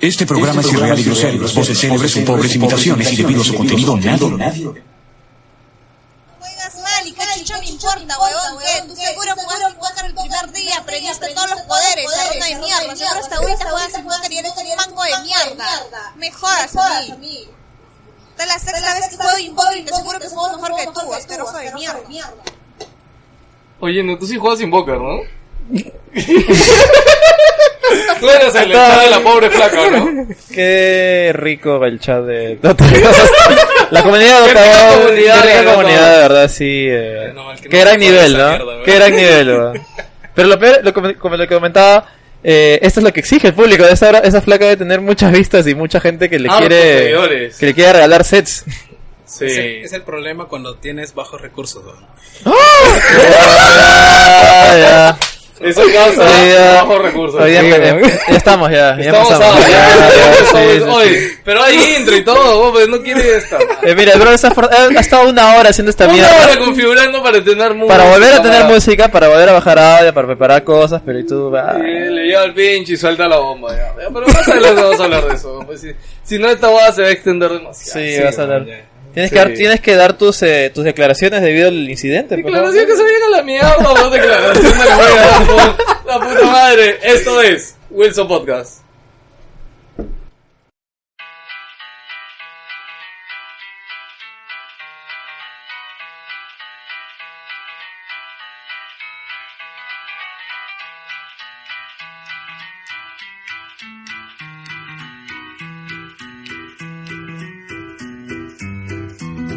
Este programa es irreal y grosero. Las voces célebres son pobres imitaciones y debido a su contenido nadie. Juegas mal y qué chucho me importa, huevón, que tú seguro jugaste póker el primer día, aprendiste todos los poderes, arroz de mierda, seguro hasta ahorita juegas el póker y eres un mango de mierda. Me jodas a mí. Esta es la sexta vez que juego Invoker, seguro que juego mejor que tú, asqueroso de mierda. Oye, no, tú sí juegas Invoker, ¿no? Tú eres el echado de la pobre flaca, ¿no? Qué rico el chat de Dota. La comunidad de Dota. Qué rica comunidad qué rica de Dota. comunidad, de verdad, sí. eh. No, el que Qué no gran juega nivel, esa ¿no? mierda, weón. Qué gran nivel, weón. Pero lo peor, lo, que- como lo que comentaba, eh, esto es lo que exige el público. Esa, hora- esa flaca debe tener muchas vistas y mucha gente que le Hartos quiere Ah, seguidores. que le quiere regalar sets. Sí. Es, el, es el problema cuando tienes bajos recursos. ¿no? Ah, ya. Eso causa Oiga. bajo recursos. Oye, Sí, ya, weón. ya estamos, ya. ya Estamos empezamos. a- Ya, ya, ya, sí, sí, sí. Oye, pero hay intro y todo, vos, pues, no quiere esta. Eh, mira, el bro está for- eh, ha estado una hora haciendo esta Una mierda. hora configurando para tener música. Para volver a tener para- música, para volver a bajar audio, para preparar cosas, pero y tú... ah. Sí, le lleva al pinche y suelta la bomba. Ya. Ya, Pero más adelante vamos a hablar de eso. pues, si, si no, esta boda se va a extender demasiado. Sí, vas a man, hablar. ya. Tienes, "Ah, Sí. que dar, tienes que dar tus, eh, tus declaraciones debido al incidente. por favor. Declaración que se viene a la mierda, vos declaración de la mierda, por la puta madre. Esto es Wilson Podcast.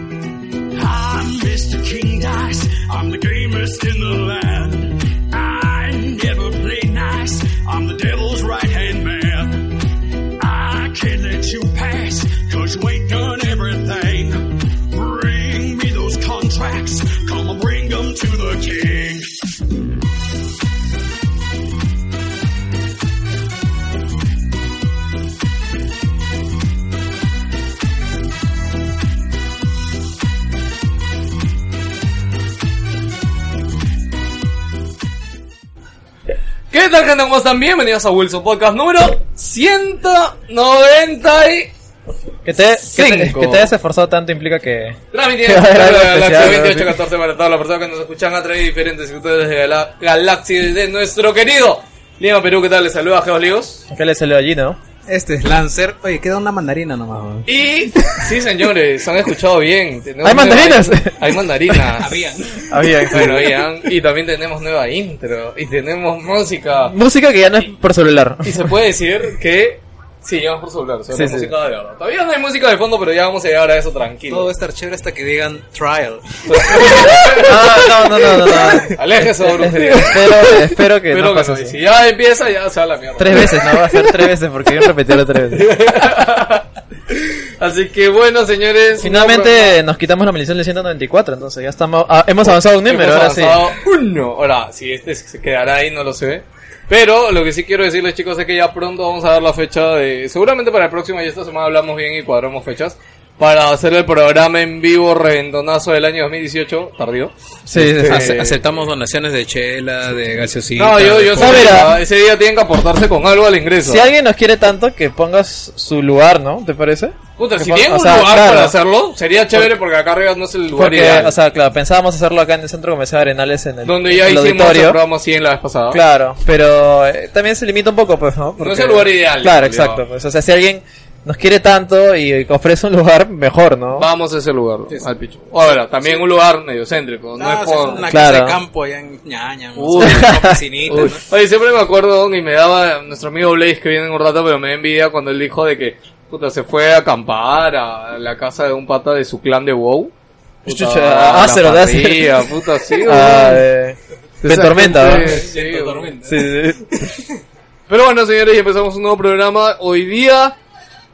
I'm Mr. King Dice. I'm the gamest in the land. I never play nice. I'm the devil's right hand man. I can't let you pass, cause you ain't done everything. Bring me those contracts. Come and bring them to the king. ¿Qué tal, gente? ¿Cómo están? Bienvenidos a Wilson Podcast número 190 y... Que te, que, te, Cinco. que te hayas esforzado tanto implica que... Transmitiendo Era algo la Galaxia especial, 2814 para todas las personas que nos escuchan a través de diferentes sectores de la galaxia de nuestro querido Lima Perú. ¿Qué tal? Les saluda Geos Ligos. Que le salió allí, ¿no? Este es Lancer. Oye, queda una mandarina nomás. weón. Y... Sí, señores, han escuchado bien. Tenemos ¿Hay mandarinas? nueva- Hay mandarinas. Había. sí. Bueno, Ian, y también tenemos nueva intro, y tenemos música. Música que ya no es por celular. Y se puede decir que sí, llevamos por celular, o sea, Sí, la sí. música de verdad. Todavía no hay música de fondo, pero ya vamos a llegar a eso tranquilo. Todo va a estar chévere hasta que digan trial. Ah, no, no, no, no. no. Aleja esa brujería. espero, espero que Pero no que pase no, y así. si ya empieza, ya se va a la mierda. Tres veces, no, va a ser tres veces porque yo repetirlo tres veces. Así que bueno, señores. Finalmente nos quitamos la maldición del 194, entonces ya estamos... ah, hemos avanzado un Hemos número, ahora sí. avanzado uno. Ahora, si este se quedará ahí, no lo sé. Pero lo que sí quiero decirles, chicos, es que ya pronto vamos a dar la fecha de. Seguramente para el próximo, y esta semana hablamos bien y cuadramos fechas. Para hacer el programa en vivo reventonazo del año 2018, tardío. Sí, sí, sí. Ace- Este, Aceptamos donaciones de chela, de gaseosita. No, yo, yo de sea, sé que mira. ese día tienen que aportarse con algo al ingreso. Si alguien nos quiere tanto, que pongas su lugar, ¿no? ¿Te parece? Puta, si Que pon- tienen o un sea, lugar claro. para hacerlo, sería chévere porque acá arriba no es el lugar Porque, ideal. o sea, claro, pensábamos hacerlo acá en el centro comercial Arenales, en el, donde en ya el hicimos el auditorio. programa 100 la vez pasada. Claro, pero eh, también se limita un poco, pues, ¿no? es el lugar ideal, Claro, en realidad. exacto. Pues, o sea, si alguien nos quiere tanto y, y ofrece un lugar, mejor, ¿no? Vamos a ese lugar, al picho. Ahora, también un lugar medio céntrico, no, No, es es por... una Claro. casa de campo allá en Ñaña. ¿no? Uy. Una piscinita, Uy. ¿no? Oye, siempre me acuerdo, don, y me daba nuestro amigo Blaze que viene en un rato, pero me da envidia cuando él dijo de que, puta, se fue a acampar a la casa de un pata de su clan de WoW. Puta, Chucha, la ah, se lo da, se- parrilla, puta, sí, Ah, weón. de, de Esa tormenta, gente, ¿no? sí, Viento weón. tormenta. Sí, sí, sí. Pero bueno, señores, ya empezamos un nuevo programa. Hoy día,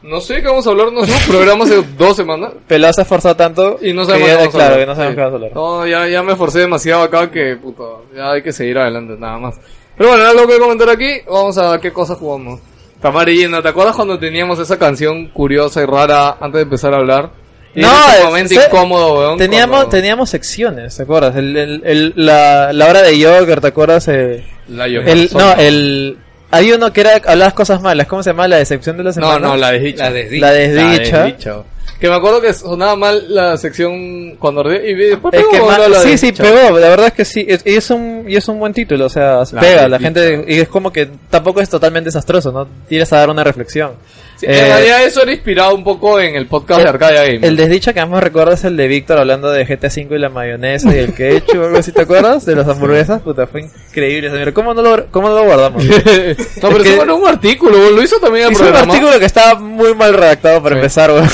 no sé qué vamos a hablar, nos hemos programado hace dos semanas. Pelado se ha esforzado tanto. Y no sabemos que, qué vamos a Claro, hablar. que no sabemos Sí. qué vamos a hablar. No, ya, ya me forcé demasiado acá que, puto, ya hay que seguir adelante, nada más. Pero bueno, era lo que comentar aquí, vamos a ver qué cosas jugamos. Tamari Yenda, ¿te acuerdas cuando teníamos esa canción curiosa y rara antes de empezar a hablar? Y No, en ese eh, momento sé- incómodo, weón. Teníamos, cuando- teníamos secciones, ¿te acuerdas? El, el, el- la, la hora de yogurt, ¿te acuerdas? Eh, La yo- El, no, sola. el. Hay uno que era hablabas cosas malas. ¿Cómo se llama? La decepción de la semana. No, no, la desdicha. La desdicha. La desdicha. La desdicha. Que me acuerdo que sonaba mal la sección cuando re- y después Es pegó que o ma- no la sí, sí, desdicha. pegó, la verdad es que sí, es- y es un, y es un buen título, o sea, se La pega, la desdicha. gente, y es como que tampoco es totalmente desastroso, ¿no? Tiras a dar una reflexión. Sí, Eh, en realidad eso era inspirado un poco en el podcast de Arcadia Game. el desdicha que más me recuerdo es el de Víctor hablando de GTA V y la mayonesa y el ketchup, algo así, ¿te acuerdas? De las hamburguesas, puta, fue increíble. esa mierda. ¿Cómo no lo, cómo no lo guardamos? no, pero Es que- eso fue un artículo, boludo, lo hizo también el Hizo un programa. artículo que estaba muy mal redactado para empezar, weón.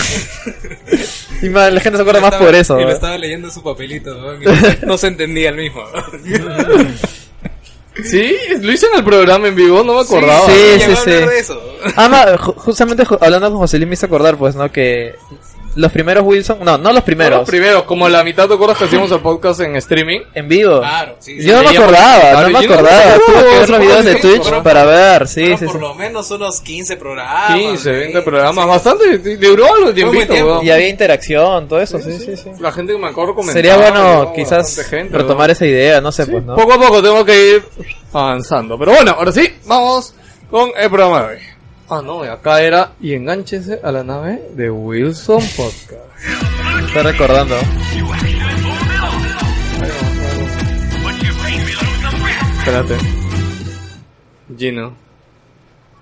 y man, la gente se acuerda más por eso. Y lo weón. estaba leyendo su papelito, weón, y no se- no se entendía el mismo. Sí, lo hizo en el programa en vivo, no me acordaba. sí, Llegó a sí, hablar sí. de eso. Ah, ma, ju- justamente ju- hablando con José Luis me hizo acordar, pues, ¿no? Que los primeros Wilson, no, no los primeros, Primero, primero, como la mitad de acuerdas que hacíamos el podcast en streaming. en vivo. Claro, sí, sí. yo no me Ella acordaba, por- no me Yo no- acordaba. no, Tuve que ver no, los no, videos de sí, Twitch fueron- para ver, sí, Fueron sí, por sí. lo menos unos 15 programas. 15, 20 sí. programas, bastante, de- duró algo el Fue un buen tiempito, tiempo. weón. Y había interacción, todo eso, sí, sí, sí. La gente que me acuerdo comentaba. Sería bueno llegó quizás bastante gente, retomar weón. esa idea, no sé, pues, ¿no? Poco a poco tengo que ir avanzando. Pero bueno, ahora sí, vamos con el programa de hoy. Ah, no, y acá era Y enganchese a la nave de Wilson Podcast. Estoy recordando. Espérate. Gino.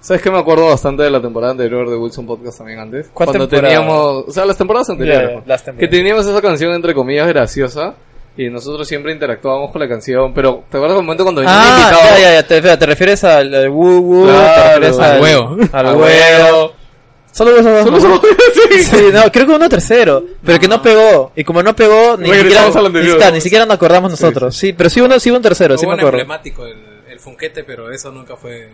¿Sabes qué me acuerdo bastante de la temporada anterior de Wilson Podcast también antes? ¿Cuál Cuando temporada? teníamos, o sea, las temporadas anteriores. Ya, ya, ¿no? las temporadas. Que teníamos esa canción entre comillas graciosa y nosotros siempre interactuábamos con la canción, pero ¿te acuerdas del momento cuando venía un Ah, invitado? ya, ya, ya, te, espera, te refieres al, al woo woo, te Claro, refieres al al huevo. Al Al huevo. Solo esos dos, Solo ¿no? somos sí. Ah. Sí, no, creo que uno tercero, pero que no pegó. Y como no pegó, ni siquiera, Regresamos al ni, anterior. siquiera, ni siquiera nos acordamos nosotros. Sí, pero sí uno, sí un tercero, Fue sí me un acuerdo. emblemático el, el funquete, pero eso nunca fue.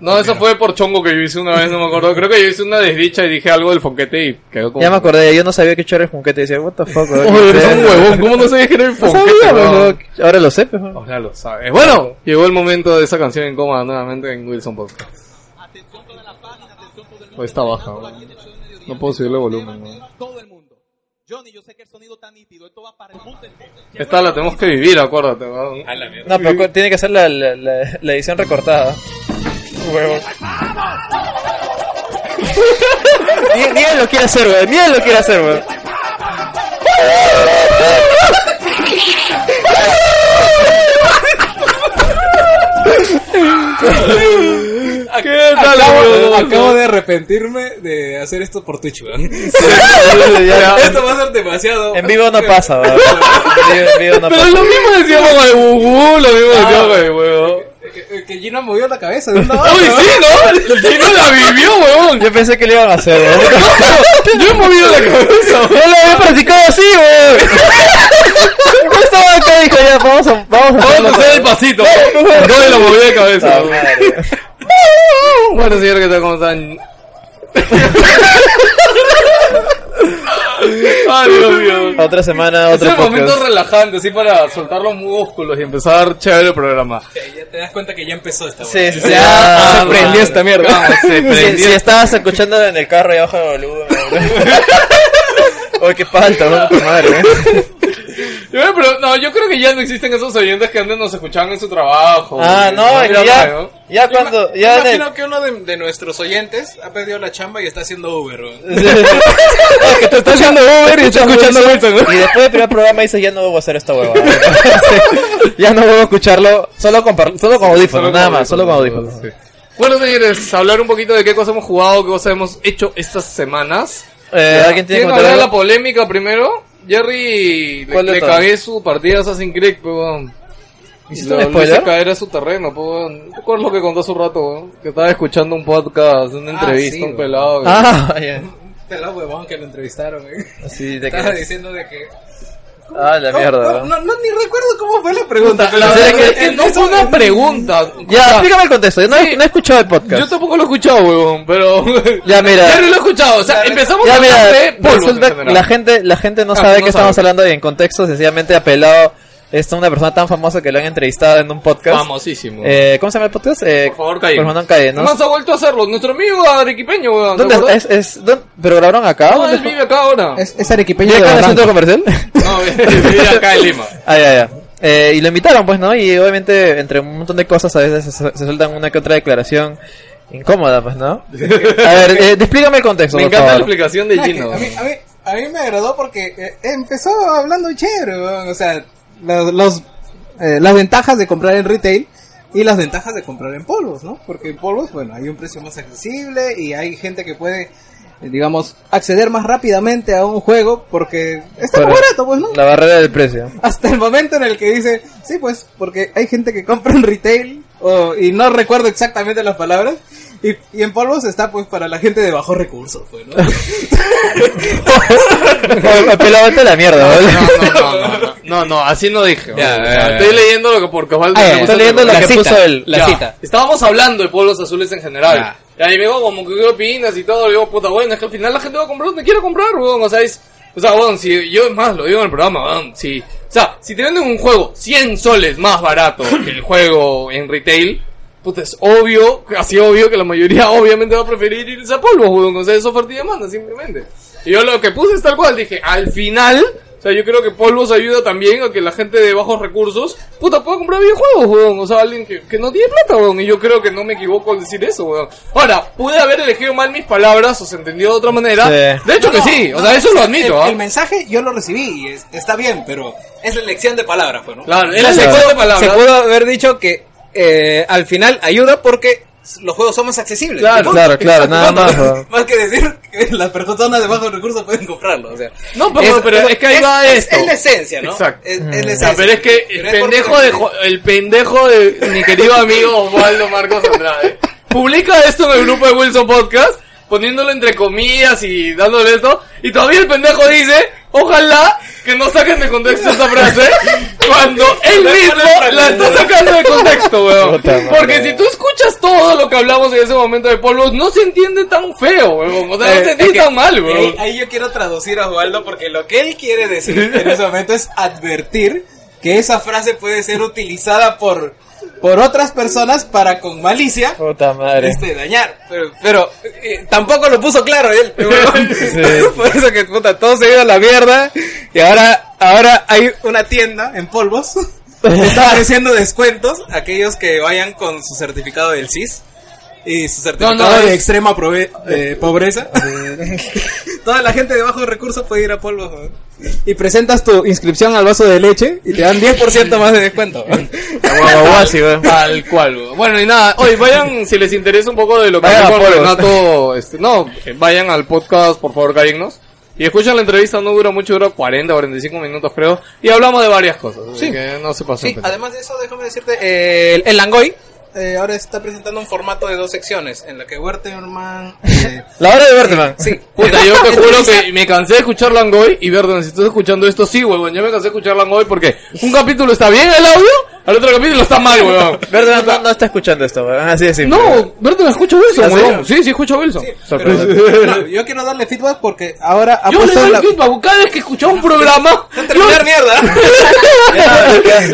No, eso fue por chongo que yo hice una vez, no me acuerdo. Creo que yo hice una desdicha y dije algo del fonquete y quedó como... Ya me acordé, yo no sabía que Chorro es Junquete. Decía, what the fuck, weón, Oye, ¿qué eres pedo? un huevón, ¿cómo no sabías que era el No fonquete? sabía, weón? weón. Ahora lo sé, pues. weón. Ahora lo sabes. Bueno, llegó el momento de esa canción en coma nuevamente en Wilson Podcast. Hoy está baja, weón. No puedo subirle volumen, weón. todo el mundo. Johnny, yo sé que el sonido tan nítido, esto va para el mundo entero. Esta la tenemos que vivir, acuérdate, weón. A la mierda. No, pero cu- tiene que ser la, la, la- la edición recortada. Huevo. ni, ni él lo quiere hacer, weón. Ni él lo quiere hacer, weón. ¿Qué tal, Acabo, weón? acabo de arrepentirme de hacer esto por Twitch, weón. Ya, Esto va a ser demasiado. En vivo no pasa, weón. En vivo- en vivo no Pero pasa. es lo mismo decíamos con el Gugu, lo mismo decíamos con el huevón. Que, Ah. Eh, que Gino movió la cabeza de un lado. a Uy, otro, sí, ¿no? El chino la vivió, weón. Yo pensé que le iban a hacer, weón. Yo he movido la cabeza, weón. Yo lo había practicado así, weón. Yo estaba acá y dijo, ya, vamos a, vamos Vamos a a hacerlo. hacer el pasito. No me lo moví de cabeza. Puta madre. Bueno, señor, ¿qué tal? ¿Cómo están? Ay, Dios mío. Otra semana, Es otro un momento podcast. relajante, así para soltar los músculos y empezar chévere el programa. que Ya te das cuenta que ya empezó esta Sí, sí, sí. Ya, Ah, se prendió madre. esta mierda. Ah, Se si- Si, prendió. estabas escuchando en el carro y abajo de volumen, weón. Oye, qué falta, weón, tu madre. ¿eh? Yo, pero, no, yo creo que ya no existen esos oyentes que antes nos escuchaban en su trabajo. Ah, no, Era ya, raro. ya cuando, ya en el- imagino que uno de, de nuestros oyentes ha perdido la chamba y está haciendo Uber, weón. Es Ah, que te está haciendo Uber y está escuchando Wilson. Y después del primer programa dices, ya no debo hacer esta huevada. Sí, ya no debo escucharlo, solo con, par- solo con audífonos, Solo con nada más, solo con audífonos, audífonos. Bueno, señores, hablar un poquito de qué cosas hemos jugado, qué cosas hemos hecho estas semanas. Eh, Ya. ¿Alguien tiene ¿Quieren que hablar comentar de la algo? polémica primero? Jerry le, ¿Cuál de le todas? cagué su partida a Assassin's Creed, pues, weón. ¿Hiciste Lo, un lo hice spoiler? caer a su terreno, pues, weón. ¿Te acuerdas lo que contó hace un rato, weón? Que estaba escuchando un podcast, una entrevista, sí, un weón. pelado. weón. Ah, ya. Pelado huevón que lo entrevistaron, weón. Sí, te Estaba quedas. diciendo de que. Ah, la mierda. No, ¿no? no, no, ni recuerdo cómo fue la pregunta. La sea, pero- verdad que- es que no fue una pregunta. Ya, O sea, explícame el contexto, yo no, sí. he, no he escuchado el podcast. Yo tampoco lo he escuchado, weón, pero... Ya, mira. Jerry lo he escuchado, o sea, empezamos Ya a hablar de mira, polvos en resulta que general. la gente, la gente no Ah, sabe no que estamos sabe. hablando y en contexto sencillamente apelado es una persona tan famosa que lo han entrevistado en un podcast. Famosísimo. Eh, ¿Cómo se llama el podcast? Eh, Por favor, callen. Por favor, no callen, ¿no? Más ha vuelto a hacerlo. Nuestro amigo arequipeño, weón. ¿te ¿Dónde acuerdas? es, es, dónde- ¿Pero grabaron Ah, acá? No, ¿Dónde él vive acá ahora. Es, es arequipeño de ¿Llega acá en el Barranco. centro comercial? No, vive vive acá en Lima. ah, ya, ya. Eh, y lo invitaron, pues, ¿no? Y obviamente, entre un montón de cosas, a veces se, se sueltan una que otra declaración incómoda, pues, ¿no? A ver, eh, explícame el contexto, Me por encanta la favor. explicación de Ah, que Gino. A mí, a, mí, a mí me agradó porque eh, empezó hablando chévere, weón. o sea, los, los, eh, las ventajas de comprar en retail y las ventajas de comprar en polvos, ¿no? Porque en polvos, bueno, hay un precio más accesible y hay gente que puede, eh, digamos, acceder más rápidamente a un juego porque está Pero- más barato, pues, ¿no? La barrera del precio. Hasta el momento en el que dice, sí, pues, porque hay gente que compra en retail o, y no recuerdo exactamente las palabras. Y, y en polvos está, pues, para la gente de bajos recursos, pues, ¿no? Pelabate la mierda, ¿vale? No, no, no, no, no, no, no, así no dije. Ya, O sea, ya, ya. Estoy leyendo lo que por Cobaldo Ah, me ya, gusta estoy que leyendo me lo la que cita, puso el- la Ya. cita. Estábamos hablando de pueblos azules en general. Y ahí me digo, como que qué opinas y todo. Le digo, puta, bueno, es que al final la gente va a comprar donde quiera comprar, weón. O sea, es. O sea, weón, si yo es más, lo digo en el programa, weón. Si, o sea, si te venden un juego 100 soles más barato que el juego en retail, puta, es obvio, así obvio que la mayoría obviamente va a preferir irse a polvo, weón. O sea, es oferta y demanda, simplemente. Y yo lo que puse es tal cual, dije, al final. O sea, yo creo que Polvos ayuda también a que la gente de bajos recursos, puta, pueda comprar videojuegos, weón. O sea, alguien que, que no tiene plata, weón. Y yo creo que no me equivoco al decir eso, weón. Ahora, pude haber elegido mal mis palabras o se entendió de otra manera. Sí. De hecho que No, sí, o no, sea, eso lo el- admito, El, ¿ah? mensaje yo lo recibí y es- está bien, pero es la elección de palabras, pues, ¿no? Claro, es O la sea, elección se de pudo- palabras. Se pudo haber dicho que eh, al final ayuda porque los juegos son más accesibles. Claro, Punto. claro, claro, Exacto, nada punto. más, ¿no? más que decir que las personas de bajos recursos pueden comprarlo, o sea. No, pero- pero es que ahí va esto. Es la esencia, ¿no? Exacto. Es, es la O sea, esencia. pero es que el Pero es por- pendejo de Jo- el pendejo de mi querido amigo Osvaldo Marcos Andrade publica esto en el grupo de Wilson Podcast poniéndolo entre comillas y dándole esto y todavía el pendejo dice ojalá que no saquen de contexto esa frase cuando él mismo la está sacando de contexto weón Puta madre. porque si tú escuchas todo lo que hablamos en ese momento de polvos no se entiende tan feo weón o sea no Eh, se es entiende que- eh, tan mal y ahí, weón ahí yo quiero traducir a Osvaldo porque lo que él quiere decir en ese momento es advertir que esa frase puede ser utilizada por, por otras personas para con malicia Puta madre. este, dañar. Pero, pero, eh, tampoco lo puso claro él. huevón. Por eso que puta, todo se ha ido a la mierda y ahora, ahora hay una tienda en polvos. que Está ofreciendo descuentos a aquellos que vayan con su certificado del CIS y su certificado no, de es- extrema prove- eh, pobreza. Toda la gente de bajos recursos puede ir a polvos. ¿no? Y presentas tu inscripción al vaso de leche y te dan 10% más de descuento. ¿no? Guaguasi, weón. Tal cual, weón. Bueno, y nada, hoy vayan, si les interesa un poco de lo que Vayan habló a con Polos. Renato, este, no, eh, vayan al podcast, por favor, cállennos. Y escuchan la entrevista, no dura mucho, dura 40, 45 minutos creo. Y hablamos de varias cosas, así Sí. que no se pasó. Sí, además de eso, déjame decirte, eh, el, el Langoy eh, ahora está presentando un formato de dos secciones, en la que Wertherman... eh, La hora de Berteman. sí, Puta, yo te juro que me cansé de escuchar Langoy y Verdon, si estás escuchando esto, sí, huevón, yo me cansé de escuchar Langoy porque un capítulo está bien el audio, al otro capítulo está mal, huevón. Berteman no, no está escuchando esto, weón. Así de simple. No, Verdon, escucho Wilson, ¿En serio? huevón. Sí, sí, escucho a Wilson. pero- no, yo quiero darle feedback porque ahora ha Yo le puesto doy la... feedback cada vez que escuchaba un programa. ¡No terminar mierda!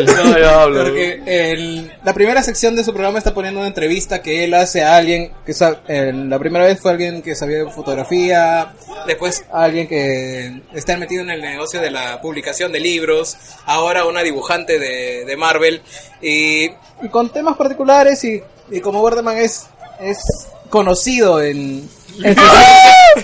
No, ya hablo. Porque el- la primera sección de su programa está poniendo una entrevista que él hace a alguien que sa- el- la primera vez fue alguien que sabía de fotografía, después alguien que está metido en el negocio de la publicación de libros, ahora una dibujante de, de Marvel y, y con temas particulares y, y como Birdman es es conocido en, en su-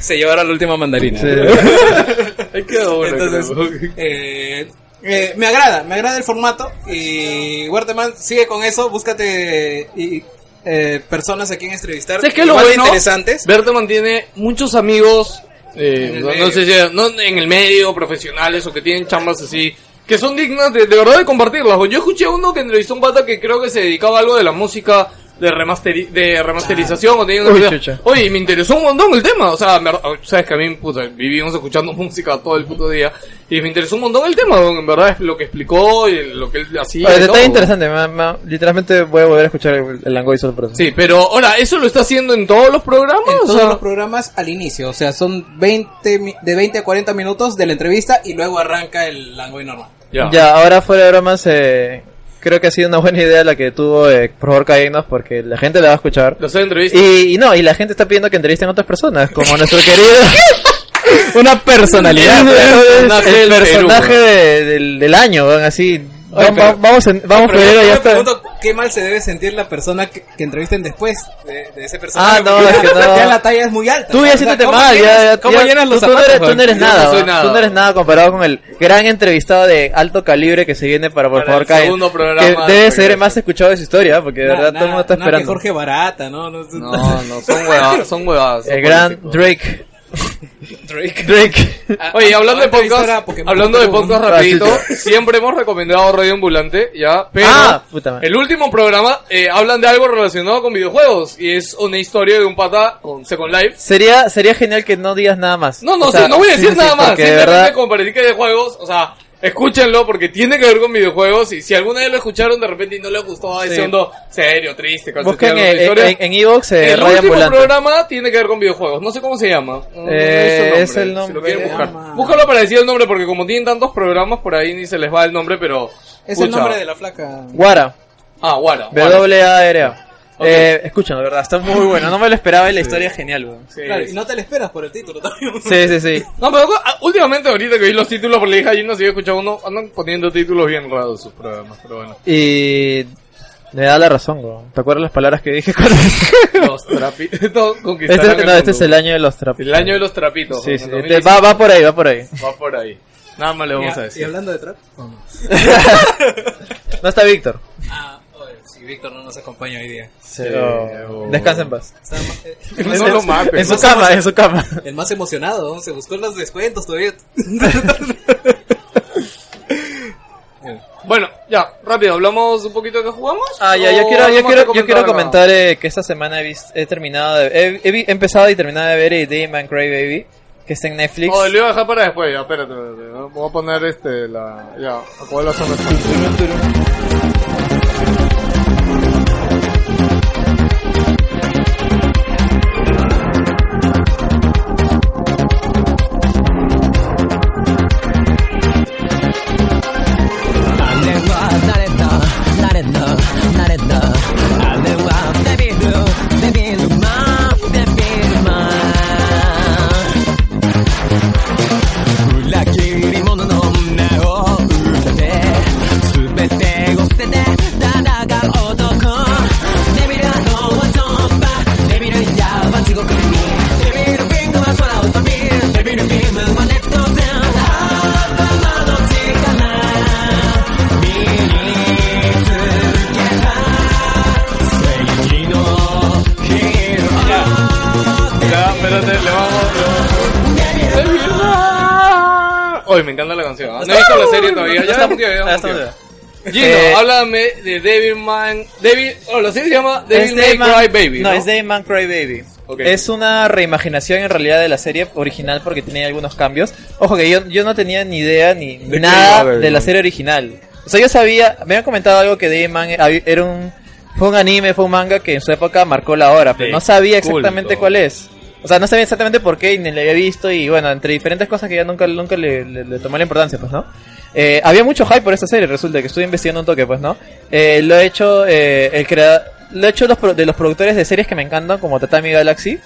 se llevará la última mandarina. Ahí quedó bueno, Entonces, creo. eh, eh, me agrada, me agrada el formato y Werteman sigue con eso, búscate y, eh, personas a quien entrevistar. ¿Sabes qué es lo igual de bueno? interesantes. Berteman tiene muchos amigos, eh, En el no, no medio. sé si, no, en el medio, profesionales o que tienen chambas así, que son dignas de, de verdad de compartirlas. Yo escuché a uno que entrevistó a un pata que creo que se dedicaba a algo de la música. De, remasteri- de remasterización o tenía una Uy, idea. chucha. Oye, y me interesó un montón el tema. O sea, me- sabes que a mí puta, vivimos escuchando música todo el puto día. Y me interesó un montón el tema. En verdad, lo que explicó y lo que él hacía. Oye, y está todo. interesante, ma- ma- literalmente voy a volver a escuchar el, el Langoy solo por eso. Sí, pero ahora, ¿eso lo está haciendo en todos los programas? En O todos sea, los programas al inicio, o sea, son 20, mi- de 20 a 40 minutos de la entrevista y luego arranca el langoy normal. ya. Ya, ahora fuera de bromas, eh, creo que ha sido una buena idea la que tuvo, eh, por favor, cállenos, porque la gente la va a escuchar. Los entrevistas. Y, y no, y la gente está pidiendo que entrevisten a otras personas, como nuestro querido. una personalidad. pues, Una del el personaje Perú. de- del, del año, weón, así. Oye, Va- pero- va- vamos en, vamos Pero febrero yo y ya me está. pregunto qué mal se debe sentir la persona que, que entrevisten después de, de ese Ah, personaje. no, porque es ya, que no. ya la talla es muy alta. Tú O ya sea, siéntete ¿cómo mal, llenas- ya, ya, ¿Cómo ya- llenas los tú, tú no zapatos? eres, tú no eres Yo no nada, soy weón. nada. tú no eres nada comparado con el gran entrevistado de alto calibre que se viene para por Para favor el caer, segundo programa que del debe regreso. ser más escuchado de su historia, porque de Nada, verdad todo el mundo está nada, nada que esperando. Jorge Barata, ¿no? No, no, No, no, son huevadas, son huevadas. son el gran políticos. Drake. Drake. Drake. Ah, Oye, y hablando de Ahora entrevistar a podcast, Pokémon hablando de Perú, podcast ¿no? rapidito, Ah, siempre hemos recomendado Radio Ambulante, ya, pero Ah, puta madre. el último programa eh, hablan de algo relacionado con videojuegos y es una historia de un pata con Second Life. Sería, sería genial que no digas nada más. No, no, O sea, sí, no voy a sí, decir sí, nada sí, más, porque de simplemente verdad- compartí que de juegos, o sea, escúchenlo porque tiene que ver con videojuegos y si alguna vez lo escucharon de repente y no les gustó, Sí. ese hondo serio, triste, con Busquen sentido de la en historia. en- en Evox eh, el Radio último Ambulante. programa tiene que ver con videojuegos. No sé cómo se llama. No, no Eh, he es visto el si nombre. lo quieren buscar. Ah. Búscalo para decir el nombre porque como tienen tantos programas por ahí ni se les va el nombre, pero... Es el pucha. nombre de la flaca. Guara. Ah, Guara. Guara. W-A-R-A. Eh, escúchenlo, de verdad, está muy bueno. No me lo esperaba y la historia es genial, weón. Sí. Claro, y no te la esperas por el título también. Sí, sí, sí. No, pero ah, últimamente ahorita que vi los títulos por la hija no si he escuchado uno, andan poniendo títulos bien raros sus programas, pero bueno. Y me da la razón, weón. ¿Te acuerdas las palabras que dije cuando... Los trapitos conquistaron este, no, este mundo. es el año de los trapitos. El año de los trapitos. Sí, en sí, este, 2015. va, va por ahí, va por ahí. Va por ahí. Nada más le vamos a Y decir. hablando de trap. ¿o no? No está Víctor. Ah, oye, sí, Víctor no nos acompaña hoy día. oh. Pero- Descansa en paz. Está ma- eh, No lo mates, En su ¿no? cama, en su cama. el más emocionado, ¿no? se buscó los descuentos todavía. Bueno, ya, rápido, hablamos un poquito de qué jugamos. Ah, ya, yo ¿O quiero, algo yo más quiero, que yo quiero acá? comentar eh, que esta semana he, vis- he terminado, de- he, he vi- empezado y terminado de ver eh, Demon Cry Baby, que está en Netflix. Oh, lo iba a dejar para después, ya, espérate, espérate. ¿no? Voy a poner este, la. Ya, acabo la zona. 裏切り者の女を歌って全てを捨てて戦う男デビルはドは突破デビルヤは地獄にデビルピングは空を飛びデビルビームはネット全頭の力身につけた正義のヒーロー Ya, espérate, le vamos. Hoy me encanta la canción. ¿ah? No he visto la serie todavía, ya está- está un día, ya ya está está un día. bien. Gino, Eh, háblame de Devilman. Devil. Oh, la serie se llama Es Devil May Devilman- Cry Baby. No, es Devilman Cry Baby. Ok. Es una reimaginación en realidad de la serie original porque tiene algunos cambios. Ojo que yo, yo no tenía ni idea ni qué iba a nada ver, de la ¿no? serie original. O sea, yo sabía, me habían comentado algo que Devilman hab- era un fue un anime, fue un manga que en su época marcó la hora, pero De no sabía exactamente culto. cuál es. O sea, no sabía exactamente por qué, ni le había visto, y bueno, entre diferentes cosas que ya nunca, nunca le, le- le tomé la importancia, pues, ¿no? Eh, había mucho hype por esta serie, resulta que estuve investigando un toque, pues, ¿no? Eh, lo he hecho, eh, el crea- lo he hecho los pro- de los productores de series que me encantan, como Tatami Galaxy,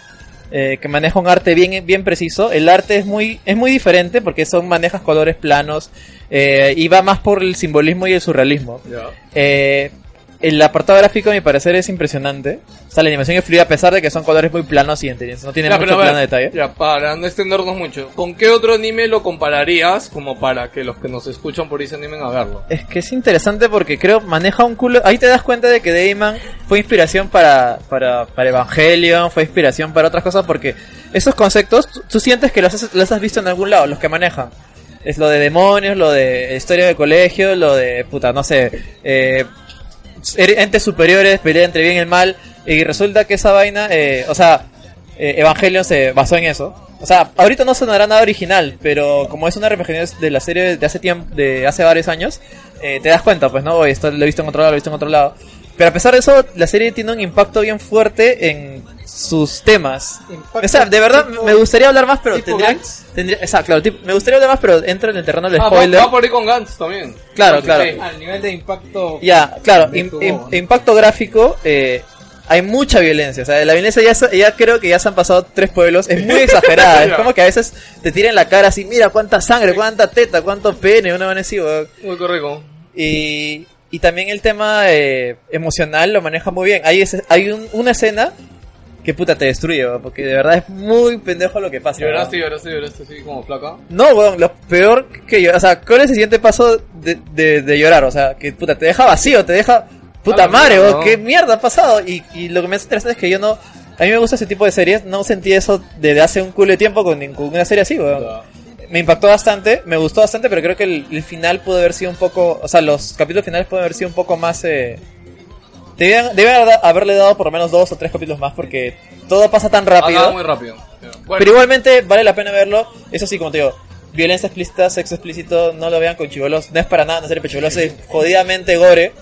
eh, que maneja un arte bien, bien preciso. El arte es muy, es muy diferente porque son, manejas colores planos, eh, y va más por el simbolismo y el surrealismo. Ya. Eh, el apartado gráfico, a mi parecer, es impresionante. O sea, la animación es fluida a pesar de que son colores muy planos y entiendes, no tienen Ya, mucho pero a plano de ver, detalle. ya, para no extendernos mucho, ¿con qué otro anime lo compararías como para que los que nos escuchan por ahí se animen a verlo? Es que es interesante porque creo maneja un culo. Ahí te das cuenta de que Dayman fue inspiración para, para, para Evangelion, fue inspiración para otras cosas porque esos conceptos tú, tú sientes que los has, los has visto en algún lado, los que manejan. Es lo de demonios, lo de historia de colegio, lo de puta, no sé, eh, er- entes superiores, pelea entre bien y el mal. Y resulta que esa vaina, eh, o sea, eh, Evangelion se basó en eso. O sea, ahorita no sonará nada original, pero como es una reimaginación de la serie de hace tiempo, de hace varios años, eh, te das cuenta, pues, ¿no? Oye, esto lo he visto en otro lado, lo he visto en otro lado. Pero a pesar de eso, la serie tiene un impacto bien fuerte en sus temas. Impacto o sea, de verdad, tipo- me gustaría hablar más, pero tipo tendría, Gantz. tendría- exacto, claro, tipo- me gustaría hablar más, pero entro en el terreno del Ah, va, spoiler. va por ahí con Gantz también. Claro, Sí, claro. sí. Al nivel de impacto. Ya, claro, De im- tu im- bobo, ¿no? impacto gráfico, eh, hay mucha violencia. O sea, la violencia ya, se- ya creo que ya se han pasado tres pueblos. Es muy exagerada. es como que a veces te tiran la cara así, mira cuánta sangre, cuánta teta, cuánto pene, una van así, weón. Muy correcto. Y, y también el tema eh, emocional lo maneja muy bien. Hay, ese- hay un- una escena que puta te destruye, weón, porque de verdad es muy pendejo lo que pasa. weón. Lloraste, lloraste, lloraste así como flaca. No, weón, lo peor que yo. O sea, ¿cuál es el siguiente paso de, de- de llorar? O sea, que puta, te deja vacío, te deja. Puta Ah, la madre, mierda, weón, ¿no? qué mierda ha pasado. Y, y lo que me hace interesante es que yo no. A mí me gusta ese tipo de series, no sentí eso desde hace un culo de tiempo con ninguna serie así, weón. Me impactó bastante, me gustó bastante, pero creo que el, el final pudo haber sido un poco. O sea, los capítulos finales pueden haber sido un poco más. Eh, debían, debían haber da- haberle dado por lo menos dos o tres capítulos más porque todo pasa Ah, tan rápido. Acaba muy rápido. Bueno, Pero igualmente vale la pena verlo. Eso sí, como te digo, violencia explícita, sexo explícito, no lo vean con chivolos. No es para nada una serie para chibolos, es jodidamente gore.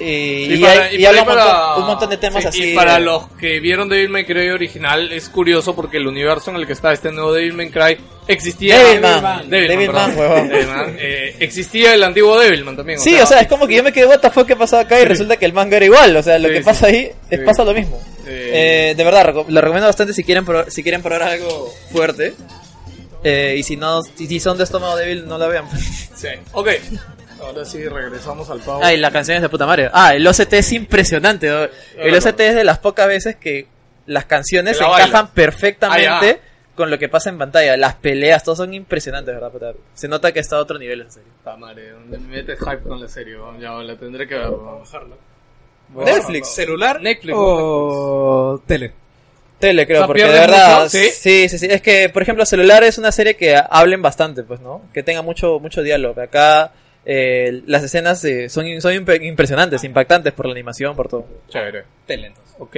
Y, y, para- hay- y por y habla ahí un para- montón, un montón de temas sí, así. Y para los que vieron Devil May Cry original, es curioso porque el universo en el que está este nuevo Devil May Cry existía. Devilman, Devilman, perdón. huevón. Devilman, eh, existía el antiguo Devilman también. Sí, o sea, es como que yo me quedé, what the fuck, ¿qué pasó acá? Y resulta que el manga era igual. O sea, lo Sí, que sí, pasa ahí es- sí. pasa lo mismo. Sí. Eh, de verdad, reco- lo recomiendo bastante si quieren, probar- si quieren probar algo fuerte. Eh, y si no, si si son de estómago débil, no la vean. Sí. Ok. Ahora sí regresamos al pavo. Ah, y la canción es de puta madre. Ah, el OCT es impresionante. ¿no? El Claro. OCT es de las pocas veces que las canciones Que la encajan bailas. Ah, perfectamente ya. con lo que pasa en pantalla. Las peleas, todos son impresionantes, ¿verdad? Puta? Se nota que está a otro nivel, en serio. Puta madre, me mete hype con la serie. huevón. Ya, la tendré que ver. huevón. Netflix. ¿Celular? Netflix, o tele. Tele, creo, O sea, porque de pierdes verdad. mucho, ¿sí? sí, sí, sí. Es que, por ejemplo, celular es una serie que hablen bastante, pues, ¿no? Que tenga mucho, mucho diálogo. Acá eh, las escenas eh, son, son imp- impresionantes, impactantes por la animación, por todo. Chévere. Tele, entonces. Ok,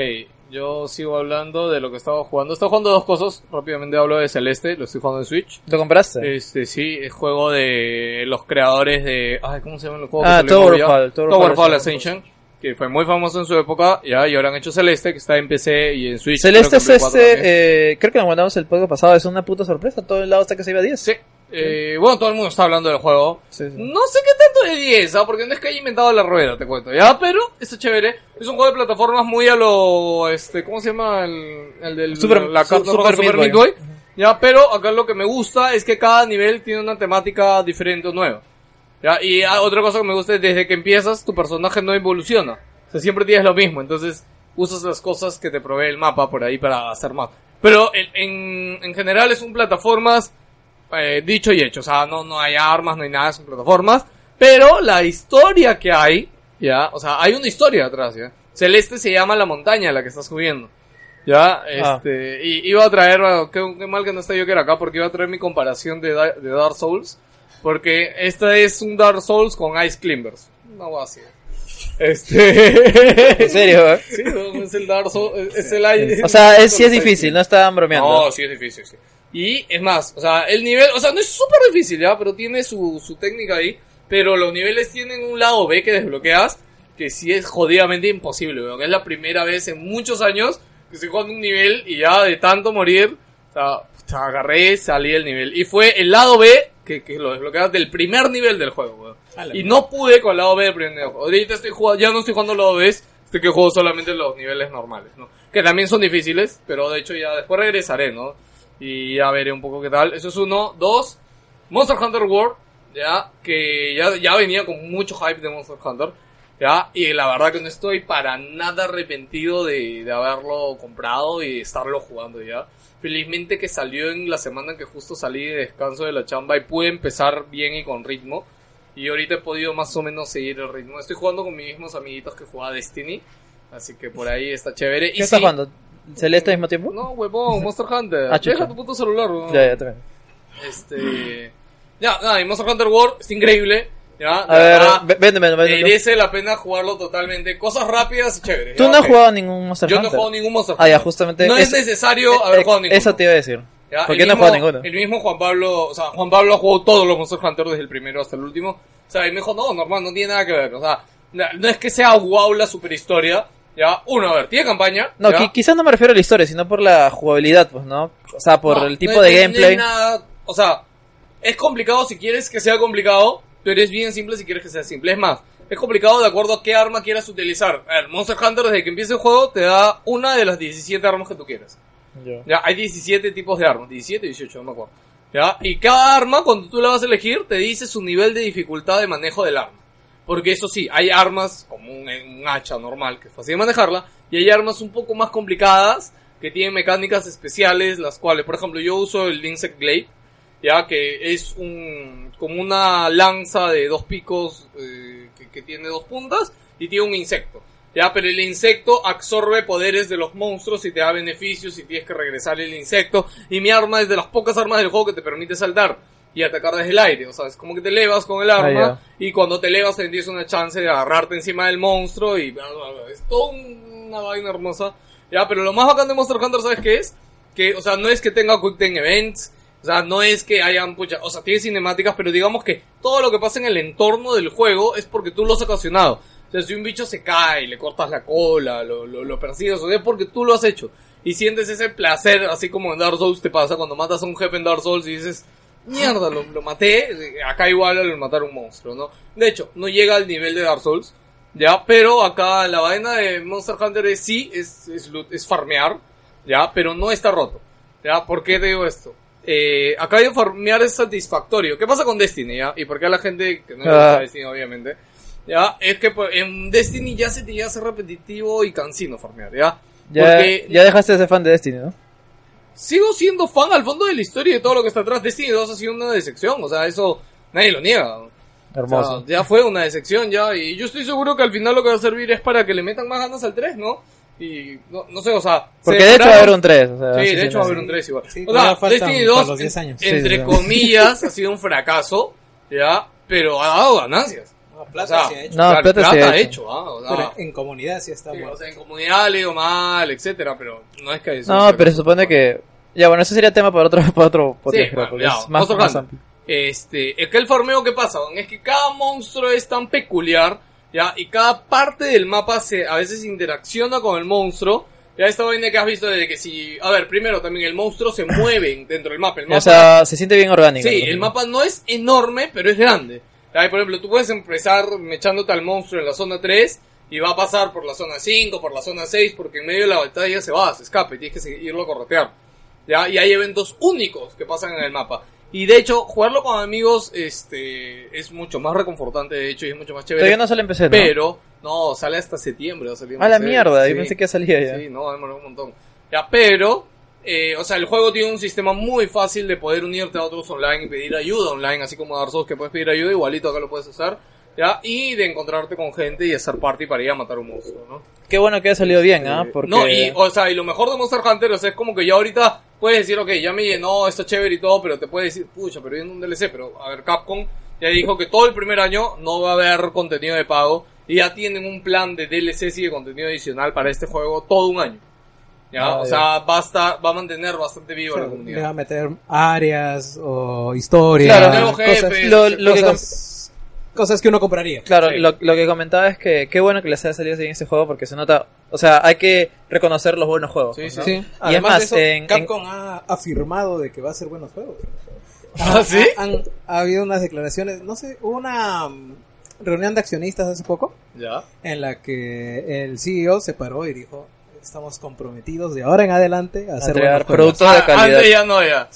yo sigo hablando de lo que estaba jugando. Estaba jugando dos cosas. Rápidamente hablo de Celeste, lo estoy jugando en Switch. ¿Lo compraste? Este, sí, es juego de los creadores de. Ay, ¿cómo se llama el juego? Ah, que salió en Towerfall, Navidad? Towerfall Towerfall Ascension. Ascension. Que fue muy famoso en su época. Ya, y ahora han hecho Celeste, que está en PC y en Switch. Celeste creo es que en Play 4 también. este, eh, creo que lo mandamos el podcast pasado, es una puta sorpresa, todo el lado hasta que se iba a 10. Sí. Mm. Eh, bueno, todo el mundo está hablando del juego. Sí, sí. No sé qué tanto de 10, ¿ah? porque no es que haya inventado la rueda, te cuento, ¿ya? Pero está chévere. Es un juego de plataformas muy a lo... este ¿Cómo se llama? El, el del... Super- la su- carta Super roja, Meat Boy. Ya, pero acá lo que me gusta es que cada nivel tiene una temática diferente o nueva. ¿ya? Y ah, otra cosa que me gusta es desde que empiezas, tu personaje no evoluciona. O sea, siempre tienes lo mismo. Entonces, usas las cosas que te provee el mapa por ahí para hacer más. Pero en, en, en general es un plataformas eh, dicho y hecho. O sea, no, no hay armas, no hay nada, son plataformas. Pero la historia que hay, ya, o sea, hay una historia atrás, ya. Celeste se llama la montaña a la que estás subiendo. Ya, Ah. este, y iba a traer, bueno, qué, qué mal que no esté yo que era acá, porque iba a traer mi comparación de, Da- de Dark Souls. Porque esta es un Dark Souls con Ice Climbers. No va así. Este. ¿En serio? eh? Sí, no, es el Dark Souls. es- Es el Ice- O sea, es, sí es difícil, no estaban bromeando. no, Oh, sí es difícil, sí. Y es más, o sea, el nivel, o sea, no es súper difícil, ¿ya? Pero tiene su, su técnica ahí. Pero los niveles tienen un lado B que desbloqueas, que sí es jodidamente imposible, weón. Es la primera vez en muchos años que se jugando un nivel y ya de tanto morir, o sea, puta, agarré, salí del nivel. Y fue el lado B que, que lo desbloqueas del primer nivel del juego, weón. Y no pude con el lado B del primer nivel. Ahorita estoy jugando, ya no estoy jugando el lado B, estoy que juego solamente los niveles normales, ¿no? Que también son difíciles, pero de hecho ya después regresaré, ¿no? Y ya veré un poco qué tal. Eso es uno. Dos, Monster Hunter World, ya, que ya, ya venía con mucho hype de Monster Hunter, ya, y la verdad que no estoy para nada arrepentido de, de haberlo comprado y estarlo jugando ya. Felizmente que salió en la semana en que justo salí de descanso de la chamba y pude empezar bien y con ritmo. Y ahorita he podido más o menos seguir el ritmo. Estoy jugando con mis mismos amiguitos que jugaba Destiny. Así que por ahí está chévere. ¿Qué y estás sí- jugando? ¿Celeste al mismo tiempo? No, huevón, Monster Hunter. Ah, chucha. Deja tu puto celular, huevón. Ya, ya, también. Este. Ya, nada, y Monster Hunter World es increíble. Ya, de A ver, verdad, ve- véndeme, véndeme. merece la pena jugarlo totalmente. Cosas rápidas y chéveres. Tú ya, no has ok. jugado ningún Monster Yo no he Hunter. jugado ningún Monster Ah, ya, justamente. No es, eso- necesario haber eh, jugado ninguno. Eso te iba a decir. Ya, ¿Por el qué no mismo- has jugado ninguno? El mismo Juan Pablo, o sea, Juan Pablo ha jugado todos los Monster Hunter desde el primero hasta el último. O sea, y me dijo, no, normal, no tiene nada que ver. O sea, na- no es que sea wow la superhistoria. Ya, uno, a ver, tiene campaña. No, ya. qui- quizás no me refiero a la historia, sino por la jugabilidad, pues, ¿no? O sea, por No, el tipo no de es- no es gameplay. nada- o sea, es complicado si quieres que sea complicado, pero es bien simple si quieres que sea simple. Es más, es complicado de acuerdo a qué arma quieras utilizar. A ver, Monster Hunter desde que empieza el juego te da una de las 17 armas que tú quieras. Ya. Ya, hay 17 tipos de armas, 17, 18, no me acuerdo. Ya, y cada arma, cuando tú la vas a elegir, te dice su nivel de dificultad de manejo del arma. Porque eso sí, hay armas como un, eh, un hacha normal, que es fácil de manejarla, y hay armas un poco más complicadas, que tienen mecánicas especiales, las cuales, por ejemplo, yo uso el Insect Glaive, ya que es un, como una lanza de dos picos eh, que, que tiene dos puntas y tiene un insecto. Ya, pero el insecto absorbe poderes de los monstruos y te da beneficios y tienes que regresar el insecto. Y mi arma es de las pocas armas del juego que te permite saltar y atacar desde el aire. O sea, es como que te elevas con el arma y cuando te elevas te tienes una chance de agarrarte encima del monstruo y bla, bla, bla. es toda una vaina hermosa. Ya, pero lo más bacán de Monster Hunter, ¿sabes qué es? Que, o sea, no es que tenga Quick Time Events, o sea, no es que hayan, pucha, o sea, tiene cinemáticas, pero digamos que todo lo que pasa en el entorno del juego es porque tú lo has ocasionado. O sea, si un bicho se cae, le cortas la cola, lo, lo, lo persigues, o sea, es porque tú lo has hecho. Y sientes ese placer, así como en Dark Souls te pasa cuando matas a un jefe en Dark Souls y dices, mierda, lo, lo maté, acá igual al matar a un monstruo, ¿no? De hecho, no llega al nivel de Dark Souls, ya, pero acá la vaina de Monster Hunter es sí, es, es, loot, es farmear, ya, pero no está roto. Ya, ¿por qué te digo esto? Eh, acá de farmear es satisfactorio. ¿Qué pasa con Destiny, ya? Y por qué a la gente que no le gusta Ah. Destiny, obviamente, ya, es que pues, en Destiny ya se te llega a ser repetitivo y cansino farmear, ya. Ya, Porque ya dejaste de ser fan de Destiny, ¿no? sigo siendo fan al fondo de la historia y de todo lo que está atrás. Destiny 2 ha sido una decepción, o sea, eso nadie lo niega. O sea, Hermoso. ya fue una decepción ya y yo estoy seguro que al final lo que va a servir es para que le metan más ganas al 3, ¿no? Y no, no sé, o sea... Porque se de hecho va a haber esperaron- un 3. O sea, Sí, sí, de sí, hecho no va a haber sé. un 3 igual. Sí, o sea, todavía faltan Destiny para 2, los 10 años. entre Sí, sí, sí. comillas, ha sido un fracaso, ya, pero ha dado ganancias. Plata O sea, se ha hecho. No, Claro, plata se ha hecho. ah, o sea, Pero en comunidad sí está sí, bueno. o sea, en comunidad le digo mal, etcétera, pero no es que... No, pero se supone que... Ya, bueno, eso sería tema para otro, para otro Sí, podcast, creo, bueno, porque ya, es más, otro más canto. amplio. Este, es que el farmeo que pasa, don, es que cada monstruo es tan peculiar, ya, y cada parte del mapa se, a veces interacciona con el monstruo. Ya esta vaina que has visto de que si, a ver, primero también el monstruo se mueve dentro del mapa. El mapa O sea, se siente bien orgánico. Sí, ¿no? el mapa no es enorme, pero es grande. Ay, por ejemplo, tú puedes empezar mechándote al monstruo en la zona 3 y va a pasar por la zona 5, por la zona 6, porque en medio de la batalla se va, se escapa y tienes que seguir- irlo a corretear. ¿ya? Y hay eventos únicos que pasan en el mapa. Y de hecho, jugarlo con amigos este, es mucho más reconfortante, de hecho, y es mucho más chévere. Todavía no sale en PC, ¿no? Pero, no, sale hasta septiembre. Va a, salir en A la PC, mierda, yo sí. pensé que ya salía ya. Sí, no, demoró un montón. Ya, pero, eh, o sea, el juego tiene un sistema muy fácil de poder unirte a otros online y pedir ayuda online, así como Dark Souls que puedes pedir ayuda, igualito acá lo puedes hacer. Ya, y de encontrarte con gente y hacer party para ir a matar un monstruo, ¿no? Qué bueno que haya salido bien, ¿ah? Eh, Porque... No, y, o sea, y lo mejor de Monster Hunter, o sea, es como que ya ahorita puedes decir, ok, ya me llenó, está chévere y todo, pero te puedes decir, pucha, pero viene un DLC, pero a ver, Capcom ya dijo que todo el primer año no va a haber contenido de pago y ya tienen un plan de DLCs y de contenido adicional para este juego todo un año. Ya, Ah, o ya. sea, va a, estar- va a mantener bastante viva la Le va comunidad. a meter áreas o historias. Claro, nuevo jefe, cosas, lo, lo que com- cosas, cosas que uno compraría. Claro, Sí. lo, lo que comentaba es que qué bueno que les haya salido bien este juego porque se nota, o sea, hay que reconocer los buenos juegos. pues, Sí, ¿no? sí, Sí. Y es Además de más, eso, en, en- Capcom ha afirmado de que va a ser buenos juegos. ¿Ah, sí? Han, ha habido unas declaraciones, no sé, hubo una mm, reunión de accionistas hace poco Ya. en la que el CEO se paró y dijo, estamos comprometidos de ahora en adelante a a hacer entregar buenos juegos". productos de Ah, antes calidad. ya no, ya.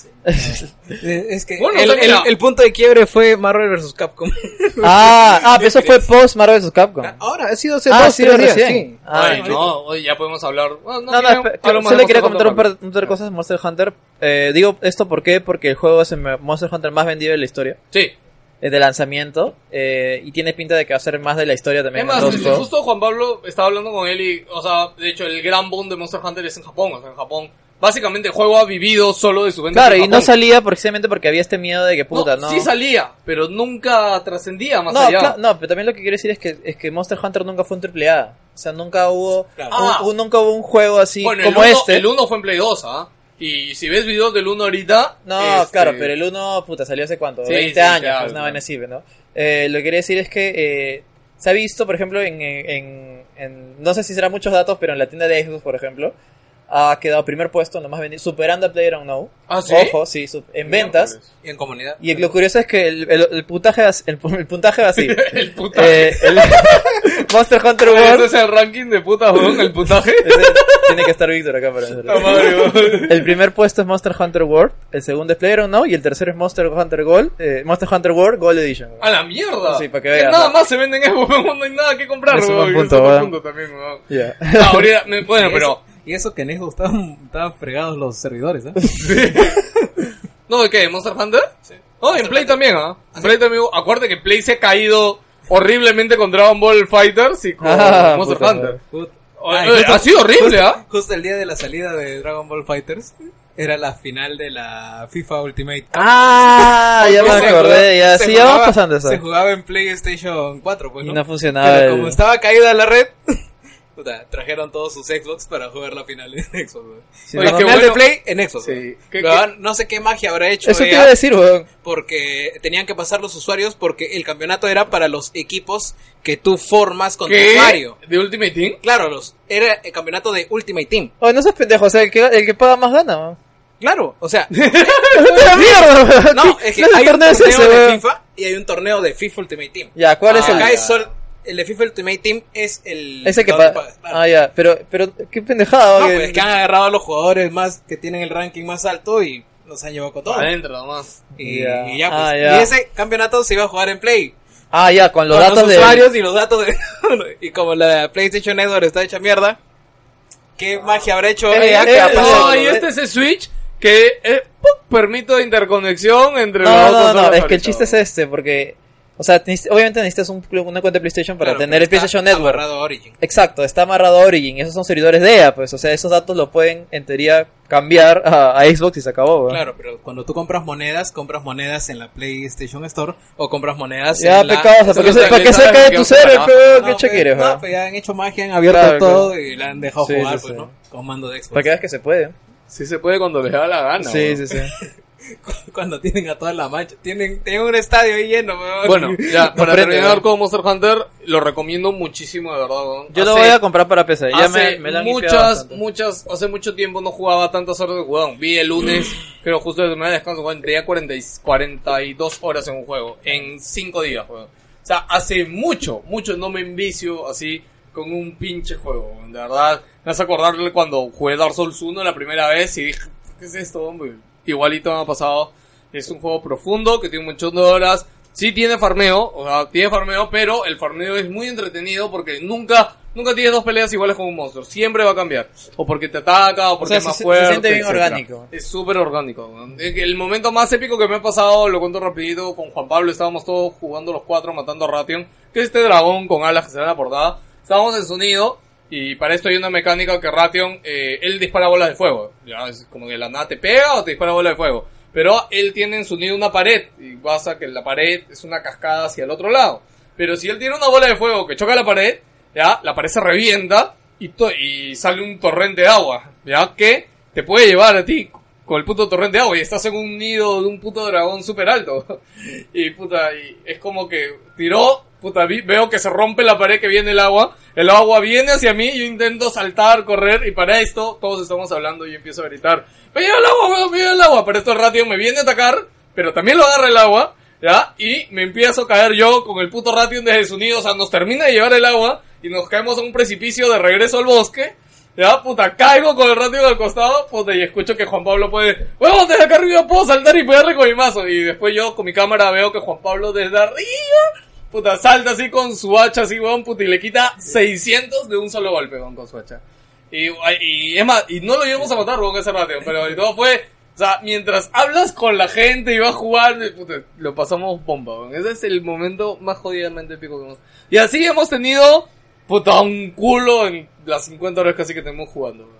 Eh, Es que Bueno, el, o sea, mira. el- el punto de quiebre fue Marvel vs. Capcom. Ah, ah, pero eso fue post Marvel vs. Capcom. ahora, ha sido hace Ah, dos, sí, tres días, recién. sí. Ah, Ay, ahorita. no, hoy ya podemos hablar. Bueno, No, no, quiero- espe- hablamos solo de Monster quería comentar un par, Hunter. un par de cosas de Monster Hunter. Eh, digo esto porque porque el juego es el me- Monster Hunter más vendido de la historia, Sí. eh, de lanzamiento, eh, y tiene pinta de que va a ser más de la historia Es también. más, entonces, este, justo Juan Pablo estaba hablando con él y, o sea, de hecho el gran boom de Monster Hunter es en Japón, o sea, en Japón. Básicamente el juego ha vivido solo de su venta. claro, en y no Japón. salía precisamente porque había este miedo de que puta, no. No, Sí salía, pero nunca trascendía más No, allá. cla- no, pero también lo que quiero decir es que, es que Monster Hunter nunca fue un triple A. O sea, nunca hubo, Claro. un- Ah. un- nunca hubo un juego así bueno, como el 1 este. fue en Play 2, ¿ah? Y si ves videos del 1 ahorita... No, este, claro, pero el 1, puta, salió hace cuánto, Sí, 20 sí, años, claro, pues, una claro. vaina así, ¿no? Eh, lo que quería decir es que eh, se ha visto, por ejemplo, en, en- en- no sé si serán muchos datos, pero en la tienda de Xbox, por ejemplo, ha quedado primer puesto, nomás vendido, superando a Player Unknown. Ah, ¿sí? Ojo, sí, su- en ventas. Y en comunidad. Y lo curioso es que el, el, el puntaje va, el, pu- el puntaje va así. El puntaje. Eh, el- Monster Hunter Ese World. es el ranking de puta, weón, el putaje. Ese- Tiene que estar Víctor acá para hacerlo. La madre, weón. El primer puesto es Monster Hunter World, el segundo es Player no y el tercero es Monster Hunter Gold, eh, Monster Hunter World Gold Edition. Ah. A la mierda. Sí, para que veas. Nada más se venden eso, weón, no hay nada que comprar, Me suma weón. un y punto, suma un weón. punto también, weón. Ya. No, ahorita, me- bueno, pero... Y eso que en Xbox estaban, estaban fregados los servidores, ¿eh? ¿No, de qué? ¿Monster Hunter? Sí. No, en Play también, ¿ah? En Play también, acuérdate que Play se ha caído horriblemente con Dragon Ball Fighters y con Ah, Monster puta Hunter. madre. Put- Ah, O- Ay, eh, ha sido horrible, justo- ¿ah? Justo el día de la salida de Dragon Ball Fighters era la final de la FIFA Ultimate. Ah, ya me Se acordé, jugaba- ya se sí, ya vamos jugaba- pasando eso. Se jugaba en PlayStation 4, pues Y no, no funcionaba Pero el- como estaba caída la red, puta, trajeron todos sus Xbox para jugar la final en Xbox. güey. Sí, Oye, no. la qué final bueno. de Play en Xbox. Sí. güey. ¿Qué- Lo han- No sé qué magia habrá hecho Eso te EA, iba a decir, weón. porque tenían que pasar los usuarios porque el campeonato era para los equipos que tú formas con tu ¿Qué? Mario. ¿De Ultimate Team? Claro, los, era el campeonato de Ultimate Team. Oye, no seas pendejo, o sea, el que, el que paga más gana, weón. Claro, o sea, ¡Puta mierda, weón! no, ¿Qué es que clase de hay un torneo torneo es ese, de weón? FIFA y hay un torneo de FIFA Ultimate Team. Ah, Ya, ¿cuál es Acá el...? es sol- el de FIFA Ultimate Team es el... Ese que donde paga... pagas, claro. Ah, ya, pero, pero, qué pendejada, No, weón. pues, que han agarrado a los jugadores más que tienen el ranking más alto y los han llevado con Ah. todo. Adentro, nomás. Y, Ya. y ya, pues, Ah, ya. y ese campeonato se iba a jugar en Play. Ah, ya, con los Con datos los de... usuarios y los datos de... y como la PlayStation Network está hecha mierda, ¿qué magia habrá hecho Eh, ella que eh, ha pasado? No, eh, y este es el Switch que eh, ¡pum! permite interconexión entre los No, dos no, no, consolas es que el ahorita, chiste es este, porque... O sea, neces- obviamente necesitas un, una cuenta de PlayStation para Claro, tener el pero está PlayStation Network. amarrado a Origin. Exacto, está amarrado a Origin, esos son servidores de EA, pues, o sea, esos datos los pueden, en teoría, cambiar a, a Xbox y se acabó, pues. weón. Claro, pero cuando tú compras monedas, compras monedas en la PlayStation Store o compras monedas Ya, en la... pecado, o sea, porque Eso se, no para que está se bien, cae que tu no, server, pues, no, pues. pero No, ¿qué pe- chequeres, no, weón? pe, ya han hecho magia, han abierto Claro, todo y la han dejado Sí, jugar, sí, pues, sí. ¿no? Con mando de Para Xbox. que veas que se puede. Sí se puede cuando les da la gana. Sí, weón. sí, sí. Cuando tienen a toda la mancha. Tienen, tienen un estadio ahí lleno, weón. Bueno, ya, para Comprende, terminar weón. con Monster Hunter, lo recomiendo muchísimo, de verdad, weón. Yo lo Hace- voy a comprar para PC, ya hace me, me la han hipeado muchas, bastante. muchas, hace mucho tiempo no jugaba tantas horas de juego. Vi el lunes, creo justo de semana de descanso, weón, tenía 40 y 42 horas en un juego, en 5 días, weón. O sea, hace mucho, mucho no me envicio así con un pinche juego, weón. de verdad. Me hace acordarle cuando jugué Dark Souls 1 la primera vez y dije, ¿qué es esto, hombre? Igualito me ha pasado. Es un juego profundo, que tiene un montón de horas. Sí tiene farmeo, o sea, tiene farmeo, pero el farmeo es muy entretenido porque nunca, nunca tienes dos peleas iguales con un monstruo. Siempre va a cambiar. O porque te ataca, o porque sea, es se- más se fuerte. siente bien etcétera. orgánico. Es súper orgánico. weón. Es que El momento más épico que me ha pasado, lo cuento rapidito, con Juan Pablo estábamos todos jugando los cuatro, matando a Ration, que es este dragón con alas que se da la portada. Estábamos en su nido, y para esto hay una mecánica que Ration, eh, él dispara bolas de fuego. Ya, es como que la nada te pega o te dispara bolas de fuego. Pero él tiene en su nido una pared, y pasa que la pared es una cascada hacia el otro lado. Pero si él tiene una bola de fuego que choca la pared, ya, la pared se revienta y, to- y sale un torrente de agua, ya, que te puede llevar a ti con el puto torrente de agua y estás en un nido de un puto dragón súper alto. Y puta, y es como que tiró, puta, vi- veo que se rompe la pared que viene el agua, el agua viene hacia mí, yo intento saltar, correr y para esto todos estamos hablando y yo empiezo a gritar, me lleva el agua, weón, me lleva el agua, pero esto el ratio me viene a atacar, pero también lo agarra el agua. ¿ya? Y me empiezo a caer yo con el puto Ration desde su nido, o sea, nos termina de llevar el agua y nos caemos a un precipicio de regreso al bosque, ya, puta, caigo con el Ration al costado, puta, y escucho que Juan Pablo puede, huevón, desde acá arriba puedo saltar y pegarle con mi mazo, y después yo con mi cámara veo que Juan Pablo desde arriba, puta, salta así con su hacha, así, huevón, puta, y le quita 600 de un solo golpe, huevón, con su hacha. Y, y es más, y no lo íbamos a matar, huevón, ese Ration, pero y todo fue, o sea, mientras hablas con la gente y vas a jugar, puta, lo pasamos bomba, weón. Ese es el momento más jodidamente épico que hemos. Y así hemos tenido, puta, un culo en las 50 horas casi que tenemos jugando, weón.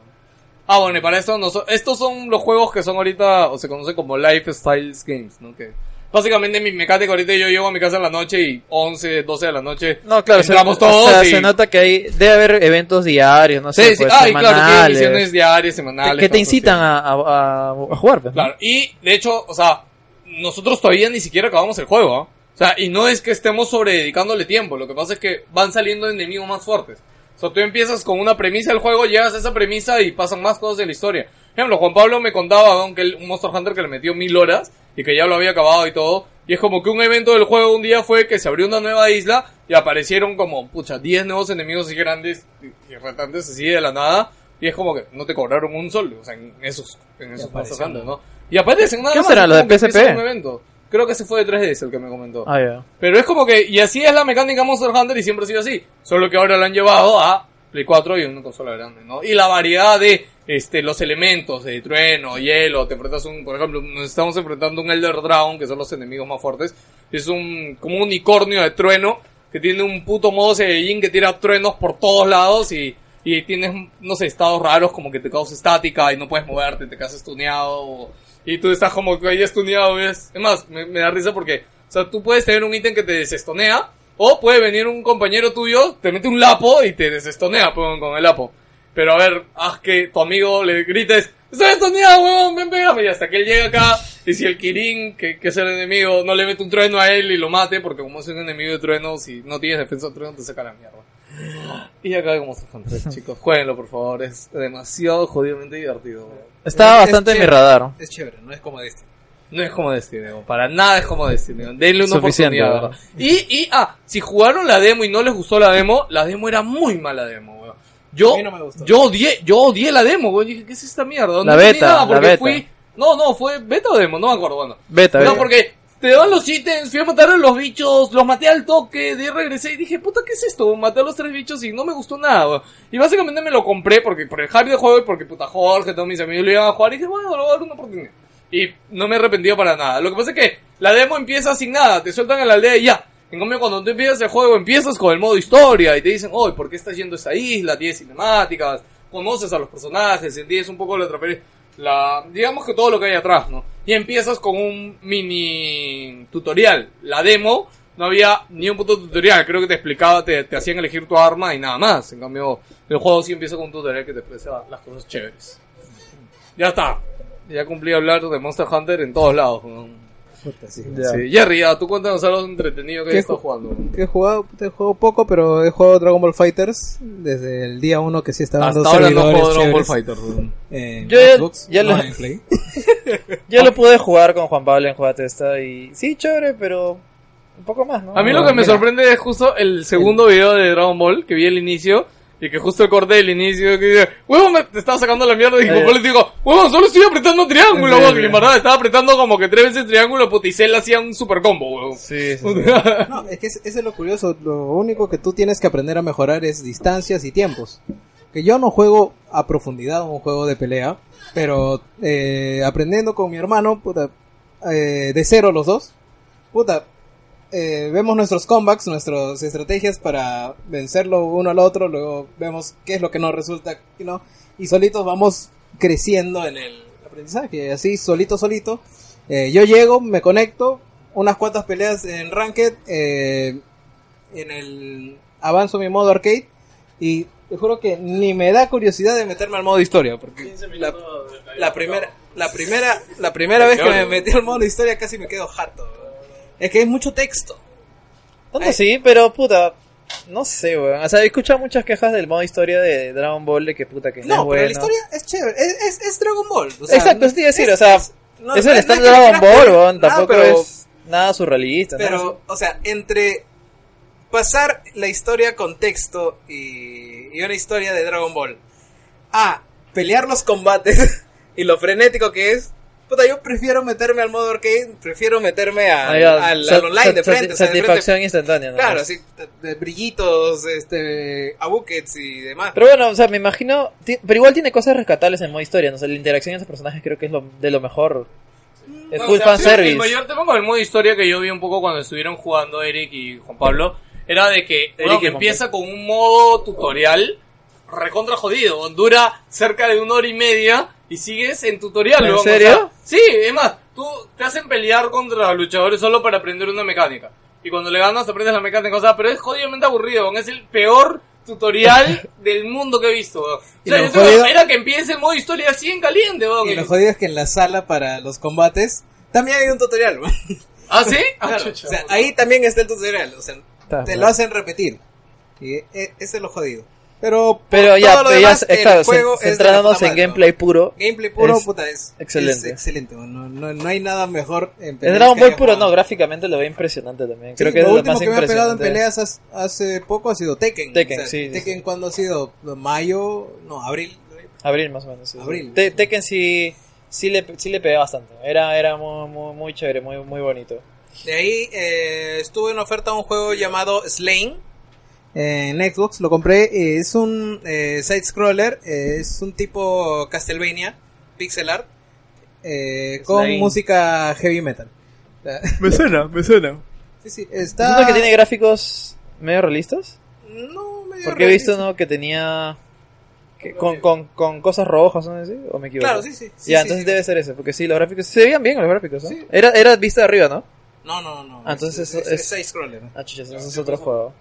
Ah, bueno, y para esto, noso- estos son los juegos que son ahorita, o se conocen como Lifestyles Games, ¿no? Que básicamente mi mecánica ahorita yo llego a mi casa en la noche y 11, 12 de la noche. No, claro, se, entramos o todos. sea, y- se nota que hay, debe haber eventos diarios, no Sí, sé, sí. pues, Ah, y claro, tiene semanales, misiones diarias, que- semanales. que te cosas así. incitan a, a- a- a jugar, pues, ¿no? Claro, y de hecho, o sea, nosotros todavía ni siquiera acabamos el juego, ¿ah? O sea, y no es que estemos sobrededicándole tiempo, lo que pasa es que van saliendo enemigos más fuertes. O O sea, tú empiezas con una premisa del juego, llegas a esa premisa y pasan más cosas de la historia. Por ejemplo, Juan Pablo me contaba weón, que él- un Monster Hunter que le metió mil horas y que ya lo había acabado y todo. Y es como que un evento del juego un día fue que se abrió una nueva isla y aparecieron como, pucha, 10 nuevos enemigos así grandes y y retantes así de la nada. Y es como que no te cobraron un sol, o sea, en esos, en esos Monster Hunter, ¿no? Y aparecen nada ¿Qué más, será, es lo como de que PSP? empiezan un evento. Creo que ese fue de 3DS el que me comentó. Ah, ya. Pero es como que, y así es la mecánica Monster Hunter y siempre ha sido así. Solo que ahora la han llevado a Play 4 y una consola grande, ¿no? Y la variedad de este, los elementos, de trueno, hielo, te enfrentas un, por ejemplo, nos estamos enfrentando a un Elder Dragon, que son los enemigos más fuertes. Es un, como un unicornio de trueno, que tiene un puto modo Saiyajin que tira truenos por todos lados y, y tienes, no sé, estados raros como que te causa estática y no puedes moverte, te quedas estuneado o- y tú estás como que ahí estuneado, ¿ves? Es más, me, me da risa porque, o sea, tú puedes tener un ítem que te desestonea o puede venir un compañero tuyo, te mete un lapo y te desestonea pon, con el lapo. Pero a ver, haz que tu amigo le grites, estoy estoneado, huevón, ven, pégame. Y hasta que él llega acá, y si el Kirin, que, que es el enemigo, no le mete un trueno a él y lo mate, porque como es un enemigo de trueno, si no tienes defensa de trueno, te saca la mierda. Y acá como se encuentra, chicos. Jueguenlo, por favor, es demasiado jodidamente divertido. huevón. Estaba Es- es bastante en mi chévere. radar. Es chévere, no es como Destiny. No es como Destiny, huevón, para nada es como Destiny. huevón. Denle una Suficiente, oportunidad, huevón. ¿verdad? Y, y, ah, si jugaron la demo y no les gustó la demo, la demo era muy mala demo, weón. Yo, A mí no me gustó. yo odié, yo odié la demo, weón. Dije, ¿qué es esta mierda? No La entendí beta, nada la porque beta. fui, no, no, fue beta o demo, no me acuerdo, bueno. Beta, No, beta. porque te daban los ítems, fui a matar a los bichos, los maté al toque, de ahí regresé y dije, puta, ¿qué es esto? Maté a los tres bichos y no me gustó nada, weón. Y básicamente me lo compré porque por el hype de juego y porque puta Jorge, todos mis amigos lo iban a jugar y dije, bueno, le voy a dar una oportunidad. Y no me he arrepentido para nada. Lo que pasa es que la demo empieza sin nada, te sueltan a la aldea y ya. En cambio, cuando tú empiezas el juego, empiezas con el modo historia y te dicen, oh, ¿por qué estás yendo a esa isla? Tienes cinemáticas, conoces a los personajes, entiendes un poco la transferencia la digamos que todo lo que hay atrás, ¿no? Y empiezas con un mini tutorial. La demo no había ni un puto tutorial, creo que te explicaba, te, te hacían elegir tu arma y nada más. En cambio, el juego sí empieza con un tutorial que te expresa las cosas chéveres. Ya está. Ya cumplí hablar de Monster Hunter en todos lados. ¿no? Sí, Jerry, ya, tú cuéntanos algo entretenido que ¿Qué hayas estado ju- jugando. Que he jugado, puta, he jugado poco, pero he jugado Dragon Ball Fighters desde el día uno que sí estaba Hasta los ahora no servidores juego Dragon Ball chéveres Fighter. En Yo ya- Xbox, ya no lo- en Play. Yo lo pude jugar con Juan Pablo en Juegate esta y sí, chévere, pero un poco más, ¿no? A mí lo que me sorprende es justo el segundo video de Dragon Ball que vi al inicio y que justo el corte del inicio que dice, huevo, me te estaba sacando la mierda y Ah, como ya. les digo, huevo, solo estoy apretando triángulo, Sí, huevón", sí. y en verdad estaba apretando como que tres veces triángulo, puta, y Cell hacía un super combo, huevón. Sí, sí, sí. Puta. No, es que es- eso es lo curioso. Lo único que tú tienes que aprender a mejorar es distancias y tiempos. Que yo no juego a profundidad un juego de pelea, pero eh, aprendiendo con mi hermano, puta, eh, de cero los dos, puta, eh, vemos nuestros comebacks, nuestras estrategias para vencerlo uno al otro, luego vemos qué es lo que nos resulta, qué no, y solitos vamos creciendo en el aprendizaje, así solito, solito. Eh, yo llego, me conecto, unas cuantas peleas en Ranked, eh, en el avanzo mi modo arcade, y te juro que ni me da curiosidad de meterme al modo historia, porque la, la primera, la primera, la primera vez que me metí al modo historia casi me quedo jato. Es que hay mucho texto. Tanto sí, pero puta, no sé, weón. O sea, he escuchado muchas quejas del modo historia de Dragon Ball de que puta que no, No, es bueno. pero la historia es chévere. Es, es, es Dragon Ball. o sea, Exacto, eso te iba a decir, o sea, es, no, el no es stand que de Dragon quieras Ball, ver weón. nada, Tampoco "Ah, pero es es- nada surrealista. nada así. Pero, o sea, entre pasar la historia con texto y, y una historia de Dragon Ball a pelear los combates y lo frenético que es, puta, yo prefiero meterme al modo arcade, prefiero meterme a- Ay, ya, al, sa- al online de sa- frente. o sea, de frente. Satisfacción instantánea, ¿no? Claro, así, de brillitos, este, a buckets y demás. Pero bueno, o sea, me imagino. ti- Pero igual tiene cosas rescatables en modo historia, ¿no? O sea, la interacción entre personajes creo que es lo, de lo mejor. Es full O sea, sí, fanservice. El mayor tema con el modo historia que yo vi un poco cuando estuvieron jugando Eric y Juan Pablo era de que y bueno, Juan que empieza con un modo tutorial recontra jodido. Dura cerca de una hora y media y sigues en tutorial. ¿En luego, o serio? sea, sí, es más, tú te hacen pelear contra luchadores solo para aprender una mecánica. Y cuando le ganas aprendes la mecánica. O sea, pero es jodidamente aburrido. weón. Es el peor tutorial del mundo que he visto. weón. O Y sea, lo yo tengo jodido- espera que empiece el modo historia así en caliente. weón. Y lo jodido es que en la sala para los combates también hay un tutorial. man. ¿Ah, sí? Ah, Claro, o chucha. sea, ahí también está el tutorial. O sea, Está te mal. lo hacen repetir. Y e- ese es lo jodido. Pero, por Pero todo ya, lo pero ya, demás, el exacto, juego es de la centrándonos puta en madre, ¿no? gameplay puro. Gameplay puro, Es puta, es excelente. es excelente, no, no, no hay nada mejor en En peleas Dragon que Ball haya puro, jugado. no, gráficamente lo ve impresionante también. Sí, Creo que es lo de lo último más que me ha pegado en impresionante. peleas has- hace, poco ha sido Tekken. Tekken, sí, sí, Tekken, sí. ¿cuándo ha sido? ¿Mayo? No, abril. Abril más o menos. sí. Abril. Te- Tekken sí, sí le, sí le pegué bastante. Era, era muy, muy, muy chévere, muy, muy bonito. De ahí eh, estuvo en oferta un juego llamado Slain eh, en Xbox. Lo compré. eh, es un eh, side scroller. eh, es un tipo Castlevania, pixel art, eh, con Slain. música heavy metal. Me suena, me suena. Sí, sí, está. ¿Es uno que tiene gráficos medio realistas? No, medio Porque he visto realista. uno que tenía... que- con, con, con cosas rojas, ¿no? ¿Sí? ¿O me equivoco? Claro, sí, sí. sí, ya, sí, entonces sí. debe ser ese, porque sí, los gráficos... Se veían bien los gráficos, ¿no? Sí. Era, era vista de arriba, ¿no? No, no, no. Ah, entonces es, eso es- es- side scroller. Ah, chichas, ese es otro juego.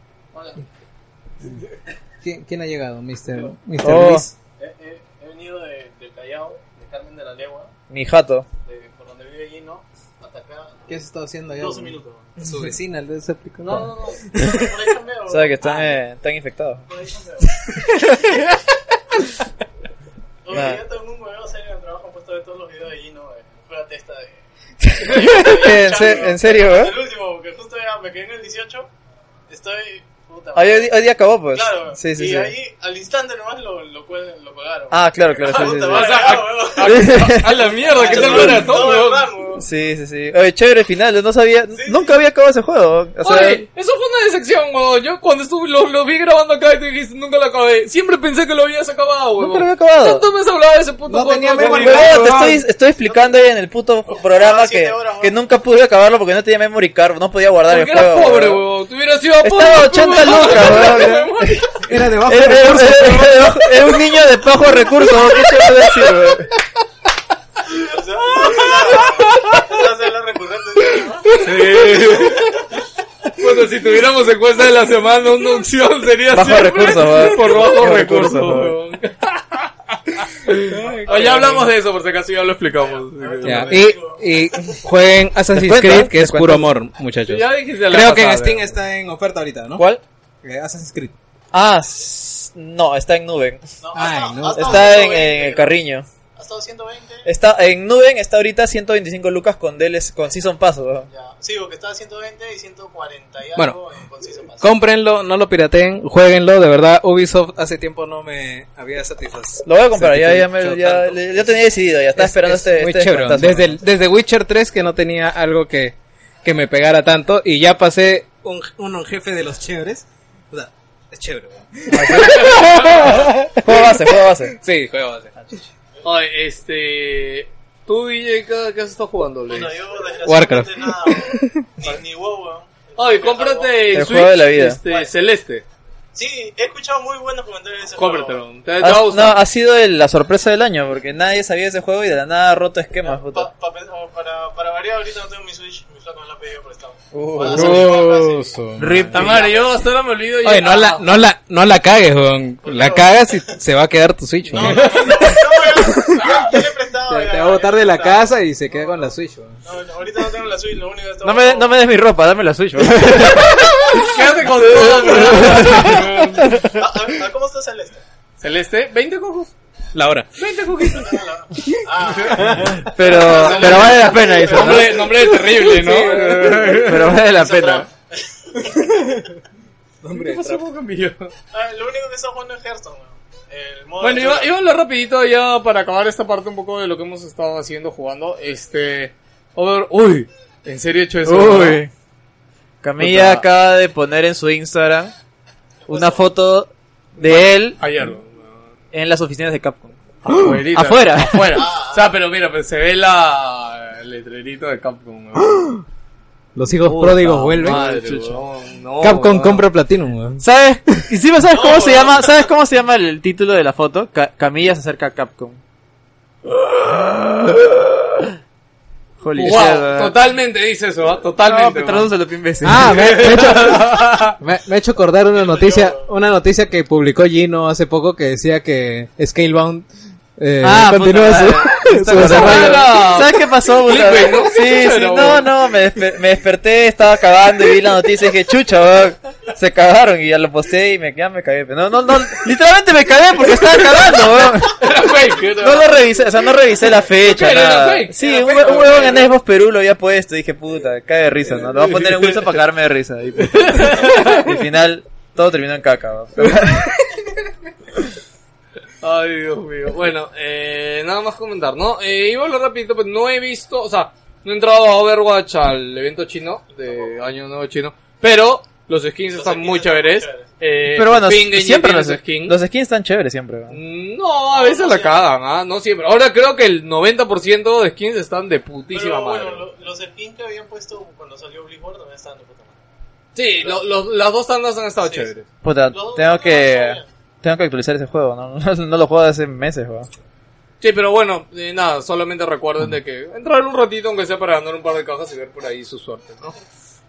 ¿Quién, quién ha llegado? Mr. Mr. Oh. Luis. He, he- he venido de, del Callao, de Carmen de la Legua, Mi jato. de, por donde vive Gino, hasta acá. ¿Qué has estado haciendo allá? 12 minutos. Su vecina, le has aplicado. No, no, no. Por ahí cambio. O sea, que Ah. están, eh, están infectados. Por ahí cambio. Oye, Nah. yo tengo un huevo serio en el trabajo, han puesto de todos los videos de Gino, eh, pura testa de. ¿En, se- en serio, eh? El último, porque justo ya me quedé en el 18, estoy. Puta Ah, madre. hoy, hoy día acabó, pues. Claro, Sí, sí, y sí. ahí al instante nomás lo, lo, cuel- lo colgaron. Ah, claro, claro, sí, sí, puta sí. madre, O sea, ah, huevo. A la mierda, que Todo el tal maratón, weón? mar, weón. Sí, sí, sí. Oye, chévere el final, no sabía, nunca había acabado ese juego. O sea, Oye, eso fue una decepción, weón. Yo cuando estuve, lo, lo vi grabando acá y tú dijiste, nunca lo acabé. Siempre pensé que lo habías acabado, weón. Nunca lo había acabado. Tanto me has hablado de ese puto No juego, tenía nunca lo memory acabé. card. Huevón, te estoy, estoy explicando ahí en el puto programa que, siete horas, weón. que nunca pude acabarlo porque no tenía memory card, no podía guardar el Porque eras juego. pobre, weón. weón. Tú hubieras sido pobre. Estaba 80 weón. lucas, weón. Era debajo Era- de era- recursos. era- era de bajo- Era un niño de bajo recursos, weón. ¿qué te iba a decir, weón? O sea, esa es la recurrente, ¿sí? Sí. Bueno, si tuviéramos encuesta de la semana, una opción sería Bajo siempre recursos, weón. por bajo Bajo recursos, recursos, weón. Oye, ya hablamos de eso, por si acaso ya lo explicamos. Ya, ¿eh? y, y jueguen Assassin's Les cuento, Creed, que les es puro cuento. amor, muchachos. Ya dijiste la Creo que en pasada, Steam weón. está en oferta ahorita, ¿no? ¿Cuál? Eh, Assassin's Creed. Ah, s- no, está en Nuben. No, Ay, hasta- no. hasta Está en, 120, en el Carriño. Hasta 220. Está en Nuben, está ahorita 125 lucas con DLC, con Season Pass, weón. Ya. Sí, porque está a 120 y 140 y Bueno, algo en conciso paso. Cómprenlo, no lo pirateen, jueguenlo, de verdad. Ubisoft hace tiempo no me había satisfecho. Lo voy a comprar, ya, ya, me- satisfecho ya- tanto. le- ya tenía decidido, ya estaba Es- esperando es este, muy este chévere. descuentazo. Desde, el- desde Witcher 3 que no tenía algo que, que me pegara tanto y ya pasé un, un jefe de los chéveres. O sea, es chévere. weón. Juego base, juego base. Sí, juego. así. Oye, este. Tú, DJ, ¿qué, qué has estado jugando, Luis? Bueno, yo Warcraft. desgraciadamente nada, weón. ni, ni WoW, weón. Oye, cómprate el El Switch juego de la vida. Este, celeste. Sí, he escuchado muy buenos comentarios de ese juego. Cómpratelo. Te, te va a Ha, no, gustar. ha sido el- la sorpresa del año, porque nadie sabía ese juego y de la nada ha roto esquemas, Pa- puta. pa- pa- para, para variar, ahorita no tengo mi Switch, mi flaco me la ha pedido prestado. Uh, Para uh, hacer igual, fácil. Rip. La madre, yo hasta ahora me olvido. ya. Oye, no la, no la, no la cagues, weón. La cagas y se va a quedar tu Switch, No, weón. no, no, no, no, ya, ya le he prestado. Te, ya, te va a botar de la ya le he prestado. casa y se queda con la Switch, weón. No, no, ahorita no tengo la Switch, lo único que No me, no me des mi ropa, dame la Switch, weón. Quédate con todo, weón. Ah, ah, ¿Cómo está Celeste? Celeste, 20 cojos. La hora. 20 cojitos. Ah, Pero, pero vale la pena, dice. ¿no? Nombre, nombre terrible, ¿no? Pero vale la pena. ¿Qué pasó con Camillo? ah, lo único que está jugando es Hearthstone, weón. El modo Bueno, de- iba, iba a hablar rapidito ya para acabar esta parte un poco de lo que hemos estado haciendo, jugando. Este... Over... Uy, en serio he hecho eso. ¿no? Uy. Camilla Puta. acaba de poner en su Instagram una foto de él Ayer. ¿no? en las oficinas de Capcom. Afuerita. Afuera. Afuera. O sea, pero mira, pues se ve la... el letrerito de Capcom. ¿no? Los hijos Puta pródigos vuelven. madre, Chucha. weón, no, Capcom weón. compra Platinum, weón. ¿Sabes? Y si sabes cómo se llama, ¿sabes cómo se llama el, el título de la foto? Ca- Camilla se acerca a Capcom. Holy shit. Wow, ¿verdad? totalmente dice eso, ¿ah? No, totalmente. pero ¿no? tradúcelo, pe imbécil. Ah, me, me he hecho, me- me he hecho acordar una noticia, una noticia que publicó Gino hace poco que decía que Scalebound Eh, Ah, pues. continúa puta su, madre. su desarrollo. Ah, no. ¿Sabes qué pasó, puta? Clickbait, ¿no? Sí, Chucha, sí, no, no, weón. no, me, despe- me desperté, estaba cagando y vi la noticia y dije, chucha, weón, se cagaron y ya lo posteé y me, ya me cagué. Pero no, no, no, literalmente me cagué porque estaba cagando, weón. Era fake. No lo revisé, o sea, no revisé la fecha, Ok, era nada. fake, Sí, era un, fake, hue- un huevón en era- Xbox Perú lo había puesto y dije, puta, cae de risa, ¿no? Lo voy a poner en Wilson para cagarme de risa. Y, puta. Y al final, todo terminó en caca, weón. Ay, Dios mío. Bueno, eh, nada más comentar, ¿no? Eh, iba a hablar rapidito, pues no he visto, o sea, no he entrado a Overwatch al evento chino, de Año Nuevo Chino, pero los skins están skins muy están chéveres. muy chéveres. Eh, Pero bueno, Ping Engine siempre tiene los su skins. skin. Los skins están chéveres siempre, weón. No, a veces No, no la siempre. cagan, ¿ah? No siempre. Ahora creo que el 90% de skins están de putísima Pero madre. bueno, lo- los skins que habían puesto cuando salió Blizzard no estaban de puta madre. Sí, lo- lo- las dos tandas han estado Sí. chéveres. Puta, No, tengo no, que. no, no. Tengo que actualizar ese juego, ¿no? No, lo juego hace meses, weón. Sí, pero bueno, eh, nada, solamente recuerden de que entrar un ratito, aunque sea para ganar un par de cajas y ver por ahí su suerte, ¿no?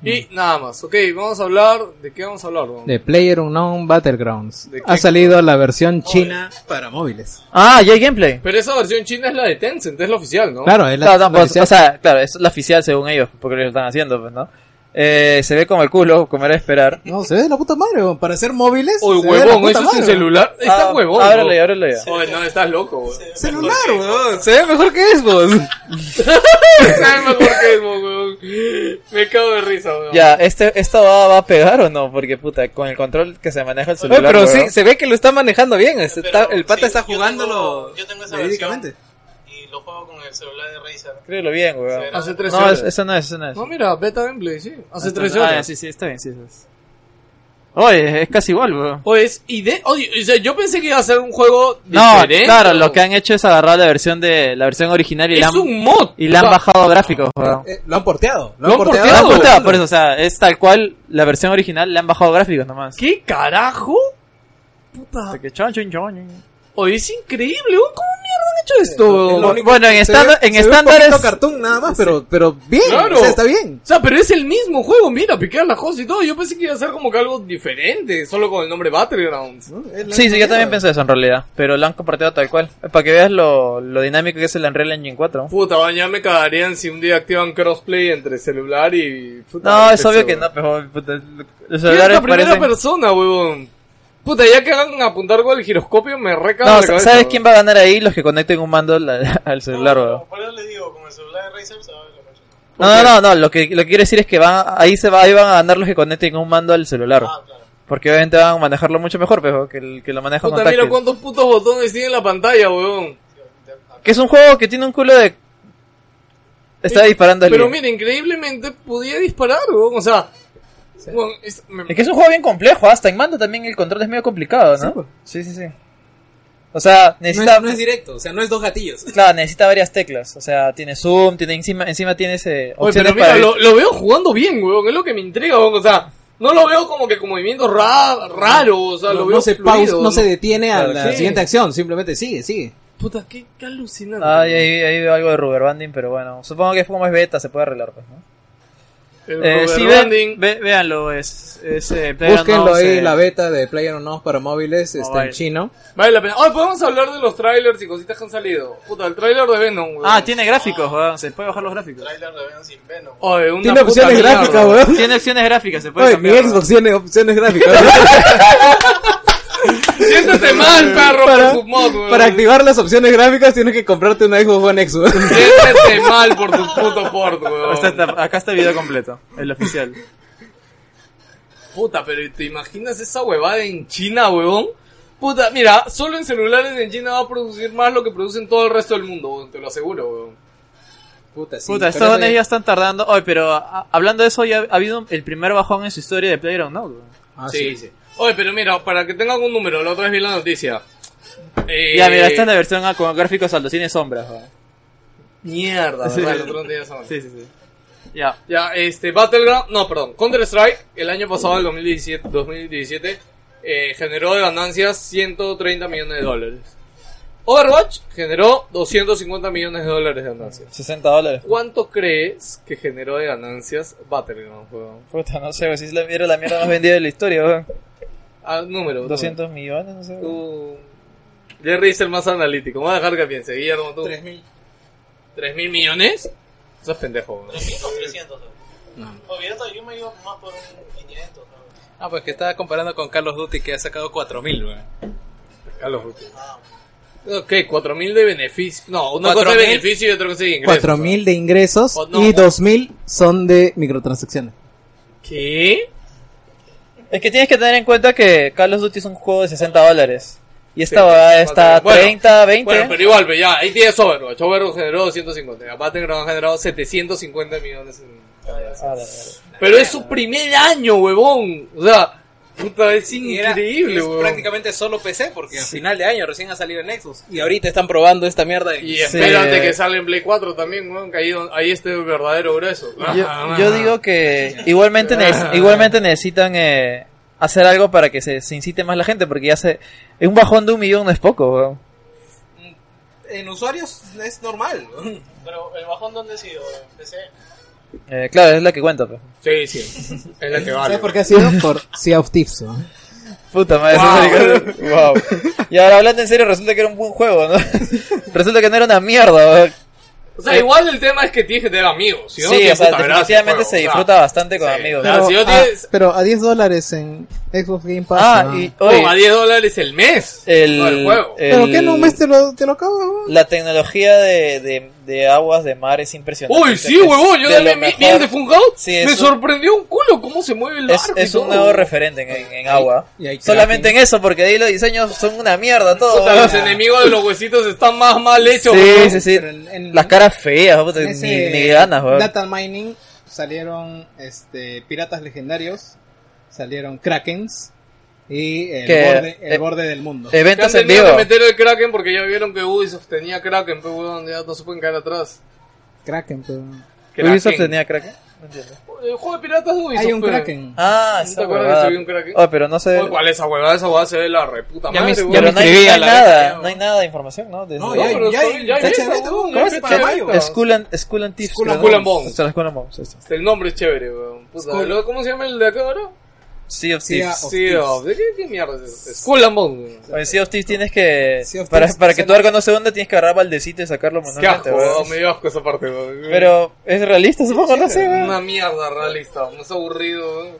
Y nada más, ok, vamos a hablar, ¿de qué vamos a hablar? Ron? De Player Unknown Battlegrounds. ¿De qué? Ha salido la versión china para móviles. Ah, ya hay gameplay. Pero esa versión china es la de Tencent, es la oficial, ¿no? Claro, es la, Claro, la no, pues, versión- o sea, claro, es la oficial según ellos, porque lo están haciendo, pues, ¿no? Eh, se ve como el culo, como era de esperar. No, se ve de la puta madre, weón. para ser móviles. Oye, se ve de la huevón, puta eso es un madre, celular. Está Ah, huevón. Ábrele, bro. ábrele ya. Oye, no, estás loco, weón. Celular, weón. Se ve mejor que Xbox. ¿Sabes mejor que es, weón? Me cago de risa, weón. Ya, este, ¿esto va, va a pegar o no? Porque, puta, con el control que se maneja el Oye, celular. pero weón. sí, se ve que lo está manejando bien. este Pero está- el pata sí, está yo tengo- jugándolo yo tengo esa verídicamente. Y lo juego con el celular de Razer. Escríbelo bien, weón. Sí, Hace tres No, horas. es- eso no es, eso no es. No, mira, beta gameplay, sí. Hace tres Ah, horas. ya, sí, sí, está bien, sí, sí. sí. Oye, es casi igual, weón. Oye, es ide- Pues, oye, o sea, yo pensé que iba a ser un juego No, diferente. claro, lo weón. que han hecho es agarrar la versión de la versión original y la Es han, un mod. y le han O sea, bajado gráficos, weón. Eh, lo han porteado. Lo han La han porteado, portado, por eso, o sea, es tal cual la versión original, le han bajado gráficos nomás. ¿Qué carajo? Puta. Hasta que chon, chon, chon. Oye, es increíble, weón. ¿Cómo mierda han hecho esto? Es lo weón? único- Bueno, en se estándar- en se estándares- Un poquito cartoon nada más, pero, pero bien. Claro. o sea, está bien. O sea, pero es el mismo juego, mira, piquear las cosas y todo. Yo pensé que iba a ser como que algo diferente, solo con el nombre Battlegrounds. Sí, sí, yo también pensé eso en realidad, pero lo han compartido tal cual. Eh, Para que veas lo, lo dinámico que es el Unreal Engine 4. Puta, man, ya me cagarían si un día activan crossplay entre celular y... puta, No, es PC, obvio que weón. no, pero puta, los Mira celulares esta primera parecen... persona, huevón. Puta, ya que hagan apuntar con el giroscopio, me recago No, la cabeza, ¿sabes weón. quién va a ganar ahí? Los que conecten un mando al, al celular, No, weón. Por eso les digo, con el celular de Razer se va a ver la noche. No, no, no, no, lo que, lo que quiero decir es que van, ahí se va, ahí van a ganar los que conecten un mando al celular. Ah, claro. Porque obviamente van a manejarlo mucho mejor, pero que, el- que lo maneja con Puta, mira táctil. cuántos putos botones tiene la pantalla, huevón. Que es un juego que tiene un culo de... Está Eh, disparando al Pero mira, increíblemente podía disparar, huevón. O sea... huevón, es- me- Es que es un juego bien complejo, hasta en mando también el control es medio complicado, Sí, ¿no? pues. Sí, sí, sí. O sea, No necesita, es, no es directo, o sea, no es dos gatillos. claro, necesita varias teclas. O sea, tiene zoom, tiene encima, encima tiene ese Oye, opciones pero mira, para- lo, lo veo jugando bien, huevón. Es lo que me intriga, huevón. O sea, no lo veo como que con movimientos ra- raros. O sea, lo No, veo no se fluido, pausa, no se detiene a Claro, la sí. siguiente acción, simplemente sigue, sigue. Puta, qué, qué alucinante. Ay, ahí, ahí veo algo de rubber banding, pero bueno, supongo que como es beta, se puede arreglar, pues, ¿no? El Eh, rubber sí, vean- banding. ve- véanlo, es, es eh, Búsquenlo PlayerUnknown's, ahí, eh, la beta de PlayerUnknown's para móviles, está en Mobile. chino. Vale la pena. Hoy podemos hablar de los trailers y cositas que han salido. Puta, el trailer de Venom, weón. Ah, tiene gráficos, weón, se puede bajar los gráficos. Trailer de Venom sin Venom. Oye, una Tiene puta opciones mierda. gráficas, weón. Tiene opciones gráficas, se puede Oye, mi cambiar. Xbox tiene opciones gráficas. Siéntate mal, perro, para, por tu mod, weón. para activar las opciones gráficas tienes que comprarte una Xbox One X. weón. Siéntate mal por tu puto port, Acá está- weón. está- acá está el video completo, el oficial. Puta, pero ¿te imaginas esa huevada en China, weón? Puta, mira, solo en celulares en China va a producir más lo que produce en todo el resto del mundo, weón. Te lo aseguro, weón. Puta, sí, Puta, estos pero dones eso ya están tardando. Oye, pero ah, hablando de eso, ya ha habido el primer bajón en su historia de Playground, ¿no? weón? Ah, sí, sí. Oye, pero mira, para que tengan un número, la otra vez vi la noticia. Eh, Ya, mira, esta es la versión ah, con gráficos altos, tiene sombras. weón. Mierda, Sí. ¿verdad? El otro día esa Sí, sí, sí. Ya. Ya, este, Battleground, no, perdón, Counter-Strike, el año pasado, el 2017, 2017 eh, generó de ganancias 130 millones de dólares. Overwatch generó 250 millones de dólares de ganancias. 60 dólares. ¿Cuánto crees que generó de ganancias Battleground, weón? Puta, no sé, weón, si es la, era la mierda más vendida de la historia, weón. Ah, número. número. 200 millones, no sé. weón. Tú- Jerry es el más analítico. Vamos a dejar que piense. Guillermo, tú. 3.000. ¿Tres mil millones? Eso es pendejo. weón. 300, No. Olvídate, yo me iba más por un 500. ¿no? Ah, pues que estaba comparando con Carlos Duty que ha sacado 4.000, weón. Carlos Ruti. Ok, 4.000 de beneficio. No, una cosa de 4.000. beneficio y otra cosa de ingreso. 4.000 de ingresos Oh, no. y 2.000 son de microtransacciones. ¿Qué? Es que tienes que tener en cuenta que Call of Duty es un juego de 60 dólares. Y esta Sí, va más o está menos. Bueno, 30, 20. Bueno, pero igual, pero ya, ahí tienes Overwatch. Overwatch generó 250. Battleground ha generado 750 millones. en- Ah, la verdad. Pero es su primer año, huevón. O sea, puta, es increíble, es huevón. prácticamente solo PC porque a final de año recién ha salido el Nexus. Y ahorita están probando esta mierda. en- Y Sí. espérate que sale en Play 4 también, weón, que ahí, don- ahí este verdadero grueso. Ah, Yo, yo digo que igualmente, neces- igualmente necesitan eh, hacer algo para que se, se incite más la gente, porque ya se... Un bajón de un millón no es poco, weón. En usuarios es normal. weón. Pero el bajón, ¿dónde ha sido? Empecé. Eh, claro, es la que cuenta. pues. Sí, sí. Es la que vale. ¿Sabes por qué ha sido? Por Sea of Thieves. weón. Puta madre. Wow. sí, wow. Y ahora hablando en serio, resulta que era un buen juego, ¿no? resulta que no era una mierda, weón. O sea, igual el tema es que tienes que tener amigos. Si no, Eh, Sí, tienes o sea, puta gracia, definitivamente juego, se o sea. disfruta bastante con sí. amigos. Claro. si yo a, tienes- pero a 10 dólares en Xbox Game Pass. Ah, weón. y No, a oye, 10 dólares el mes. no el el, eh, juego. el- ¿Pero qué? ¿No un mes te lo, te lo acabas? weón? La tecnología de, de, de aguas de mar es impresionante. Uy, O sea, sí, es huevón. Yo de también lo vi mejor. bien de Funhouse. Sí, es me un- sorprendió un culo cómo se mueve el Es, barco. y es un todo. nuevo referente en, en- en agua. y hay crafting. Solamente en eso, porque de ahí los diseños son una mierda todo. Puta, los enemigos de los huesitos están más mal hechos. Sí, huevón. sí, sí. Pero en- en- Las caras feas, puta, En ni, ese ni ganas, weón. Data Mining salieron este, piratas legendarios, salieron Krakens y el, Que- borde, el eh, borde del mundo. Que han Eventos en tenido vivo. que meter el Kraken porque ya vieron que Ubisoft tenía Kraken, pero huevón, ya no se pueden caer atrás. Kraken, pero... Kraken. Ubisoft tenía Kraken. No entiendo. El juego de piratas de Ubisoft. Hay un pero- Kraken. Ah, ¿No te esa acuerdas huevada. que se vio un Kraken? Oh, pero no sé. Oye, ¿Cuál es esa huevada? Esa huevada se ve la reputa Ya madre, me- huevón. ya Pero no hay, escribí no a hay la nada, bestia, no hay nada de información, ¿no? De- No, de- ya hay- pero ya estoy- hay- ya hay está eso, chévere, huevón, ¿cómo ya es? hay Para eso, mayo. huevón. School and, School and Tips. School creo, and ¿no? School and Bones. School and- School and Bones, eso. El nombre es chévere, weón. Puta, Skull- luego, ¿Cómo se llama el de acá ahora? Sea of Sí, Thieves. Of Sí, Thieves. oh, ¿de qué, qué mierda es eso? Skull and Bones. weón. Oye, Sea of Thieves tienes que. Sea of para, Thieves, para que sale- tu arco no se hunda, tienes que agarrar baldecito y sacarlo Qué asco, manualmente, weón. weón. Me dio asco esa parte, weón. Pero es realista, supongo, no sé, weón. Una mierda realista, más aburrido, weón.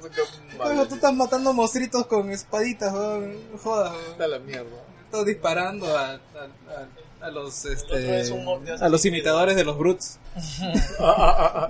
Oye, tú estás matando monstruitos con espaditas, weón. no jodas, weón. Está la mierda. Estás disparando a, a- a- a los, otro este, es un mod de a los imitadores de los Brutes. Ah, ah, ah, ah.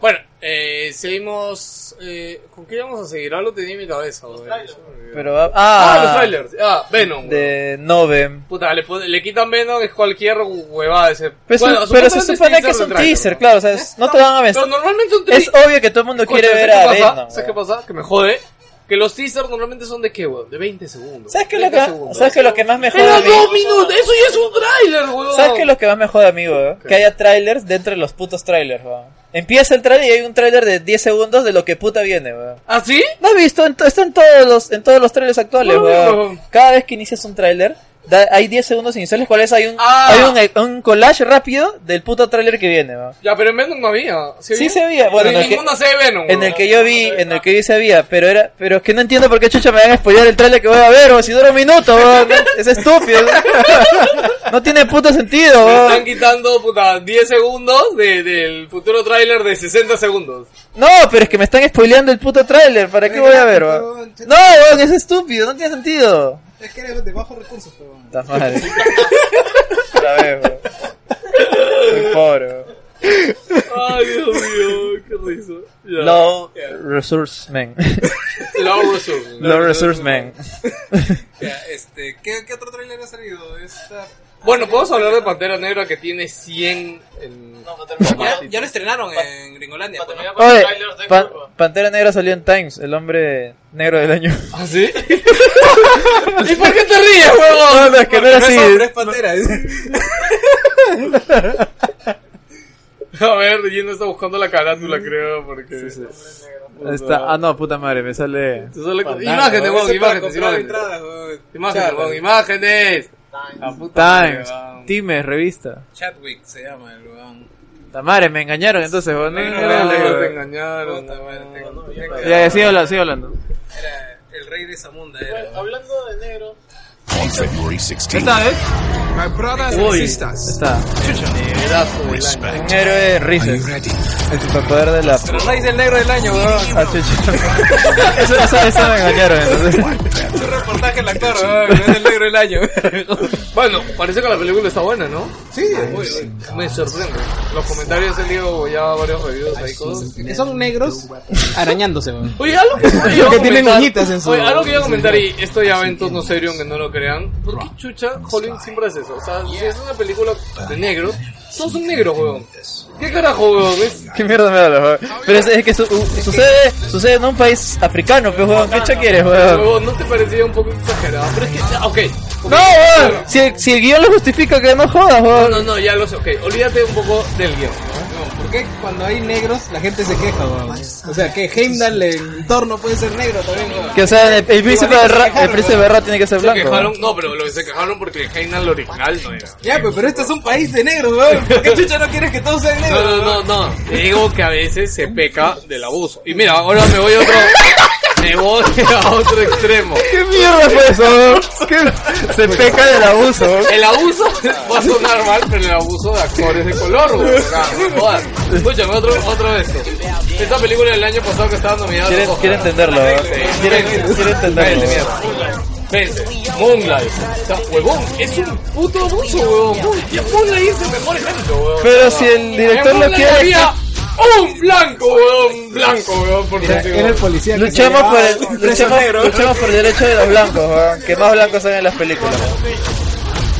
Bueno, eh, seguimos. Eh, ¿Con qué vamos a seguir? Ahora lo tenía en mi cabeza. weón. trailers. Ya me olvidé. Pero, ah, ah, los trailers. Ah, Venom. weón. De Novem. Puta, le, pon- le quitan Venom, es cualquier huevada ese. Pero, Bueno, su- Pues, pero se supuestamente supone que es de un trailer, teaser, ¿no? claro, o sea, es- no te van a Pero vencer. normalmente un Es teaser. obvio que todo el mundo quiere ver a Venom. ¿Sabes qué weón. pasa? Que me jode. Que los teasers normalmente son de qué, weón? De 20 segundos. ¿Sabes qué es 30 lo que, segundos. ¿sabes qué es lo que más me jode Pero a mí? dos minutos, eso ya es un trailer, weón. ¿Sabes qué es lo que más me jode a mí, weón? Que haya trailers dentro de los putos trailers, weón. Empieza el trailer y hay un trailer de 10 segundos de lo que puta viene, weón. ¿Ah, sí? ¿No has visto? En to- está en todos los, en todos los trailers actuales, No, weón. weón. Cada vez que inicias un trailer, da- hay 10 segundos iniciales, cuales hay un, Ah. hay un, un collage rápido del puto trailer que viene, weón. Ya, pero en Venom no había. Sí había? se veía. Pero Bueno, en en el que- ninguna se ve Venom. En el weón. que yo vi, en el que yo sabía, pero era, pero es que no entiendo por qué chucha me van a spoilear el trailer que voy a ver, o si dura un minuto, weón. es estúpido. No tiene puto sentido, Me weón. están quitando, puta, 10 segundos de- del futuro tráiler de 60 segundos. No, pero es que me están spoileando el puto trailer, ¿para qué voy a ver, weón? No, weón, es estúpido, no tiene sentido. Es que eres de bajos recursos, weón. Puta madre. Otra vez, weón. Soy pobre, weón. Ay, Dios mío, qué risa. Ya. Low Resource Man. Low Resource. Low Resource Man. Ya, este, ¿qué, qué otro tráiler ha salido? Esta- Bueno, podemos hablar de Pantera Negra que tiene 100 en... No, para terminar. Ya, ya lo estrenaron en Gringolandia. Para pues, ¿no? terminar con Oye, los trailers de Pan- Curva. Pantera Negra salió en Times, el hombre negro del año. ¿Ah, sí? ¿Y por qué te ríes, No, huevón? no, es que no era No es así. hombre, es pantera. dice. A ver, Gino está buscando la carátula, creo, porque... Ahí Está, ah, no, puta madre, me sale. Te sale- Pantera, Imágenes, weón, huevón, eso es para imágenes, comprar imágenes. entradas, weón. Imágenes, huevón, Chadwick. imágenes. La puta madre, Times, huevón. Times, revista. Chadwick se llama el weón. La madre, me engañaron entonces, weón. No, No, no, no, no, no, te no, no. engañaron. Puta madre, tengo- no. tengo- Ya, ya, sigo hablando, sigo hablando. Era el rey de Zamunda. Era, Bueno, hablando de negro, on February 16th. Esta es Uy, está. pedazo del año. Respect. Un héroe Are you Rises. ready? El superpoder de la. La hice el negro del año, weón. Ah, chucha. Eso, eso, eso me engañaron. Entonces. Un reportaje el actor, weón. que Es el negro del año. Bueno, parece que la película está buena, ¿no? Sí, Uy, uy, me sorprende. Los comentarios han salido ya varios reviews ahí cosas. que son negros arañándose, weón. Oye, algo que, yo iba a Que tienen comentar- uñitas en su- Oye, algo que iba a comentar, y esto ya va en tono serio, aunque no lo crean. ¿Por qué chucha Hollywood siempre hace eso? O sea, si es una película de negros, sos un negro, weón. ¿Qué carajo, weón? Es- ¿Qué mierda me hablas, weón? Pero es, es que su- u- sucede, sucede en un país africano, pues, weón. ¿Qué chucha quieres, weón? Huevón, ¿no te parecía un poco exagerado? Pero es que, ah, ok. ok. No, weón. Si, el- si el guión lo justifica, que no jodas, No, weón. no, no, ya lo sé, ok. Olvídate un poco del guión. ¿no? ¿Por qué cuando hay negros la gente se queja, weón? O sea, que Heimdall, el entorno puede ser negro también, weón. Que o sea, el, el príncipe de Ra, el príncipe de Ra tiene que ser Se blanco. quejaron, weón. no, pero lo que se quejaron porque Heimdall original no era. Ya, pues, pero este es un país de negros, weón. ¿Por qué chucha no quieres que todos sean negros? No, no, no, no. Te digo que a veces se peca del abuso. Y mira, ahora me voy a otro. Me voy a otro extremo. ¿Qué mierda fue eso, weón? ¿Qué- Se peca del abuso, weón. El abuso va a sonar mal, pero el abuso de actores de color, güey. O sea, no jodas. Escúchame, otro, otro de estos. Esta película del año pasado que estaba nominada. a los Quiere, Oscar. quiere entenderlo, weón. Quiere, quiere entenderlo. Vente, weón. mierda. Vente. Moonlight. O sea, huevón, es un puto abuso, huevón. Ya Moonlight es el mejor ejemplo, huevón. Pero si el director En lo Moonlight quiere. Había un blanco, huevón. Un blanco, huevón. Por Era, decirlo. era el policía que se Luchemos por, llevaba el, con preso luchemos, negro. luchemos por el derecho de los blancos, weón. que más blancos sean en las películas.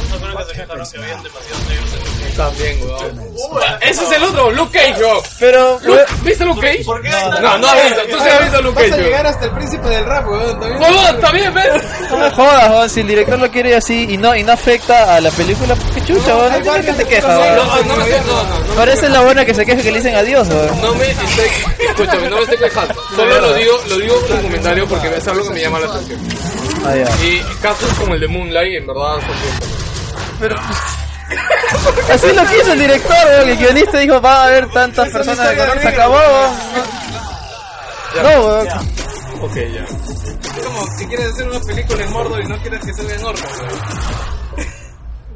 creo que se quejaron que habían demasiados negros en el También, huevón. Ese es el otro, Luke Cage, huevón. Pero, Luke- ¿Viste Luke Cage? ¿Por qué? No, no has visto. Tú sí has visto Luke Vas a Cage, huevón. llegar hasta el príncipe del rap, weón. todavía. Huevón, también, ves. no me jodas, weón. si el director lo quiere así y no, y no afecta a la película, qué chucha, weón. no tiene que te queja, No, weón. no, no me estoy, no, no, no. Parece la buena que se queja que le dicen adiós, weón. No me estoy, escúchame, no me estoy quejando. Solo lo digo, lo digo como comentario porque es algo que me llama la atención. Ah, ya. Y casos como el de Moonlight, en verdad, son bien. Así lo quiso el director, weón. el guionista dijo, va a haber tantas personas de color, se acabó, weón. No, weón. Ok, ya. Es como si quieres hacer una película en Mordor y no quieres que salga en Orco, weón.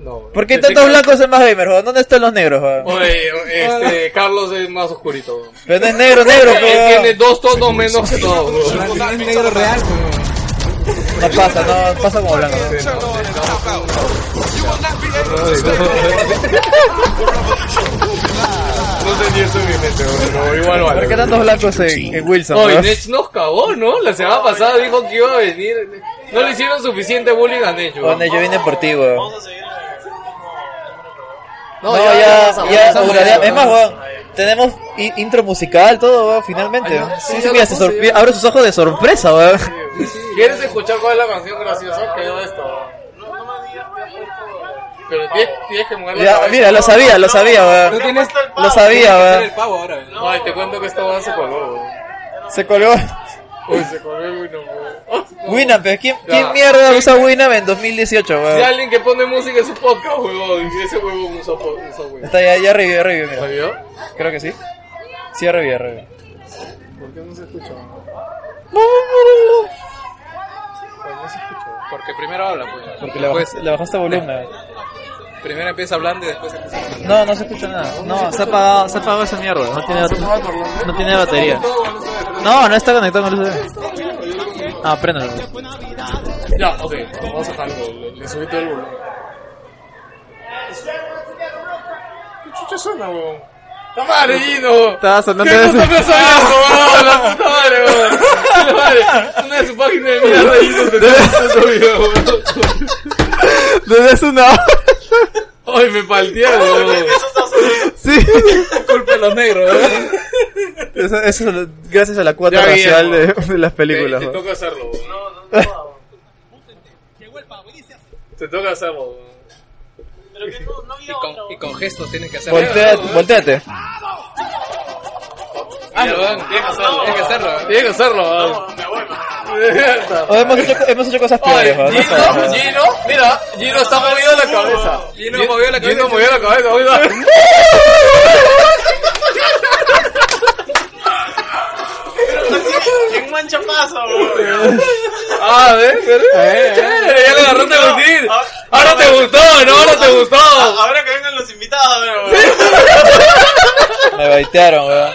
No. ¿Por qué hay Este tantos ca- blancos en más gamer, weón? ¿Dónde están los negros, weón? Oye, Ah. este, Carlos es más oscurito. weón. Pero no es negro, negro, pues, Él tiene weón. dos tonos menos que todos. weón. No es negro real, weón. No pasa, no, pasa como blanco. No sé ni eso bien este, pero igual vale. ¿Por qué tantos blancos en, en Wilson? Oye, weón? Nech nos cagó, ¿no? La semana pasada dijo que iba a venir. No le hicieron suficiente bullying a Nech, weón. Bueno, yo vine por ti, weón. Vamos a seguir. No, ya, ya, avanzamos, duraría- avanzamos. Es más, weón, tenemos i- intro musical, todo, weón, finalmente. Ay, no, weón. sí, ya Sí, sí, mira, lo se puse, sorpre- ya. abre sus ojos de sorpresa, weón. ¿Quieres escuchar cuál es la canción graciosa que yo de esto? Pero tienes, tienes que mover la Ya, cabeza. mira, lo sabía, lo sabía, Tú weón. tienes Lo sabía, que hacer el weón. pavo ahora, weón. Ay, te cuento que esto va a se coló, weón. Se colgó. Uy, se coló el Wino, weón. Winamp, pero ¿quién, ¿quién Ya. mierda usa Winamp en 2018, Si weón? alguien que pone música en su podcast, weón. Y ese huevón usa po- usa weón. Está ya, ya revivió, ya revivió, mira. ¿Sabía? Creo que sí. Sí, ya revivió, ya revivió. ¿Por qué no se escucha? no se escucha? Porque primero habla, pues. Porque le, baj- le bajaste volumen. weón. Primero empieza hablando y después empieza hablando. No, no se escucha nada. No, se ha apagado, se ha apagado esa mierda. No tiene, no tiene batería. No, no está conectado con el USB. Ah, préndalo. Ya, ok. Vamos a dejarlo. Le, le subí todo el volumen. ¿Qué chucha suena, weón? ¡La madre, Gino! Estaba sonando ¿Qué cosa eso. me ha sonado, weón? ¡La puta madre, weón! ¡La madre! Una de sus páginas de mierda, Gino, te está subido, weón. Desde hace una hora. Ay, me paltearon, weón. Sí. Culpa a los negros, ¿eh? weón. Eso, eso es gracias a la cuota Ya, racial de, Guillermo. de las Te, películas. te weón. toca hacerlo, weón. No, no, Llegó el pavo y dice así. Te toca hacerlo, weón. Pero que no, no había otro. Y con gestos tienes que hacer. Voltea, volteate. Hazlo, weón. Tienes que hacerlo. Ah, Tienes que hacerlo, weón. Tienes que hacerlo, weón. O hemos, hecho, hemos hecho cosas Oye, peores. weón, no Gino, jodas. Gino, mira, Gino está moviendo la cabeza. Gino movió la Gino cabeza. movió la cabeza, oiga. ¿Quién mancha pasa, bro? Ah, Ah, ¿ves? Chévere, ya le agarraste a gustir. Ah, Ahora te gustó, ¿no? Ahora te gustó. Ah, Ahora que vengan los invitados, pero, Me baitearon, weón.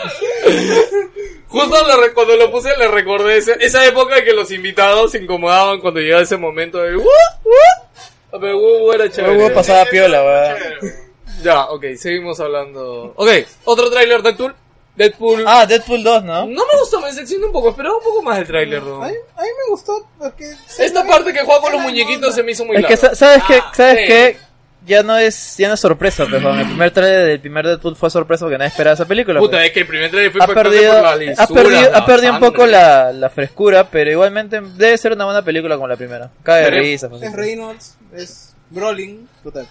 Justo le re- cuando lo puse le recordé ese- esa época en que los invitados se incomodaban cuando llegaba ese momento de ¡Woo! ¡Woo! Pero ¡Woo! ¡Woo! era chévere. Hubo pasada piola, weón. chévere. Ya, ok, seguimos hablando. Ok, otro tráiler Deadpool. Deadpool. Ah, Deadpool 2, ¿no? No me gustó, me decepcionó un poco, esperaba un poco más el tráiler, ¿no? A mí, a mí me gustó porque... Esta parte que juega con los muñequitos se me hizo muy es que, larga. sa- ¿sabes qué? Ah, ¿Sabes sí. qué? Ya no es, ya no es sorpresa, pues, weón. El primer trailer del primer Deadpool fue sorpresa porque nadie esperaba esa película. Puta, pues. es que el primer trailer fue ha impactante perdido, por la ha lisura, perdido, la ha perdido un poco sangre. la, la frescura, pero igualmente debe ser una buena película como la primera. Cae de Pero- risa. pues. Es Reynolds, es Brolin, total.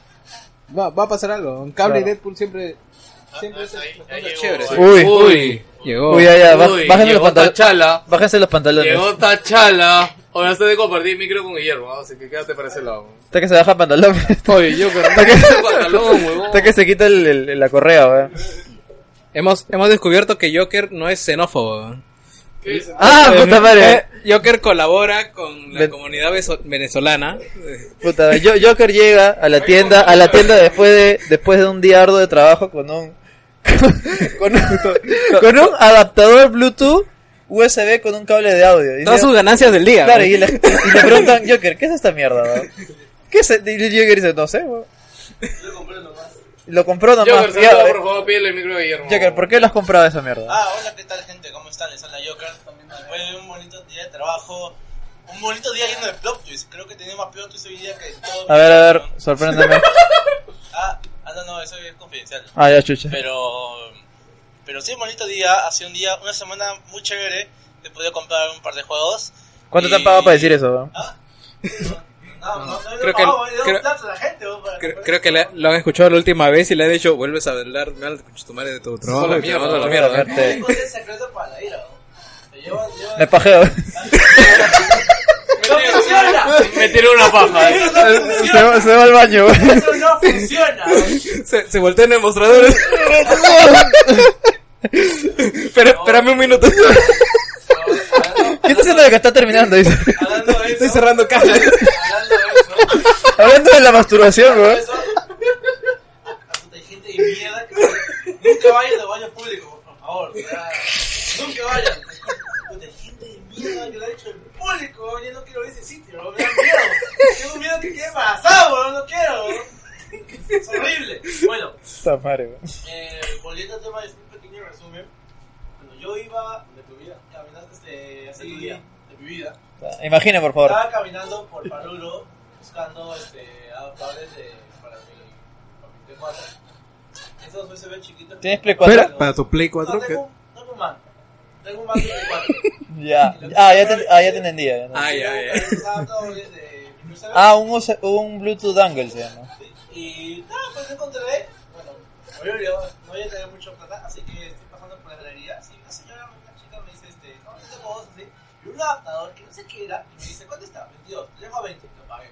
Va, va a pasar algo. En cable Claro. y Deadpool siempre... Siempre es ahí- ahí llegó, chévere. ahí. Uy, Uy, Llegó. uy, ya, ya, baj- uy, bájense los llegó pantalones. Tachala. Bájense los pantalones. Llegó Tachala. Ahora estoy de compartir micro con Guillermo, así que quédate para ese lado. Hasta que se baja el pantalón. Oye, yo Hasta que, Ese pantalón, huevón. hasta que se quita el, el- la correa, weón. Hemos, hemos descubierto que Joker no es xenófobo. ¿Qué dices? Ah, puta madre. Eh, Joker colabora con la Ven- comunidad veso- venezolana. Puta, Jo- Joker llega a la tienda, a la tienda después de, después de un día arduo de trabajo con un, con un, con un adaptador Bluetooth USB con un cable de audio. Y Todas dice- sus ganancias del día. claro, ¿no? y le, y le preguntan, Joker, ¿qué es esta mierda, weón? ¿Qué es? e-?" Y el Joker dice, no sé, weón. Lo compró nomás. Joker, Ya, saluda, eh, por favor, pídele el micro a Guillermo. Joker, ¿por qué lo has comprado esa mierda? Ah, hola, ¿qué tal, gente? ¿Cómo están? Les habla Joker. Después de un bonito día de trabajo, un bonito día lleno de plot twists. Creo que he tenido más plot twists hoy día que todo. mi A ver, a ver, año. sorpréndeme. Ah, ah, no, no, eso es confidencial. Ah, ya, chucha. Pero, pero sí, un bonito día. Ha sido un día, una semana muy chévere. He podido comprar un par de juegos. ¿Cuánto te han Y- pagado para decir eso, weón? No, no, no, no, Creo creo que- que, creo- plato a la gente. ¿no? Para- Creo, para- creo que le- lo han escuchado la última vez y le han dicho, vuelves a hablar mal de tu madre de tu trabajo. Hola, y te mierda, ¿eh? mando a la hola, mierda. ¿eh? mierda. No hay cosa secreta para la ira. ¿no? Te llevan- llevan- Me pajeo. ¡No funciona! Me tiró una paja. eh. Se va, se va al baño, weón. ¡Eso no funciona! Se, se voltean en mostradores. Pero, espérame un minuto. ¿Qué está haciendo lo que está terminando? Dice. Hablando de Estoy eso, cerrando cajas. hablando de eso. Hablando de la masturbación, weón. eso. Puta, hay gente de mierda que nunca vayan a los baños públicos, por favor. o sea, Nunca vayan. Puta, hay gente de mierda que lo ha hecho en público. Yo no quiero ver ese sitio, me da miedo. Tengo miedo que quede embarazado, bro, no quiero. bro. Es horrible. Bueno, Puta madre, weón. eh, volviendo al tema de un pequeño resumen. Cuando yo iba de tu vida, caminaste este, hace tu día, de mi vida. Imagina, por favor. Estaba caminando por Paruro buscando este, adaptadores de, para mi, para mi T4. Estos USB chiquitos. ¿Tienes Play cuatro? 4? Espera, para tu Play No, 4. ¿qué? tengo, un- tengo un Mac. Tengo un Mac de 4. Ya. Ah, ya te, ah, ya te entendí. ya, ya. Ay, ay, ay. adaptadores de microservice. Ah, un, US- un Bluetooth Angle se llama. Y nada, pues encontré. Bueno, me había olvidado, no voy a tener mucho plata, así que estoy pasando por la galería. Así una señora, una chica me dice, este, no, yo tengo dos, así. Y un adaptador que no sé qué era. Y me dice, ¿cuánto está? 22. Le dejo a 20, lo pagué.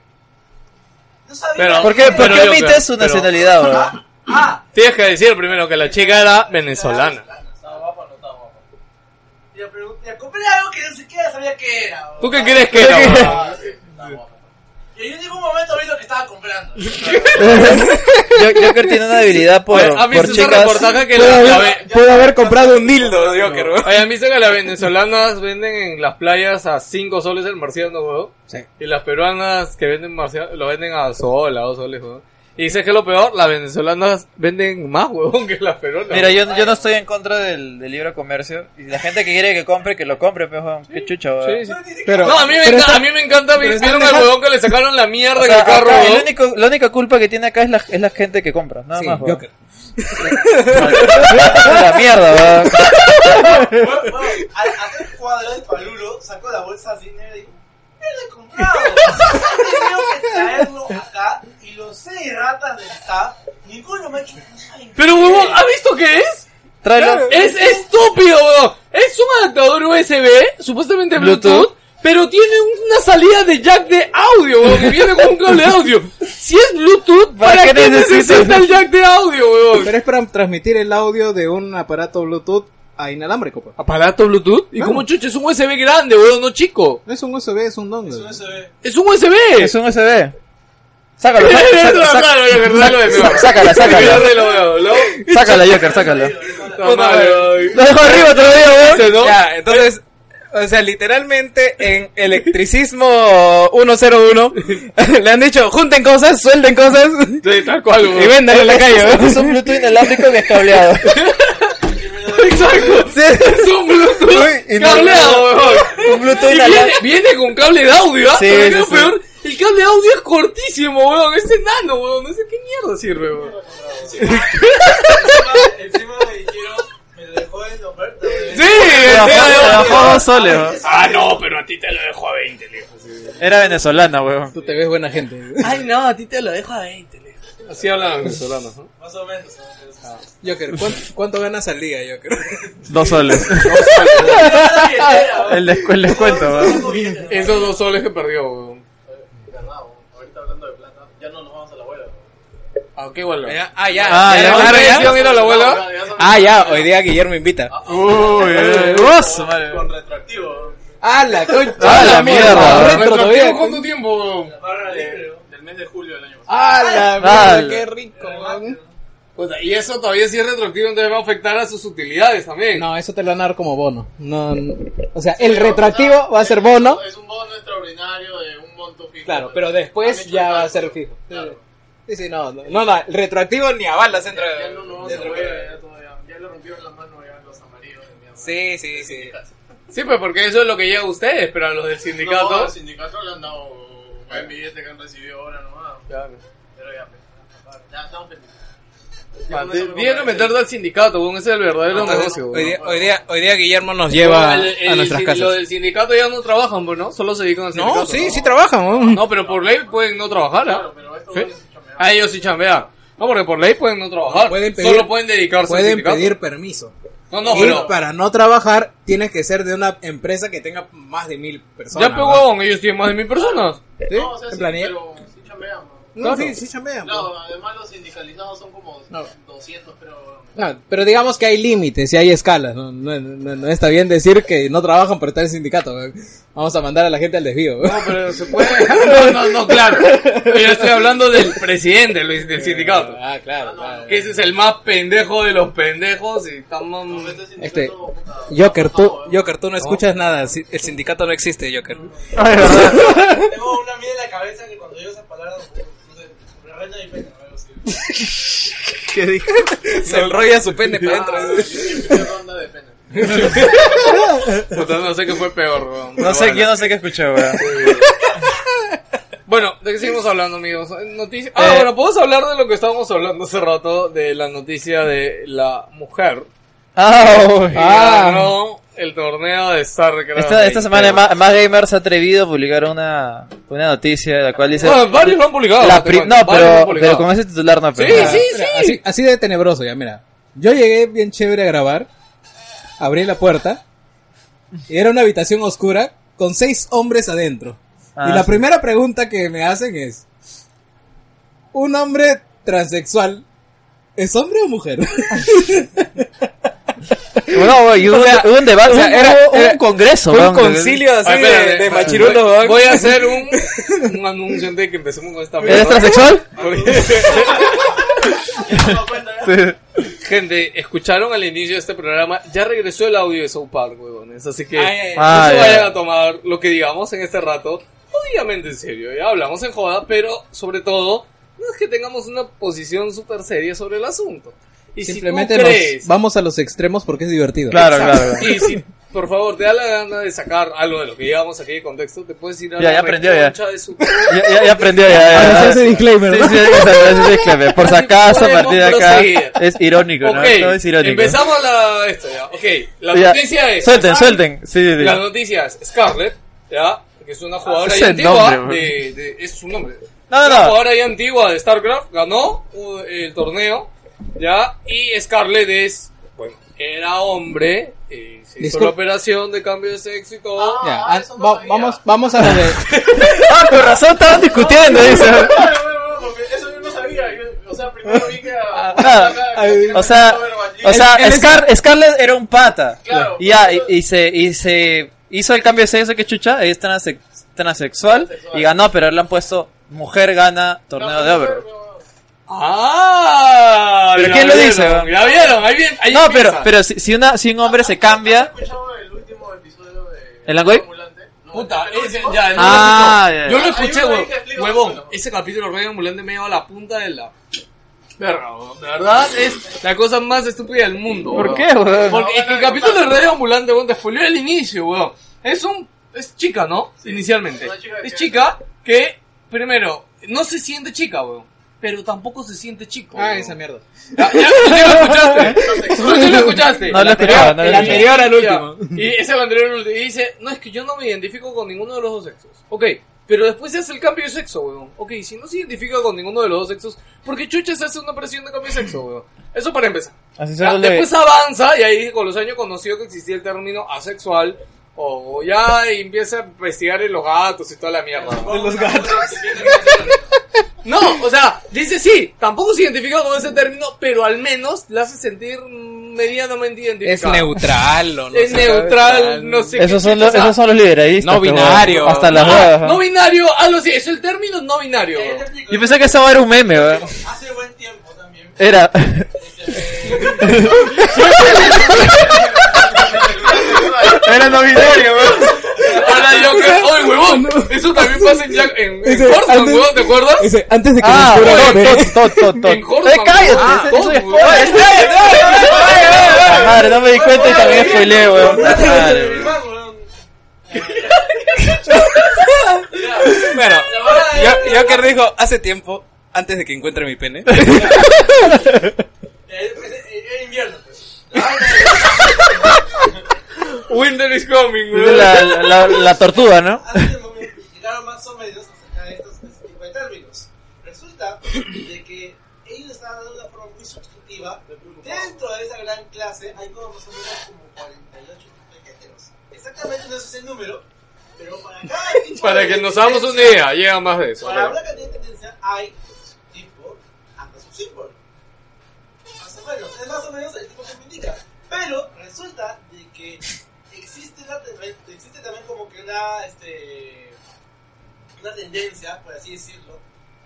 No sabía. Pero- ¿Por qué, ¿por Pero qué yo creo- omites su pero- nacionalidad, weón? Ah, Tienes que decir primero que la chica era venezolana. Estaba guapo, no estaba guapo. Y le pregunté, compré algo que no siquiera sabía que era. ¿Tú qué crees que era, weón? Ah, sí, estaba guapo. Y yo en ningún momento vi lo que estaba comprando. Yo- Joker tiene una debilidad por, Oye, ¿Has por visto ese chicas. reportaje que Puedo la, la, haber, ve- puedo haber comprado un dildo, Joker, weón. Oye, ¿han visto que las venezolanas venden en las playas a 5 soles el marciano, weón? Sí. Y las peruanas que venden marciano lo venden a sol, a 2 soles, weón. Y dices que lo peor, las venezolanas venden más, weón, que las peruanas. Mira, yo, yo no estoy en contra del, del libre comercio. Y la gente que quiere que compre, que lo compre, pues, weón. Qué chucha, weón. Sí, sí. Pero, No, a mí me, pero encanta, esta- a mí me encanta, pero vieron está- al huevón que le sacaron la mierda O en sea, el carro, acá el weón. único, la única culpa que tiene acá es la, es la gente que compra, nada Sí, más. weón. Joker. la mierda, weón. Bueno, bueno, a, a tres cuadras de Palulo sacó la bolsa así negra y dijo, ¡Mierda, he comprado! Tengo que traerlo acá y los seis ratas del staff, ninguno me ha hecho Pero, huevón, ¿has visto qué es? Tráelo. Es estúpido, weón. Es un adaptador USB, supuestamente Bluetooth, Bluetooth. pero tiene una salida de jack de audio, weón, que viene con un cable de audio. Si es Bluetooth, ¿Para ¿para, qué qué, necesitas? necesita el jack de audio, weón? pero es para transmitir el audio de un aparato Bluetooth a inalámbrico, pues. ¿Aparato Bluetooth? ¿Y Claro. cómo chucha? Es un USB grande, weón, no chico. No es un USB, es un dongle. Eso es. ¡Es un USB! Es un USB. Sácalo, Eso, sácalo, claro, sácalo. de verdad, lo de sa- peor. sácala, sácala. Cuidado de lo peor, ¿no? Sácala, Joker, sácala. Está mal, weón. Lo dejo arriba todavía, Ese, weón. ¿no? Ya, entonces, o sea, literalmente en electricismo 101 le han dicho, junten cosas, suelten cosas Sí, tal cual, weón. y véndanlo en la calle. Es un Bluetooth inalámbrico descableado. Exacto. Es un Bluetooth cableado, weón. Un Bluetooth Y viene, inalámbrico. viene con cable de audio, ¿ah? Sí, Pero sí, lo sí. peor, el cable de audio es cortísimo, weón. Es enano, weón. No sé qué mierda sirve, weón. Encima- Encima ah. me dijeron, me lo dejó en oferta. güey. Sí, el Trabajó- tema de trabajó audio. dos soles, weón. Ah, no, pero a ti te lo dejo a 20, le Era venezolana, weón. Tú te ves buena gente. Ay, no, a ti te lo dejo a 20. le digo. Ah. Así hablan los venezolanos, ¿no? Más o menos. Joker, ¿cuánto, cuánto ganas al día, Joker? Dos soles. El, descu- el descuento, weón. Esos dos soles que perdió, weón. Ahorita hablando de plata, ya no nos vamos a la abuela. Ah, qué bueno. Ya, Ah, ya. Ah, ya, ya, claro, ¿la ya. ¿Quieren ir a la abuela? Ah, ya, hoy día Guillermo invita. Ah, Uy, eh, vos, madre. Con retroactivo. ¡Ah, la concha! Ah, la mierda, weón. Retro todavía. ¿Cuánto tiempo, weón? Barra libre. Del mes de julio del año pasado. ¡Ah, la Ah, mierda! la- ¡Qué rico, man! Puta, y eso todavía sí es retroactivo, entonces va a afectar a sus utilidades también. No, eso te lo van a dar como bono. No, no- o sea, el retroactivo va a ser bono. Es un bono extraordinario de un monto fijo. Claro, pero Ah, después ya va a ser fijo. Sí, sí, no, no, no, no, el retroactivo ni avala centro Ya no nos vamos a la abuela, eh, ya todavía. Ya le rompieron las manos ya los amarillos de mierda. Sí, sí, sí. Sí, pues porque eso es lo que llega a ustedes, pero a los del sindicato. No, al sindicato le han dado un buen billete que han recibido ahora nomás. Claro. Pero ya, pues, ya estamos pendientes. Man, te- Vienen a meterte al sindicato, weón. Ese es el verdadero negocio, Hoy weón. día, hoy, día, hoy día Guillermo nos lleva El- el- a nuestras el- casas. Eh, Los del sindicato ya no trabajan, pues, ¿no? Solo se dedican al sindicato. No, sí, sí trabajan. weón. No, pero por ley pueden no trabajar, ¿ah? ¿Sí? Ah, ellos sí chambean. No, porque por ley pueden no trabajar. Pueden pedir- Solo pueden dedicarse al Pueden sindicato. pedir permiso. No, no, y pero... para no trabajar, tienes que ser de una empresa que tenga más de mil personas. Ya, ¿no? pegó, huevón, ellos tienen más de mil personas. ¿Sí? en planilla. sí chambeamos. No, claro. sí, sí, chambean, pues. No, además los sindicalizados son como No. 200, pero... No, pero digamos que hay límites y hay escalas. No, no, no- no está bien decir que no trabajan por estar en sindicato. weón. Vamos a mandar a la gente al desvío. weón. Pero se puede... No, no, no, claro. Pero yo estoy hablando del presidente Luis, del sindicato. Ah, claro, claro. Que ese es el más pendejo de los pendejos y estamos... Este, Joker, tú, Joker, tú no escuchas nada. si- El sindicato no existe, Joker. Tengo una mía en la cabeza que cuando digo esas palabras, pues, no sé, me reina mi pena, algo así. Se enrolla su pene para adentro. Una onda de pena. Puta, no sé qué fue peor, weón. No Pero sé, bueno. yo no sé qué escuché, weón. Bueno, ¿de qué seguimos hablando, amigos? Noticias. Ah, bueno, podemos hablar de lo que estábamos hablando hace rato, de la noticia de la mujer. Ah, uy. Ah. Ganó el torneo de StarCraft. Esta, esta semana Ma- Más Gamer se ha atrevido a publicar una, una noticia la cual dice... Bueno, varios lo han publicado. la te pri- cuento, no, varios lo han pero, publicado. pero con ese titular no, pero... Sí, Ah. sí, sí. Mira, así, así de tenebroso, ya, mira. Yo llegué bien chévere a grabar, abrí la puerta, y era una habitación oscura con seis hombres adentro. Ah, y la sí. primera pregunta que me hacen es, ¿un hombre transexual es hombre o mujer? Bueno, güey, y hubo, hubo un debate, o sea, hubo- era- hubo un era congreso, Fue un weón. concilio así Ay, Ah, de, espérate, de espérate. machirulos. Voy- weón. Voy a hacer un, un anuncio antes de que empecemos con esta ¿Eres mierda. transexual? Gente, escucharon al inicio de este programa, ya regresó el audio de South Park, huevones, así que Ay, ay, ay. no Ah, se ya. vayan a tomar lo que digamos en este rato, obviamente en serio, ya hablamos en joda, pero sobre todo, no es que tengamos una posición súper seria sobre el asunto. Y Simplemente si tú nos crees, vamos a los extremos porque es divertido. Claro, claro. claro. y si por favor te da la gana de sacar algo de lo que llevamos aquí de contexto, te puedes ir a Ya, la ya aprendió, ya. reconcha de su- Ya, ya, ya aprendió, ya, ya, Ahora ya. se hace disclaimer, Sí, ¿no? sí, exacto, se hace disclaimer. Por si Así acaso, a podemos partir de acá, proseguir. es irónico, Ok, ¿no? Todo es irónico. empezamos la, esto ya, ok, la Ya. noticia es... Suelten, suelten. Sí, sí, Ah, sí. Las noticias, Scarlett, ya, que es una jugadora Ese ya antigua, nombre, de, de- es su nombre. No, no, Una no. jugadora ya antigua de StarCraft, ganó uh, el torneo, ya, y Scarlett es, bueno, era hombre, eh, se hizo Disculpa. la operación de cambio de sexo y todo. Ya, ah, va- vamos, vamos a lo de... Ah, con razón estaban discutiendo, dice. Eso yo no sabía. yo- o sea, primero vi que... a- Ah, a- a- o sea, Overwatch, O El- sea, el- Scar- Scarlett era un pata. Claro. y ya, y, y se, y se hizo el cambio de sexo que chucha, es transe- transexual, y ganó, pero le han puesto mujer gana torneo de Overwatch. ¡Ah! ¿Pero ya quién lo vieron, dice, weón? Ya vieron, ahí bien. Ahí No, pero, empieza. pero si, si una, si un hombre se cambia, escuchado el último episodio de... ¿El Langoy? Ambulante? No, Puta, el ese, último. ya, no Ah, lo escucho. ya, ya. Yo lo Hay escuché, uno ahí huevón. que explica Huevón, más o menos. ese capítulo de Radio Ambulante me lleva a la punta de la. Verga, huevón. De verdad, es la cosa más estúpida del mundo. ¿Por huevón. qué, huevón? Porque es que el capítulo de Radio Ambulante, huevón, te folió al inicio, huevón. Es un. Es chica, ¿no? Inicialmente. Una chica que- Es chica que, primero, no se siente chica, huevón. Pero tampoco se siente chico. Ah, huevón. esa mierda. Ya, ya, tú sí lo escuchaste. Tú sí lo escuchaste. No lo escuchaba, no lo El escuchaba. anterior al último. Y es el anterior al último. Y dice, no, es que yo no me identifico con ninguno de los dos sexos. Ok, pero después se hace el cambio de sexo, weón. Ok, si no se identifica con ninguno de los dos sexos, ¿por qué chucha se hace una operación de cambio de sexo, weón? Eso para empezar. así se Ya, vuelve- después avanza y ahí con los años conoció que existía el término asexual. O ya y empieza a investigar en los gatos y toda la mierda. weón. Los gatos. No, o sea, dice sí, tampoco se identifica con ese término, pero al menos la hace sentir medianamente Es identificada. neutral o no Es sé, neutral, no sé esos qué son los, chucha. esos son los liberalistas. No pues, binario. weón. Hasta las Ah, huevas, Ah, weón. no binario, algo así, es el término no binario. Ya te explico. Yo pensé que eso era un meme, weón. Hace buen tiempo también. Era. era no binario, weón. Ahora yo creo, oye huevón, eso también pasa en Jack, en, en Ese, Horseman, antes- huevón, ¿te acuerdas? Ese, antes de que Ah, nos fuera- tot, tot, tot, tot, tot. En Horseman, Eh, cállate, ah, ese- eso tot, es weón. spoiler. Ah, Madre, no me di cuenta y también spoileé, weón. Madre, weón. Eh, Bueno, yo, Joker dijo hace tiempo, antes de que encuentre mi pene. Es invierno. pues. Winter is coming, Esa es huevón. La, la, la tortuga, ¿no? Hace tiempo me explicaron más o menos acerca de estos de este tipo de términos. Resulta de que ellos estaban dando una forma muy subjetiva. Dentro de esa gran clase hay como más o menos como 48 tipos de géneros. Exactamente no sé el número, pero para cada tipo Para de que nos hagamos una tendencia- idea, llega más de eso. Para pero- hablar cantidad de tendencia hay tipo hasta su símbolo. Más o menos, es más o menos el tipo que me indica. Pero resulta de que existe, la, ten- existe también como que una, este, una tendencia, por así decirlo,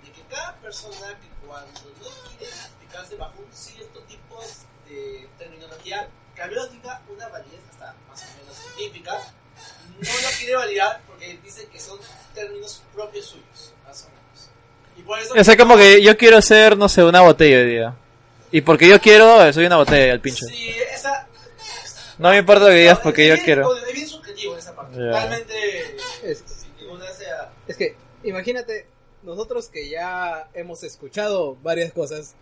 de que cada persona que cuando no quiere identificarse bajo un cierto tipo de terminología, que al menos tenga una validez hasta más o menos científica, no lo quiere validar porque dice que son términos propios suyos, más o menos. Y por eso O sea, como que yo quiero ser, no sé, una botella hoy día. Y porque yo quiero, eh, soy una botella al pincho. Sí, esa... No me importa lo que digas no, porque es yo bien- quiero. Es bien subjetivo en esa parte. Ya. Realmente... Es- sin ninguna sea- Es que, imagínate, nosotros que ya hemos escuchado varias cosas,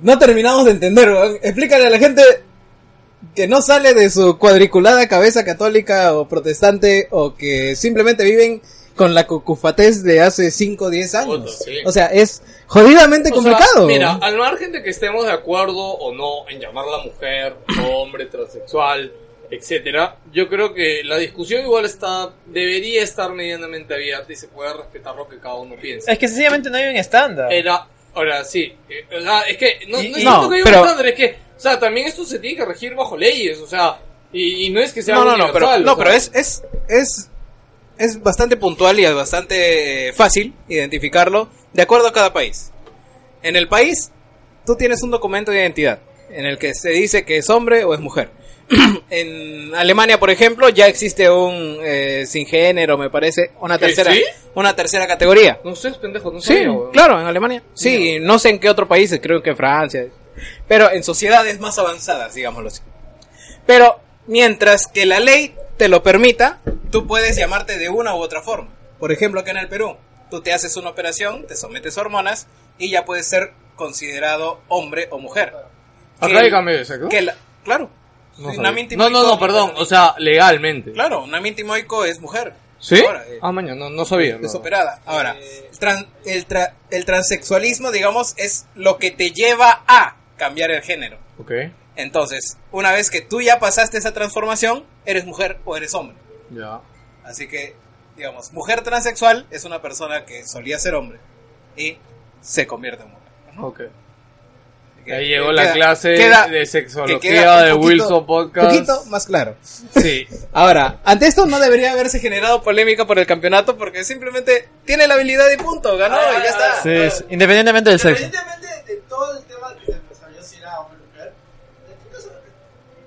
no terminamos de entender, weón. Explícale a la gente que no sale de su cuadriculada cabeza católica o protestante o que simplemente viven con la cucufatez de hace 5 o 10 Puta, años. sí. O sea, es jodidamente O sea, complicado. mira, al margen de que estemos de acuerdo o no en llamarla mujer, hombre, transexual, etcétera, yo creo que la discusión igual está, debería estar medianamente abierta y se puede respetar lo que cada uno piensa. Es que sencillamente no hay un estándar. Era, ahora sí, eh, o sea, es que no, Y- no y- es tanto no, que hay un pero- estándar, es que, o sea, también esto se tiene que regir bajo leyes, o sea, y, y no es que sea No, no, algo no, pero, universal, o no, pero sea. es, es, es, es bastante puntual y es bastante eh, fácil identificarlo de acuerdo a cada país. En el país, tú tienes un documento de identidad en el que se dice que es hombre o es mujer. en Alemania, por ejemplo, ya existe un eh, sin género, me parece, una ¿Que tercera, sí? una tercera categoría. No sé, pendejo, no Sí, sabía, weón. claro, en Alemania. Sí, no sé en qué otro país, creo que en Francia. Pero en sociedades más avanzadas, digámoslo así. Pero mientras que la ley te lo permita, tú puedes llamarte de una u otra forma. Por ejemplo, acá en el Perú, tú te haces una operación, te sometes a hormonas y ya puedes ser considerado hombre o mujer. Que Acá el- hay cambio de sexo. que la- claro. No, sabía. Nami no, no, no, Timoico- perdón, o sea, legalmente. Claro, Nami Timoico es mujer. ¿Sí? Ahora, eh, Ah, mañana, no, no sabía. no. desoperada. Ahora, Eh, el, tran- el, tra- el transexualismo, digamos, es lo que te lleva a cambiar el género. Ok. Entonces, una vez que tú ya pasaste esa transformación, eres mujer o eres hombre. Ya. Así que, digamos, mujer transexual es una persona que solía ser hombre y se convierte en mujer. Ok. que Ahí que llegó la queda- clase queda- de que sexología queda un de poquito- Wilson Podcast. poquito más claro. Sí. Ahora, ante esto no debería haberse generado polémica por el campeonato porque simplemente tiene la habilidad y punto, ganó y ya está. Sí, sí, Independientemente del sexo. Independientemente de todo el tema que se desarrolló si era hombre o mujer, en tu caso,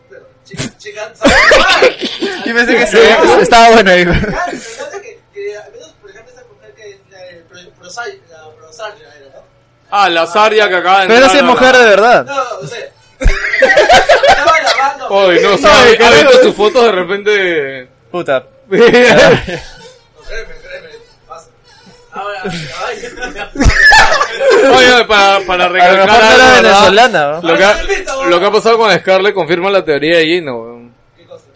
pero, chicas, chicas, ¿sabes? Yo pensé que Sí. se- estaba bueno ahí. ah, Claro, me encanta que, que al menos, por ejemplo, esa mujer que la de Pro- Prosai- la Prosaria era, ¿no? Ah, la Saria que acaba de Pero esa entrar, sí es no, mujer de verdad. No, no sé. Estaba lavando. la- Ay, no, Ay, sabe, ha carajo. visto sus fotos de repente. Puta. No, créeme, créeme, pasa. Ahora, ay, Oye, oye, para, para A lo recalcar mejor no algo, era ¿verdad? venezolana. ¿no? Lo que, ha, lo que ha pasado con Scarlett confirma la teoría de Gino, weón.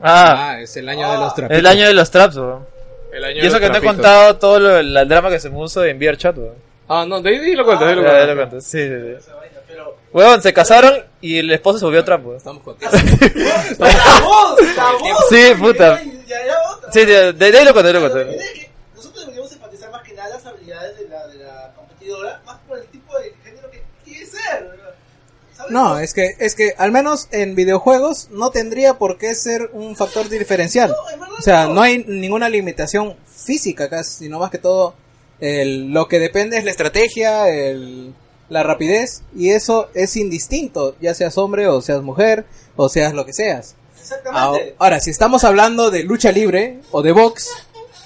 Ah, Ah, es el año de los trapitos. el año de los traps, weón. El año de Y los eso que no he trapitos. contado todo lo, el drama que se me puso en VR chat, weón. Ah, no, de ahí sí lo cuento, de ahí lo Ya, ya lo cuento. conté, Sí, sí, sí. Weón, se casaron y el esposo se volvió trap, weón. Estamos contentos. la voz, la voz. Sí, puta. Ya era otra. Sí, de, de, de ahí lo conté, lo La conté. idea es que nosotros deberíamos enfatizar más que nada las habilidades de la, de la competidora, más por el tipo de género que quiere ser. ¿verdad? ¿Sabes? No, eh, es que, es que al menos en videojuegos no tendría por qué ser un factor diferencial. en verdad O sea, no. no hay ninguna limitación física acá, sino más que todo el- lo que depende es la estrategia, el- la rapidez, y eso es indistinto, ya seas hombre o seas mujer o seas lo que seas. Ahora, Exactamente. Ah, ahora, si estamos hablando de lucha libre o de box,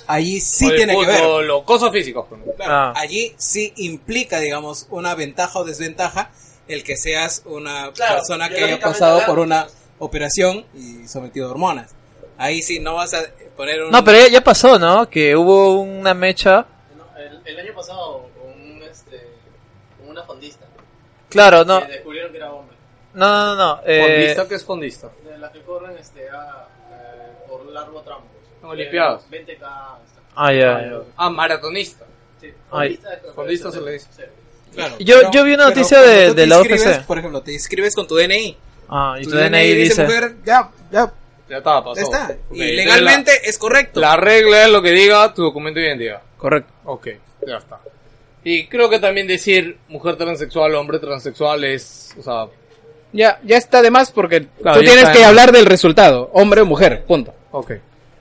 allí sí O de tiene que ver. fútbol, o cosas físicas. pues. Ah. Allí sí implica, digamos, una ventaja o desventaja el que seas una Claro, persona que haya biológicamente pasado hablando. por una operación y sometido a hormonas. Ahí sí no vas a poner un... No, pero ya, ya pasó, ¿no? Que hubo una mecha. el, año pasado, con, un, este, con una fondista, Claro, no. descubrieron que era hombre. No, no, no. Eh, Fondista que es fondista. De las que corren este, a, eh, por largo tramo. En Olimpiadas. 20K. ah, ya, ya. Ah, maratonista. Ay. Fondista se le dice. Claro, Yo- yo vi una pero noticia cuando de- tú de te la inscribes, UFC. Por ejemplo, te inscribes con tu DNI. Ah, y tu DNI dice. mujer, ya, ya, Ya está, pasó. ya está. Y Ok, legalmente es correcto. La, la regla es lo que diga tu documento de identidad. Correcto. Ok, ya está. Y creo que también decir mujer transexual, hombre transexual es, o sea, Ya, ya está de más porque Claro, tú ya tienes está que en- hablar del resultado, hombre o mujer, punto. ok.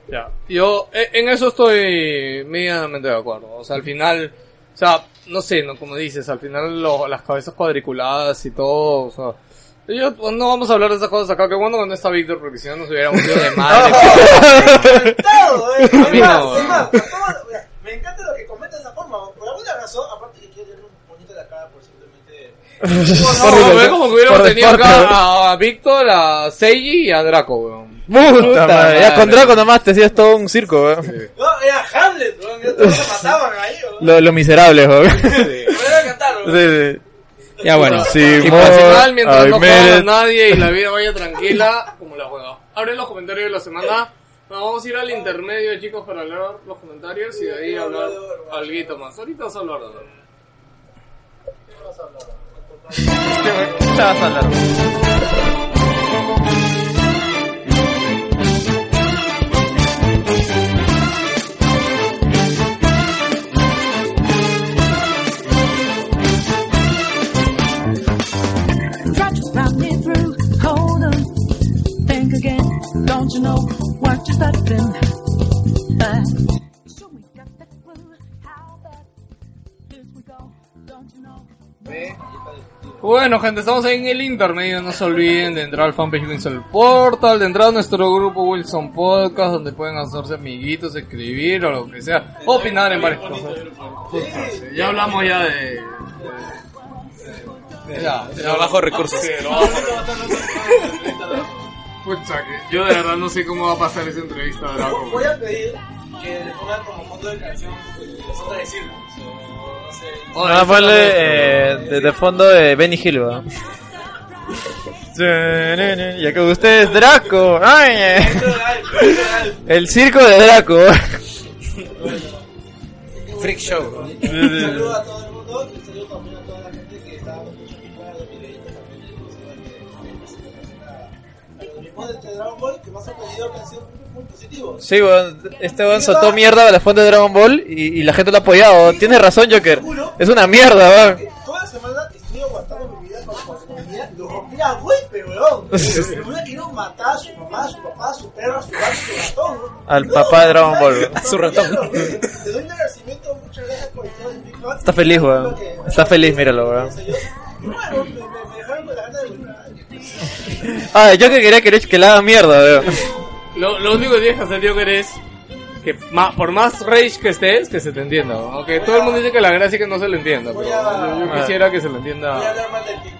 Ya. Yo eh, en eso estoy medianamente de acuerdo. O sea, al final, o sea, no sé, no como dices, al final lo- las cabezas cuadriculadas y todo, o sea, yo, no vamos a hablar de esas cosas acá, que bueno que no está Víctor, porque si no nos hubiéramos ido de madre. Claro, eh. Es Mira, más, güey. es más, a todo- mira, me encanta lo que comenta de esa forma. Por alguna razón, aparte que quiero darle un puñito de la cara por simplemente. No, no, ve como que hubiéramos Por tenido deporte, acá weón. a, a Víctor, a Seiji y a Draco, weón. Puta madre. Ya, madre. con Draco nomás te hacías todo un circo, weón. No, era Hamlet, weón. Mira, todos lo mataban ahí, weón. Lo, lo miserable, weón. Pero era cantar, weón. Sí, sí. Ya bueno. Y Simón, por final, mientras I no made jodan a it. nadie y la vida vaya tranquila, como la juego. Abre los comentarios de la semana. Nos vamos a ir al intermedio, chicos, para leer los comentarios y de ahí hablar algo más. Ahorita vas a hablar de algo. Got to rock me through. Hold on. Think again. Don't you know what you're starting? Uh, show me got that clue. How bad this we go. Don't you know? Bueno, gente, estamos ahí en el intermedio. No se olviden de entrar al fanpage Wilson Portal, de entrar a nuestro grupo Wilson Podcast, donde pueden hacerse amiguitos, escribir o lo que sea, opinar en varias cosas. Puta, sí, Ya hablamos ya de. de- Ya, ya hablamos Bajo recursos. de lo bajo. Pucha, que yo de verdad no sé cómo va a pasar esa entrevista de Draco. Voy a pedir que le pongan como fondo de canción las otras de Silva. O no sé. Vamos a ponerle eh, de, de fondo de Benny Hill, ¿verdad? Ya que usted es Draco. Ay, eh. El circo de Draco. Freak show. Un saludo a todo el mundo y un saludo también a toda la gente que está ocupada de videitos también. de Los mismos de este Dragon Ball que más han pedido que han sido muy, muy positivos. Sí, weón. Este weón soltó mierda a la fuente de Dragon Ball y, y la gente lo ha apoyado. Tienes razón, Joker. Es una mierda, weón. Toda la semana estoy aguantando mi vida para la comida era golpe, weón. El weón quería matar a su mamá, a su papá, a su perro, a su gato, a su ratón. weón. Al No, papá de Dragon Ball, weón. a su ratón. Te doy un agradecimiento, muchas gracias por todo el Big Hot. Está feliz, weón. Está feliz, míralo, weón. Bueno, me, me- me dejaron con la gana de volver. Ah, yo que quería que, que la haga mierda, weón. Lo, lo único que tienes que hacer, Joker, es que ma- por más rage que estés, que se te entienda. ¿no? Aunque todo el mundo dice que la gracia es que no se lo entienda, pero Voy a- yo, yo quisiera que se lo Voy a entienda. hablar mal del Big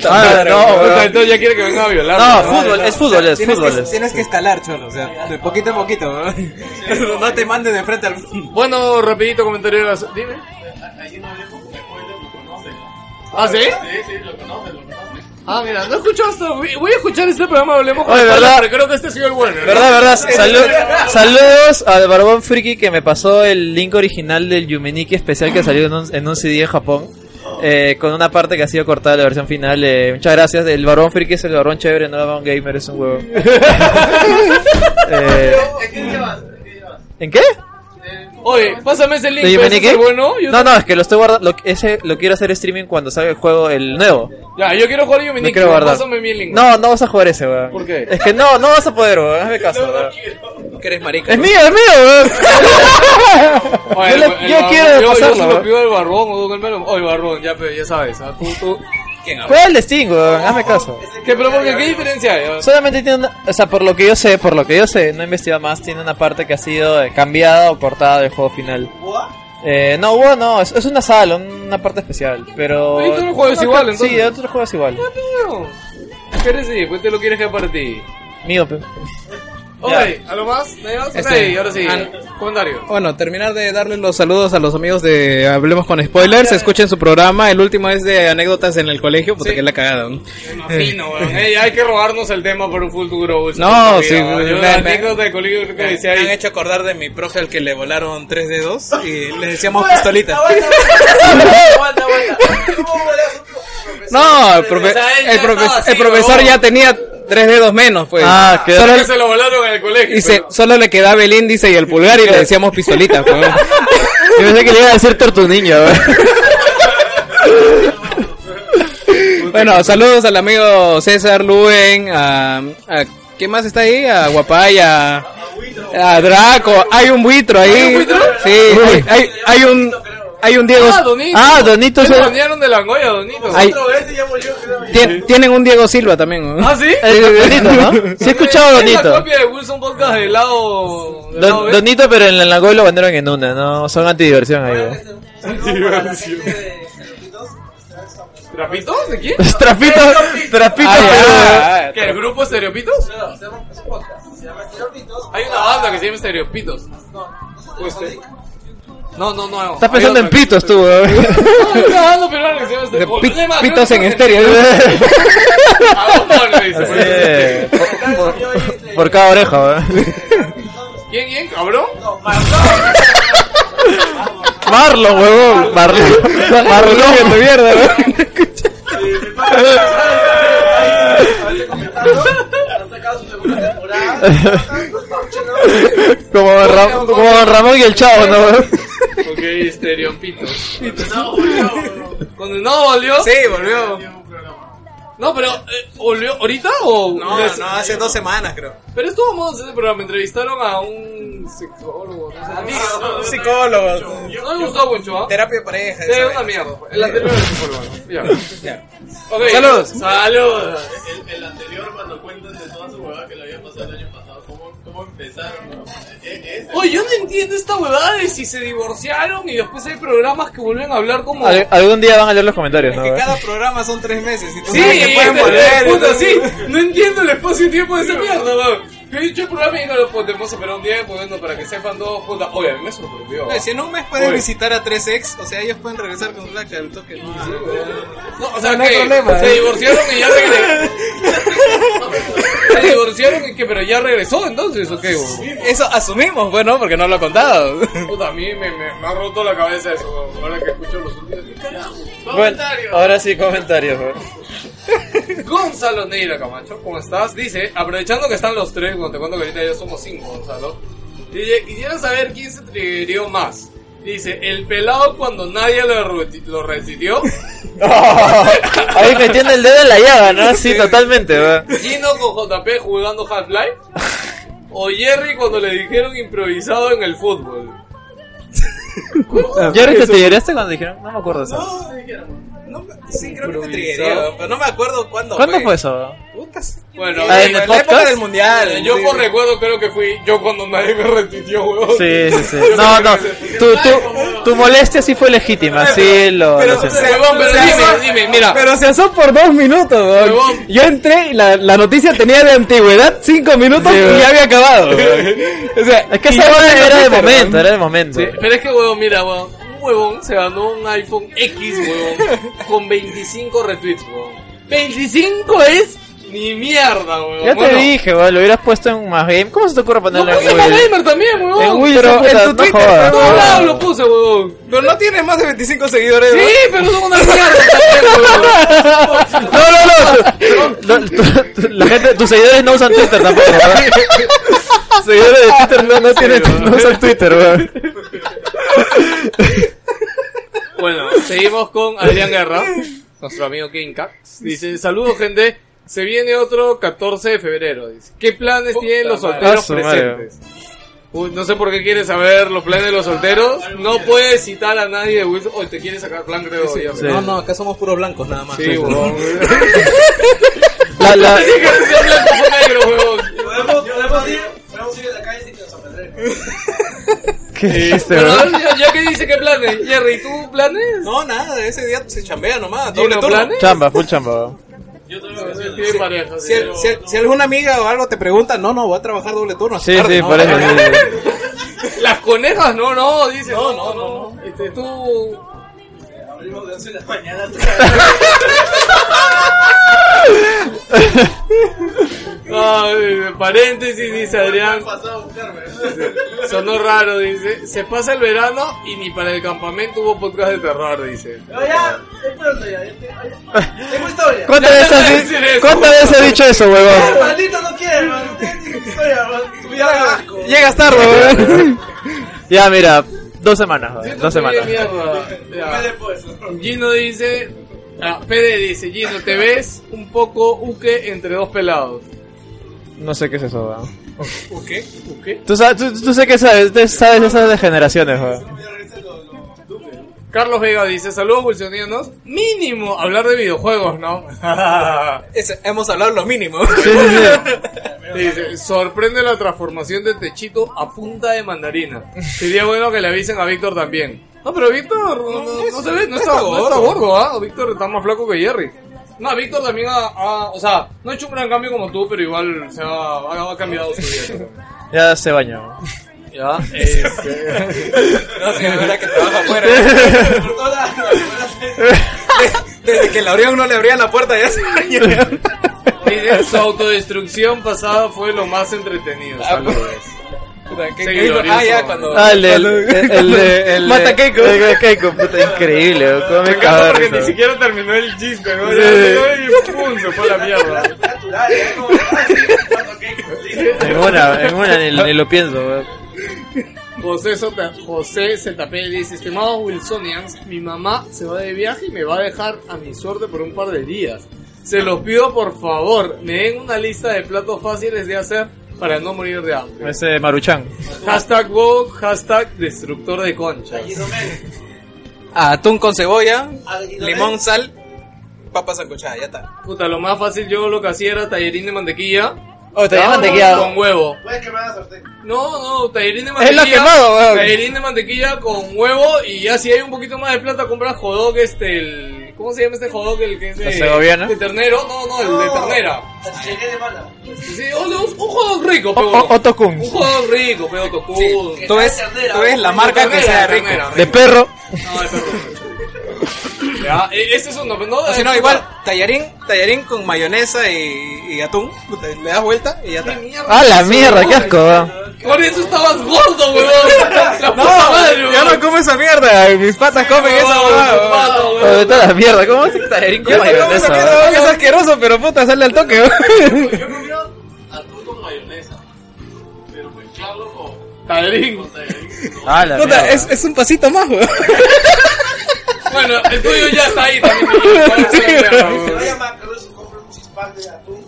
Hot. Ah, no, Puta, weón. Entonces ya quiere que venga a violar. No, fútbol, es fútbol, es Tienes fútbol. que, es. tienes que escalar, cholo, o sea, de poquito a poquito. No, No te mandes de frente al. Bueno, rapidito comentario de las... Dime. ¿Ah, sí? Ah, mira, no escuchaste. Voy voy a escuchar este programa de Hablemos Oye, Spoilers, ¿verdad? pero Creo que este ha sido el bueno. ¿no? Verdad, verdad. Salu- saludos al Barbón Friki que me pasó el link original del Yumeniki especial que salió en un, en un CD de Japón. eh, con una parte que ha sido cortada de la versión final. eh, muchas gracias. El Barbón Friki es el Barbón chévere, no el Barbón Gamer, es un huevo. Eh, ¿En qué? Oye, pásame ese link. ¿De pues, ¿ese es Yumeniki? el bueno? Yo- No, no, es que lo estoy guardando. Lo, ese lo quiero hacer streaming cuando salga el juego, el nuevo. Ya, yo quiero jugar No Yumeniki. quiero guardar. Pásame mi link. No, no vas a jugar ese, weón. ¿Por qué? Es que no, no vas a poder, weón. Hazme caso, weón. Que eres marica. Es mío, es mío, weón. Oye, yo el- le- el yo barbón- quiero ¿eh? yo- Yo pasarlo, se lo ¿no? pido al barbón o Oh, el melón. Oye, barbón, ya, pe- ya sabes. ¿ah? Tú, tú. Juega el destino, weón. Hazme caso. ¿Qué, pero por qué? ¿Qué diferencia hay? Ah, Solamente tiene una, o sea, por lo que yo sé, por lo que yo sé, no he investigado más, tiene una parte que ha sido eh, cambiada o cortada del juego final. Eh, no, bueno, no, es, es una sala, una parte especial, pero... Oye, todo el juego es No, igual, creo- Sí, entonces. otro juego es igual. tío. ¿Qué eres? Sí, pues te lo quieres que para ti. Mío, pe- Oye, ¿a lo más? ¿Nadie más? Este- Ahí, ahora sí. Comentario. Bueno, terminar de darle los saludos a los amigos de Hablemos con Spoilers. Escuchen su programa. El último es de anécdotas en el colegio. Puta Sí. que la cagada. ¿no? Imagino, weón. Ey, hay que robarnos el tema por un full duro. No, sí, me- Yo me- la anécdota de colegio creo que Me decía han ahí. hecho acordar de mi profe al que le volaron tres dedos y le decíamos pistolita. Aguanta, aguanta, aguanta, aguanta. ¿Cómo volás un profesor? No, el, profe- O sea, él ya el, profe- estaba así, el profesor ¿no? ya tenía tres dedos menos, pues. Ah, qué- solo, Que se lo volaron en el colegio. y se- pero- solo le quedaba el índice y el pulgar y le decíamos pistolita. pues. Yo pensé que le iba a decir Tortu Ninja, weón. Bueno, saludos al amigo César Luen, a, a- ¿quién más está ahí? A Guapay, a, a Draco, hay un buitro ahí. Sí, hay, hay- hay un hay un Diego. Ah, Donito. Ah, Donito Se se- banearon de la Angoya, Donito. hay- Otro vez y ya volvió, creo. tien- tienen un Diego Silva también. ¿no? ¿Ah, sí? El Donito, ¿no? Sí he escuchado Es la Donito. copia de Wilson Podcast del lado... del lado Don- B. Donito, pero en la Goy lo vendieron en una, no, son antidiversión ahí, weón. Saludos para la gente de Cerotitos. ¿Trapitos? ¿De quién? Trapitos, trapitos, Ay, pero... ay, ay. ¿Qué? ¿El grupo Estereopitos? No, hacemos un podcast. Se llama Cerotitos. Hay una banda que se llama Estereopitos. No, no se Pues, llama así. No, no, no. Estás pensando en pitos tú, weón. Hay una banda peruana que se llama De Estereopitos. pi- Es más, creo pitos que en son estéreo. Agapón, le dicen. Eh, por- por- Por cada oreja, weón. ¿Quién, quién, cabrón? No, Marcado. Marlo, huevón. Marlo. Marlo, tu mierda, weón. Mi padre, mi padre, mi padre, comentando, Han sacado su segunda temporada. Como, Ra- como Ramón y el Chavo, ¿no, weón? Ok, Estereopitos. ¿Condenado volvió? Sí, volvió. No, pero... eh, ¿Volvió ahorita o...? No, no, hace dos semanas creo. Pero estuvo modos ese programa, entrevistaron a un sexólogo, no sé. Psicólogo, No me gustó mucho, ¿ah? terapia de pareja. Sí, esa una vaina. mierda. El anterior es sexólogo, ¿no? Ya. Ya. Ok, Saludos. Saludos. El, el anterior, cuando cuentan de toda su huevada que le había pasado el año pasado, ¿cómo, cómo empezaron? no? E- ese. Oye, yo no entiendo esta huevada de si se divorciaron y después hay programas que vuelven a hablar como... Al- algún día van a leer los comentarios, Es ¿no, que weón? cada programa son tres meses. y tú Sí, sabes que y pueden este- volver, puta, entonces- sí. No entiendo el espacio y tiempo de esa mierda, weón. Yo he dicho el programa y no lo podemos esperar un día, bueno, para que sepan todos, puta. Oye, a mí me sorprendió. Oye, Si en un mes pueden Oye. visitar a tres ex, o sea, ellos pueden regresar con Black al toque. ¿no? No, o sea No hay que problema, se ¿eh? divorciaron y ya regresó. se divorciaron y que, pero ya regresó entonces, ¿o qué? bo? Eso asumimos, bueno, porque no lo ha contado. Puta, a mí me, me, me ha roto la cabeza eso, bo. ahora que escucho los últimos. Bueno, ahora sí, comentarios, pues. weón. Gonzalo Neira Camacho, ¿cómo estás? Dice, aprovechando que están los tres, cuando te cuento que ahorita ya somos cinco, Gonzalo. dice, Quisiera saber quién se triggerió más. Dice, el pelado cuando nadie lo, reti- lo retuiteó. ahí metiendo el dedo en la llaga, ¿no? Sí, totalmente, pues. va. Gino con JP jugando Half-Life. O Jerry cuando le dijeron improvisado en el fútbol. ¿Ya ahorita te lloraste cuando dijeron? No me acuerdo eso. No, no me- sí, creo que me Improvisado. triguería, pero no me acuerdo cuándo. ¿Cuándo fue eso? Putas. Bueno, Ah, ¿en el la época podcast? del mundial. yo sí. por recuerdo creo que fui yo cuando nadie me retuiteó, huevón. Sí, sí, sí. No, no. Tu, tu, tu molestia sí fue legítima, sí lo, Pero, lo o siento. sea, Huevón, pero se dime, asó- dime, mira. pero se Pasó por dos minutos, weón. Huevón. Yo entré y la, la noticia tenía de antigüedad cinco minutos y ya había acabado. weón. O sea, Es que y esa yo hora en era de Twitter, momento, weón. era de momento. Sí, pero es que, huevón, mira, huevón. Un huevón se ganó un iPhone X, huevón. con 25 retweets, huevón. 25 es ni mierda, huevón. Ya te Bueno, dije, weón, lo hubieras puesto en más game. ¿Cómo se te ocurre No pues, ponerlo en puse más Google? gamer también, huevón. En Google, Pero puta, en tu no Twitter, jodas. En todos lados lo puse, huevón. Pero no tienes más de 25 seguidores. Sí, ¿no? pero son una mierda también, huevón. No, no, no. No, tu- tu- La gente, tus seguidores no usan Twitter tampoco, ¿verdad? Tus seguidores de Twitter no, no, tienen, no usan Twitter, weón. Bueno, seguimos con Adrián Guerra, nuestro amigo King Cax. Dice, saludos gente, se viene otro 14 de febrero. Dice, ¿qué planes tienen los Ah, solteros su madre. presentes? Uy, no sé por qué quieres saber los planes de los solteros. No puedes citar a nadie de Wilson. Hoy te quieres sacar plan, creo. ya, Sí. No, no, acá somos puros blancos nada más. Sí, huevón. La, la, Dije que sea blanco o negro, huevón. Podemos, podemos ir, podemos ir a la calle y que nos apedreen. ¿Qué dijiste, Pero weón? ya, ya que dice que planes. Jerry, ¿tú planes? No, nada, ese día se chambea nomás. ¿Tiene Doble turno. planes? Chamba, full chamba, weón. Yo todavía no sé. Tiene pareja. Si, el- si el- si alguna amiga o algo te pregunta, no, no, voy a trabajar doble turno. Sí, tarde, sí, ¿no? por eso, sí, sí. Las conejas, no, no, dice. No, no, no. Este, tú... Abrimos de 11 de la mañana. Ay, paréntesis, dice Adrián. Pasaba a buscarme. Sonó raro, dice. Se pasa el verano y ni para el campamento hubo podcast de terror, dice. No, ya, es pronto ya. ya te- ya- Tengo historia. ¿Cuántas Ya te voy a veces, has decir di- eso. ¿Cuántas veces he dicho eso, El weón? maldito no quiere, hermano. Tengo historia, hermano. Tu vida da asco. Llegas tarde, weón. Ya, mira, dos semanas, weón. Siento Dos que de semanas. mierda. Más Ya. después. ¿no? Gino dice. Ah, Pede dice, Gino, te ves un poco uke entre dos pelados. No sé qué es eso, weón. ¿Uke? ¿Uke? Tú, sabes, tú, tú sé que sabes, tú sabes esas degeneraciones, weón. Carlos Vega dice, saludos wilsonianos. Mínimo hablar de videojuegos, ¿no? Ese- hemos hablado lo mínimo. Sí, sí, sí. Dice, sorprende la transformación de Techito a punta de mandarina. Sería bueno que le avisen a Víctor también. No, pero Víctor no, no- no se ve, no está, no está gordo, ¿ah? Víctor está más flaco que Jerry. No, Víctor también ha, ha- o sea, no ha hecho un gran cambio como tú, pero igual o sea, ha, ha cambiado su vida. Ya se bañó. Ya, este, No, sí, la verdad que trabaja afuera. Por todas las- Desde que la abrieron no le abrían la puerta ya se dice, su autodestrucción pasada fue lo más entretenido. Ah, Saludos. Puta, pues. ¿qué- Sí, qué dijo? Ah, ya, glorioso. cuando... Ah, el de. El, el, el, de- el de- Mata Keiko. el de Keiko, puta, increíble, weón. Cómo me Me cago de encanta porque risa, ni weón. siquiera terminó el chiste, ¿no? Sí. Ya, ya, ya, pum, se fue a la mierda. Natural, ¿eh? Como- ah, sí, cuando que- listo. En una, en una ni, ni lo pienso, weón. José, Sota, José Zetapé dice, estimados Wilsonians, mi mamá se va de viaje y me va a dejar a mi suerte por un par de días. Se los pido por favor, me den una lista de platos fáciles de hacer para no morir de hambre. Ese Maruchan. Hashtag woke, hashtag destructor de conchas. Ah, Atún con cebolla, Aguidones. limón, sal, papas sancochada, ya está. Puta, lo más fácil yo lo que hacía era tallerín de mantequilla. Oh, te llaman Con huevo. Puede que me haga sorteo. No, no, tallerín de Es mantequilla. lo quemado, weón. Tallerín de mantequilla con huevo y ya si hay un poquito más de plata compras jodog este el ¿Cómo se llama este jodog el que es de ¿El segoviano? De ternero? No, no, el de ternera. La chichería de mala. Sí, un, un jodog rico, O- pero o- Otokun. Un jodog rico, pero tocún. Que Tú sea ves, ternera, tú ves la ¿no? marca que sea rico. Ternera, De perro. No, de perro. ya, e- ese es uno, pero no, O si no, eh, igual, tallarín, tallarín con mayonesa y, y atún, puta, le das vuelta y ya está. A la mierda, qué asco, weón. Por eso estabas gordo, huevón. La puta madre, ya huevón. no como esa mierda, mis patas comen Huevón, esa tu huevada. pata, Oh, huevón. de toda la mierda, ¿cómo hace tallarín con Yo te como mayonesa? esa weón? mierda, weón, que es asqueroso, pero puta, sale al toque. weón. Yo comía atún con mayonesa. prefiero mezclarlo con. Taderín. con taderín. Puta, es, es un pasito más, weón. Bueno, el tuyo ya está ahí también. Se vaya a Macarrón, se compra un cispal de atún.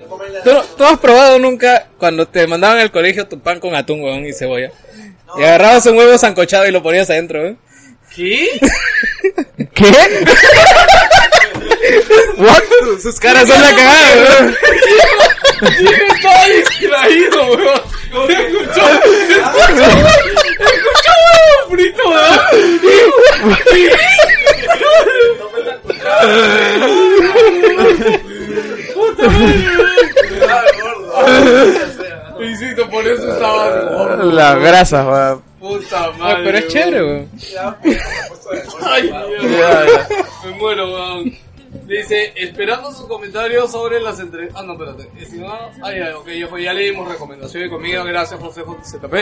Le comen la ¿Tú, no- tú has probado nunca cuando te mandaban al colegio tu pan con atún, weón, y cebolla? Y agarrabas un huevo sancochado y lo ponías adentro, weón. ¿Qué? ¿Qué? What? Sus caras son la cagada, weón. Yo estaba distraído, weón. Lo Ah, escuchó. Escuchó huevo frito, weón. Insisto, por eso estaba gordo. La grasa, va. Puta madre. Ah, pero es chévere, weón. Ay, mierda. Me muero, weón. Dice, esperando su comentario sobre las entrevistas. Ah, no, espérate. Eh, si no- ay, ay, ok, ya, fue, ya leímos recomendación de comida. Gracias, José ZP.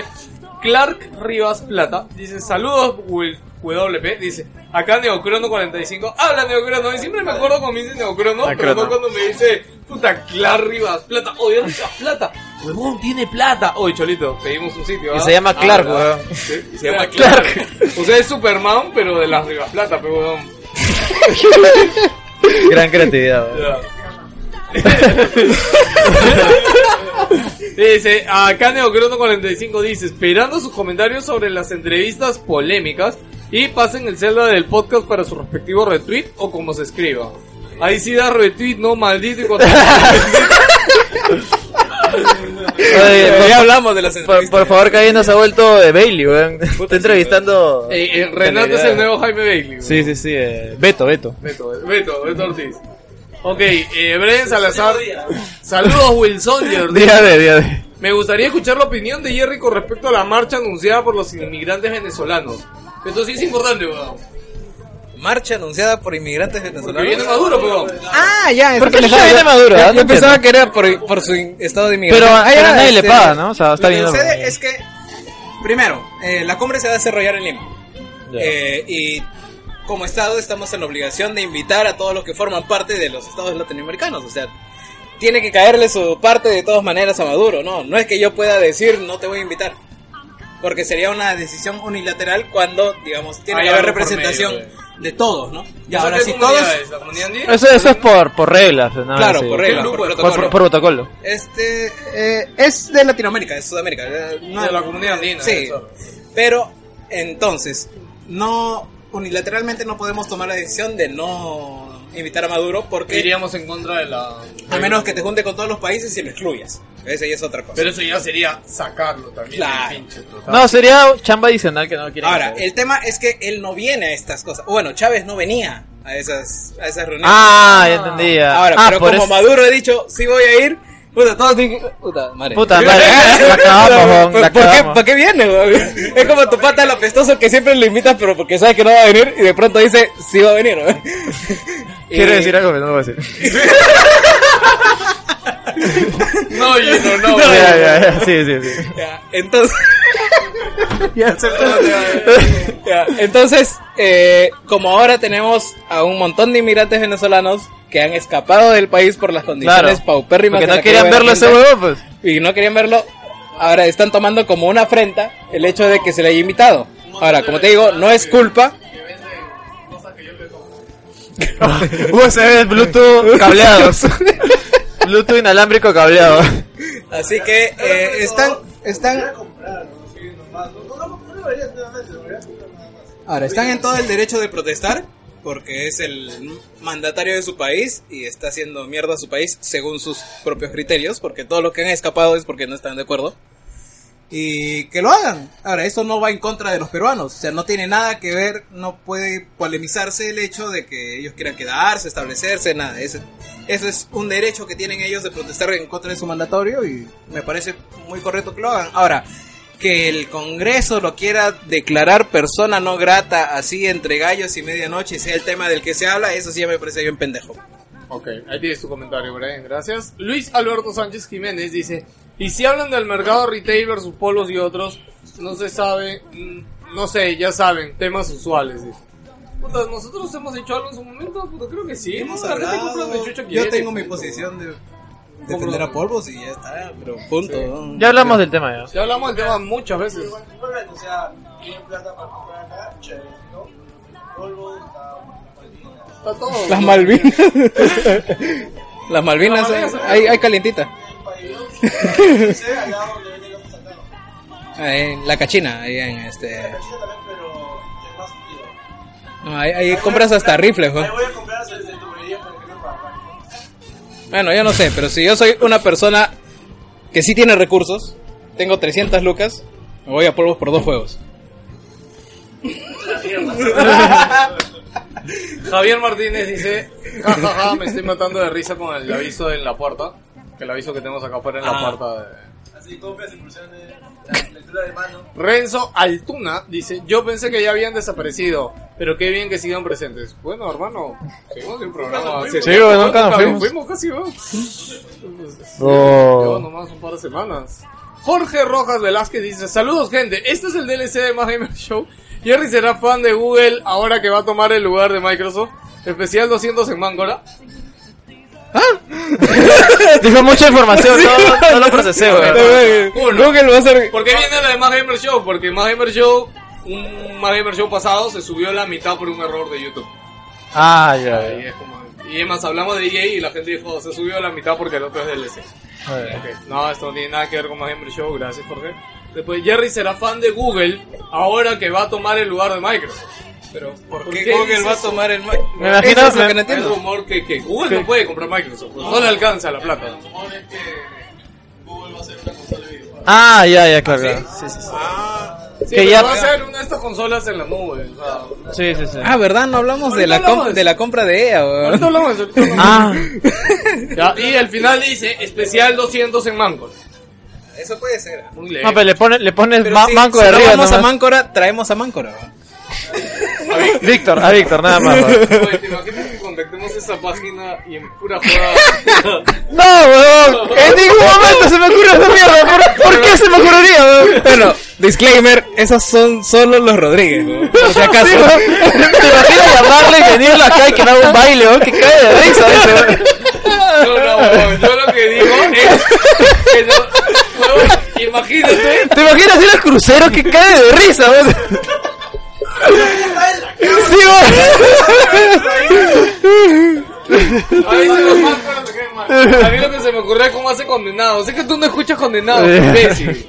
Clark Rivas Plata dice, saludos, Wil- WP. Dice, acá Neocrono 45. Habla Neocrono. Y siempre me acuerdo cuando me dice Neocrono, pero no Neocrono. cuando me dice, puta, Clark Rivas Plata. Oye, Rivas Plata. Huevón, tiene plata. Oye, Cholito, pedimos un sitio. Y ¿ah? se llama Ah, Clark, ¿verdad? weón. Sí, se llama Clark. O sea, es Superman, pero de las Rivas Plata, pero weón. Gran creatividad, weón. Ya. dice, acá Neocrono45 dice, esperando sus comentarios sobre las entrevistas polémicas y pasen el celda del podcast para su respectivo retweet o como se escriba. Ahí sí da retweet, no maldito y contra- Oye, por, Ya hablamos de las por- por favor, que alguien nos ha vuelto eh, Bailey, weón. Está entrevistando. Eh, eh, Renato es el nuevo Jaime Bailey. Sí, sí, sí. eh, Beto, Beto. Beto, Beto, Beto Ortiz. Ok, eh, Brian Salazar. Saludos, Wilson. y Ortiz. Día de, día de. Me gustaría escuchar la opinión de Jerry con respecto a la marcha anunciada por los inmigrantes venezolanos. Esto sí es importante, weón. Marcha anunciada por inmigrantes Que viene venezolanos. Maduro, weón. Ah, ya, ¿Por qué esa se viene pendejada. Maduro? Yo- Ah, Yo, no entiendo. pensaba que era por, por su in- estado de inmigración. Pero- pero era, nadie le paga, ¿no? O sea, está lo que bien, sucede ¿no? es que, primero, eh, la cumbre se va a desarrollar en Lima. Eh, y como Estado estamos en la obligación de invitar a todos los que forman parte de los estados latinoamericanos. O sea, tiene que caerle su parte de todas maneras a Maduro, ¿no? No es que yo pueda decir no te voy a invitar. Porque sería una decisión unilateral cuando, digamos, tiene Hay que haber algo por representación medio, de todos, ¿no? Y O sea, ahora ¿qué si todos... comunidad es? ¿La comunidad andina? Eso, eso es por, por reglas. ¿no? Claro, Sí. por regla, ¿Qué por grupo? protocolo. Por, por protocolo. Este eh, es de Latinoamérica, de Sudamérica. eh, no- De la comunidad andina. Sí. eso. Pero entonces, no unilateralmente no podemos tomar la decisión de no invitar a Maduro porque Iríamos en contra de la. a menos que te junte con todos los países y lo excluyas. Esa ya es otra cosa. Pero eso ya sería sacarlo también. Claro. del pinche, total. No, sería chamba adicional que no quieren. Ahora, hacer. el tema es que él no viene a estas cosas. Bueno, Chávez no venía a esas a esas reuniones. Ah, ya entendía. Ahora, ah, pero como eso- Maduro he dicho, sí voy a ir. Puta, todos dije, puta madre. Puta madre, la cagamos, Puta, weón, ¿por- la ¿Por qué, cagamos. ¿Para qué viene, weón? Es como tu pata el apestoso que siempre lo invitas, pero porque sabes que no va a venir y de pronto dice, sí va a venir, weón. Quiero Eh, decir algo, pero no lo voy a decir. No, yo no, no. Ya, weón. ya, ya, Sí, sí, sí. ya, Entonces. Ya, Entonces, eh, como ahora tenemos a un montón de inmigrantes venezolanos que han escapado del país por las condiciones Claro. paupérrimas Porque en no las que querían vive la verlo ese gente. huevón, pues. y no querían verlo, ahora están tomando como una afrenta el hecho de que se le haya invitado. Ahora, como te digo, no es culpa. USB, Bluetooth cableados. Bluetooth inalámbrico cableado. Así que eh, están, están, ahora están en todo el derecho de protestar porque es el mandatario de su país y está haciendo mierda a su país según sus propios criterios, porque todos los que han escapado es porque no están de acuerdo. Y que lo hagan. Ahora, esto no va en contra de los peruanos. O sea, no tiene nada que ver, no puede polemizarse el hecho de que ellos quieran quedarse, establecerse, nada. Eso, eso es un derecho que tienen ellos de protestar en contra de su mandatorio y me parece muy correcto que lo hagan. Ahora, que el Congreso lo quiera declarar persona no grata así entre gallos y medianoche y sea el tema del que se habla, eso sí ya me parece bien pendejo. Ok, ahí tienes tu comentario, Brian, gracias. Luis Alberto Sánchez Jiménez dice, y si hablan del mercado retail versus polos y otros, no se sabe, mm, no sé, ya saben, temas usuales. dice. Puta, nosotros hemos hecho algo en su momento, Puta, creo que sí. ¿no? La gente compra donde chucha Yo quiere, tengo mi punto. posición de Defender a polvos y ya está, pero punto. ¿no? Ya hablamos del tema ya. Ya hablamos del tema muchas veces. O sea, tienen plata para comprar acá, chévere, ¿no? Polvo, está Está todo. Las Malvinas. Las Malvinas, Las Malvinas, eh, hay, hay calientita. pabellón. Se ve al lado donde venden los sacados. Ah, En la cachina, ahí en este. La chica también, pero es más tío. No, ahí, ahí compras hasta rifles, güey. Ahí voy a comprar desde tu tubería porque no para acá. Bueno, yo no sé, pero si yo soy una persona que sí tiene recursos, tengo 300 lucas, me voy a polvos por dos juegos. Javier Martínez dice, "Ja, ja, ja, me estoy matando de risa con el aviso en la puerta, que el aviso que tenemos acá afuera en la Ah. puerta. de- Así copias, impulsiones, la lectura de mano. Renzo Altuna dice, yo pensé que ya habían desaparecido, pero qué bien que sigan presentes. Bueno, hermano, seguimos en programa. Sí, bueno, nunca nos fuimos. casi, ¿no? Oh. Llevo nomás un par de semanas. Jorge Rojas Velázquez dice, saludos gente, este es el DLC de Más Gamer Show. Jerry será fan de Google ahora que va a tomar el lugar de Microsoft. Especial 200 en Mangora. Dijo mucha información, no, no lo procesé, güey. Google va a ser. ¿Por qué viene la de Más Gamer Show? Porque Más Gamer Show, un Más Gamer Show pasado se subió la mitad por un error de YouTube. Ah, ya, ya. Y es como- Y además hablamos de EA y la gente dijo, se subió a la mitad porque el otro es DLC. Ok, No, esto no tiene nada que ver con Más Gamer Show, gracias Jorge. Después, Jerry será fan de Google ahora que va a tomar el lugar de Microsoft. Pero, ¿por, ¿Qué Google va a tomar el ma- Me imagino- Eso es lo me- que no entiendo. el rumor que, que Google no puede comprar Microsoft, pues, no le alcanza la plata. Ah, ya, ya, claro. claro. Sí, sí, sí. Sí, Que pero ya- va a ser una de estas consolas en la nube. o sea, Sí, sí, sí. Ah, ¿verdad? No hablamos de la, Ahorita hablamos com- de de la compra de E EA, güey. ahorita hablamos de eso, ahorita hablamos de eso. Ah, Ya, y al final dice especial 200 en mangos. Eso puede ser. Muy lejos. no, pero le pones, le pones Pero ma- si- manco si de no arriba. vamos a nomás. Máncora, traemos a Máncora. güey. Víctor, a Víctor, nada más. güey. Oye, ¿te imaginas que contactemos esa página y en pura joda? No, weón. En ningún momento se me ocurre esa mierda. ¿Por, por qué se me ocurriría, weón? Bueno, disclaimer, esos son solo los Rodríguez, güey, por si acaso. Sí, weón. Te imaginas llamarle y venirlo acá y que le haga un baile, weón. Que cae de risa ese, weón. No, no, weón, yo lo que digo es que no, weón, imagínate. Te imaginas ir al crucero que cae de risa, weón. Sí, A mí, se me ocurre- a mí lo que se me ocurre es cómo hace condenado. Sé que tú no escuchas condenado, imbécil.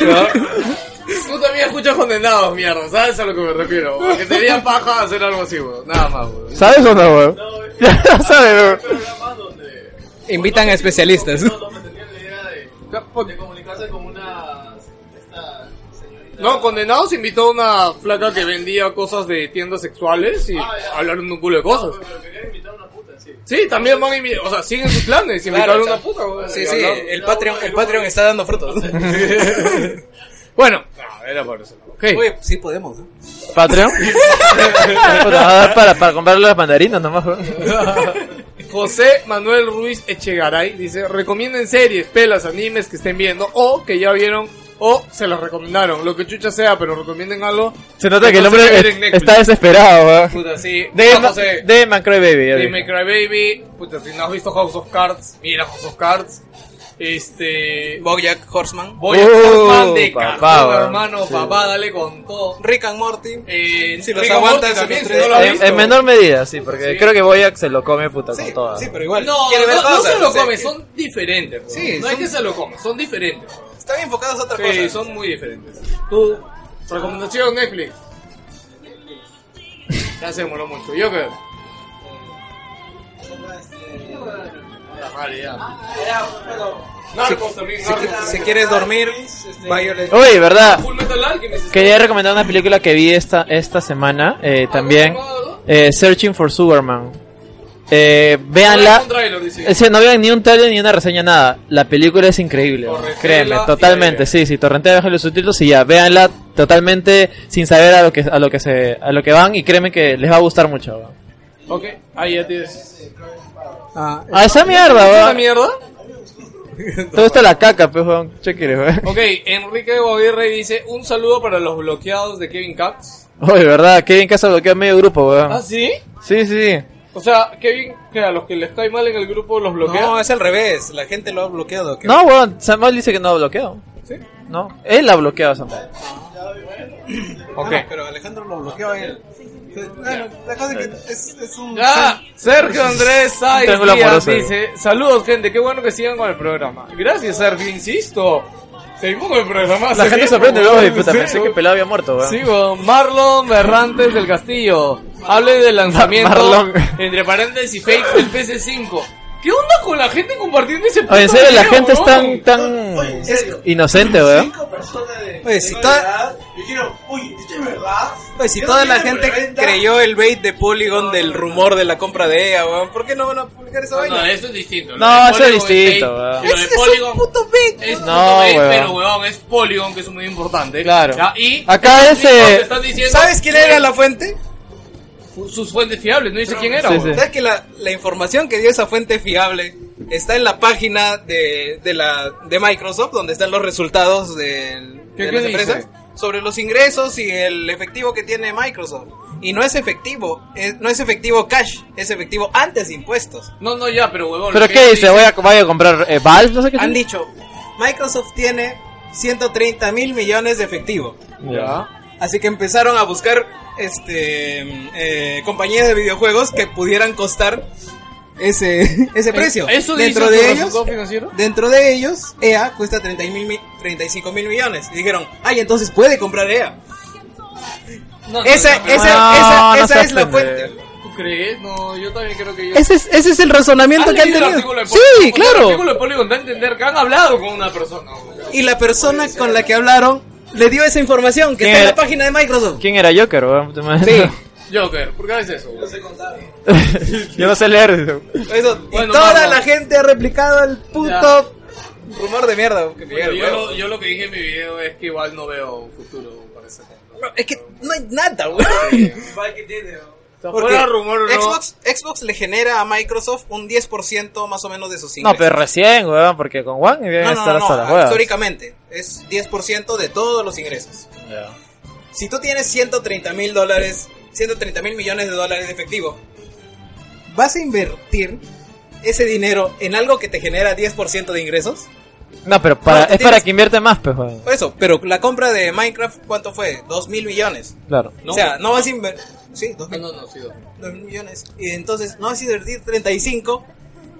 ¿No? Tú también escuchas condenados, mierda, ¿sabes a lo que me refiero? Que sería paja hacer algo así, weón. Nada más, weón. ¿Sabes o no, weón? Ya ya sabes, weón. Invitan a especialistas. Ya, pon- Comunicarse con una. Esta señorita. No, Condenados invitó a una flaca que vendía cosas de tiendas sexuales y Ah, ya. hablaron un culo de cosas. Pero quería invitar a una puta, sí. Sí, también van a invitar, o sea, siguen sus planes, invitar Claro, a una claro. puta. güey. Sí, sí, Hablaron. el Patreon, el Patreon está dando frutos. Bueno, no, era por eso. Ok. Oye, sí podemos. ¿no? ¿Patreon? para, para, para comprarle las mandarinas nomás, weón. José Manuel Ruiz Echegaray dice, recomienden series, pelas, animes que estén viendo o que ya vieron o se las recomendaron, lo que chucha sea, pero recomienden algo. Se nota que el hombre Entonces, ver en es- Netflix. está desesperado, weón. Puta, sí. No, Ah, José. De, de Macroy Baby. ya Dime dijo. Cry Baby, puta, si no has visto House of Cards, mira House of Cards. Este. Bojack Horseman, Voy a Uh, Horseman de papá, cartón, weón. hermano, Sí. papá, dale con todo. Rick and Morty. Eh, Si los Rick and aguantas, Morty también, los si tres. no lo has En, visto. en menor medida, sí, porque Sí. creo que Boyac se lo come puta Sí, con toda. sí, pero igual. No, quiere ver no, no cosas, se lo o sea, come, que- son diferentes. weón. Sí, no es son- que se lo come, son diferentes. weón. Están enfocados a otras Sí, cosas. son muy diferentes. Tu recomendación, Netflix. Ya se demoró mucho. Yo qué? La madre, ya. Narcos también, Si, narcos. si quieres dormir, Violet. Uy, verdad. Full Metal Alchemist. Quería recomendar una película que vi esta, esta semana eh, también. eh, Searching for Superman. Eh, véanla. Un trailer, dice. Eh, sí, no vean ni un trailer ni una reseña, nada. La película es increíble. Torrentéala Créeme, y totalmente. vean. Sí, sí, torrentea, bajen los subtítulos y ya. Véanla totalmente sin saber a lo que, a lo que, se, a lo que van y créeme que les va a gustar mucho. weón. Ok, ahí ya tienes. Ah, Ah, esa mierda, ¿Esa weón. mierda? Todo está la caca, pues, weón. ¿Qué quieres, weón? Ok, Enrique Godirre dice: Un saludo para los bloqueados de Kevin Katz. Ah. Ah, Uy, verdad, Kevin Casa bloquea medio grupo, weón. ¿Ah, sí? Sí, sí. O sea, qué bien que a los que les cae mal en el grupo los bloquea. No, es al revés. La gente lo ha bloqueado. que- No, weón, Samuel dice que no ha bloqueado. ¿Sí? No, él la ha bloqueado a Samuel. Ok. Ah, No, pero Alejandro lo bloqueó a él. Bueno, la cosa es que es, es un... Ah. Ya, Sergio Andrés Sáenz Triángulo Díaz amoroso. dice, saludos gente, qué bueno que sigan con el programa. Gracias Sergio, insisto. Seguimos con el programa. La gente se sorprende, luego weón, y puta, pensé que pelado había muerto, weón. Sí, weón. Marlon Berrantes del Castillo. Hable del lanzamiento, Marlon. entre paréntesis, fakes del PC5. ¿Qué onda con la gente compartiendo ese puto Oye, en serio, la video, gente es weón? tan, tan inocente, weón. ¿eh? Oye, si toda... Oye, Pues si toda la gente creyó el bait de Polygon del rumor de la compra de EA, weón, ¿por qué no van a publicar esa vaina? No, eso es distinto. No, Lo de eso Polygon es distinto, fake, weón. y lo de Ese es un Polygon Eh, puto bait, Es weón. puto No, bait, weón. pero weón, es Polygon, que es muy importante. Claro. Ya, y Acá los es, gringos eh, te están diciendo- ¿Sabes quién era la fuente? Sus fuentes fiables, no dice quién era, weón. ¿Sabes que la, la información que dio esa fuente fiable está en la página de, de, la, de Microsoft, donde están los resultados de, ¿Qué- de qué las dice? empresas, sobre los ingresos y el efectivo que tiene Microsoft? Y no es efectivo, es- no es efectivo cash, es efectivo antes de impuestos. No, no, ya, pero huevón. ¿Pero lo qué que dice? ¿Voy a, voy a comprar eh, Valve? No sé qué. Han dicho, Microsoft tiene 130 mil millones de efectivo. Ya. Así que empezaron a buscar este eh, compañías de videojuegos que pudieran costar ese, ese precio. Eh, ¿Eso dice dentro su de resultado ellos, financiero? dentro de ellos, EA cuesta 30 mil, mi- 35 mil millones. Y dijeron, ay, entonces puede comprar E EA. Ah, No, no, esa no, no, esa, esa, no esa seas es pendejo. la fuente. ¿Tú crees? No, yo también creo que yo. Ese es, ese es el razonamiento ¿Has que han leído el tenido. artículo de Sí, Polygon? O sea, El artículo claro. de Polygon da a entender que han hablado con una persona. weón. Y la persona con la que hablaron le dio esa información que ¿Quién está en la era? página de Microsoft. ¿Quién era Joker, weón? Puta madre. Joker, ¿por qué haces eso? Yo no sé leer. Eso, Bueno, y toda vamos. la gente ha replicado el puto rumor de mierda. que me Bueno, dieron, yo, weón. lo, yo lo que dije en mi video es que igual no veo futuro para ese tema. No, es que no hay nada, güey. fuera rumor, ¿no? Xbox, Xbox le genera a Microsoft un 10% más o menos de sus No, ingresos. pero recién, weón, porque con Juan deben No, no, estar no, ah, hasta no, las huevas. históricamente es 10% de todos los ingresos. Si tú tienes 130 mil dólares, 130 mil millones de dólares de efectivo, ¿vas a invertir ese dinero en algo que te genera 10% de ingresos? No, pero para, No, tú es para tienes- que invierte más, pues, weón. Por eso, pero la compra de Minecraft, ¿cuánto fue? 2 mil millones. Claro. O sea, no vas a invertir. Sí, dos No, mil, Ah, no, no, sí, no. dos mil millones. Y entonces no vas a invertir 35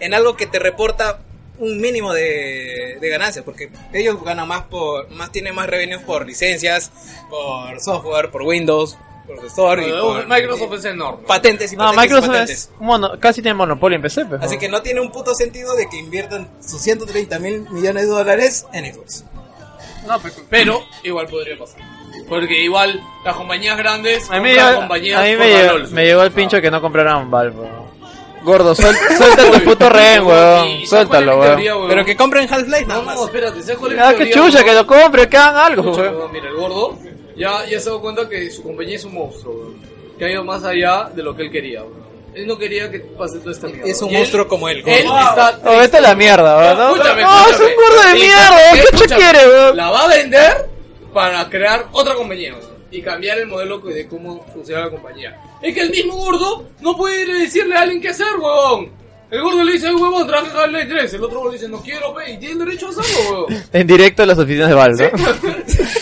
en algo que te reporta un mínimo de, de ganancias. Porque ellos ganan más por. más Tienen más revenues por licencias, por software, por Windows, por store. y Pero, por, Ah, Microsoft es enorme. Patentes y No, patentes. y Microsoft patentes. es mono- casi tiene monopolio en PC, pues. Así weón. que no tiene un puto sentido de que inviertan sus 130 mil millones de dólares en Xbox. Pero igual podría pasar. Porque igual las compañías grandes. A mí, compran a- compañías a mí por me, llegó, valor. me llegó el pincho que no compraran Valve, weón. Gordo, suel- suelta tu puto rehén, weón. Y- y ¿sabes cuál es mi Suéltalo, weón. teoría, weón? Pero que compren Half-Life nada No, más. no, espérate, ¿sabes cuál es mi Ah, qué teoría, chucha, weón? que lo compre, que hagan algo, Escucha, weón. weón, Mira, el gordo ya, ya se ha dado cuenta que su compañía es un monstruo, weón. Que ha ido más allá de lo que él quería, weón. Él no quería que pase toda esta mierda. Es un Y él- monstruo como él. Él gordo. está Oh, vete a la mierda, weón. No, Escúchame, No, es escúchame. un gordo de Esa- mierda, weón. ¿Qué chucha escúchame, quiere, weón? La va a vender para crear otra compañía weón, y cambiar el modelo que- de cómo funciona la compañía. Es que el mismo gordo no puede ir a decirle a alguien qué hacer, huevón. El gordo le dice, "Ay, huevón, traje Half-Life 3. El otro gordo le dice, no quiero, pe, y tiene el derecho a hacerlo, huevón. En directo a las oficinas de Valve. ¿no?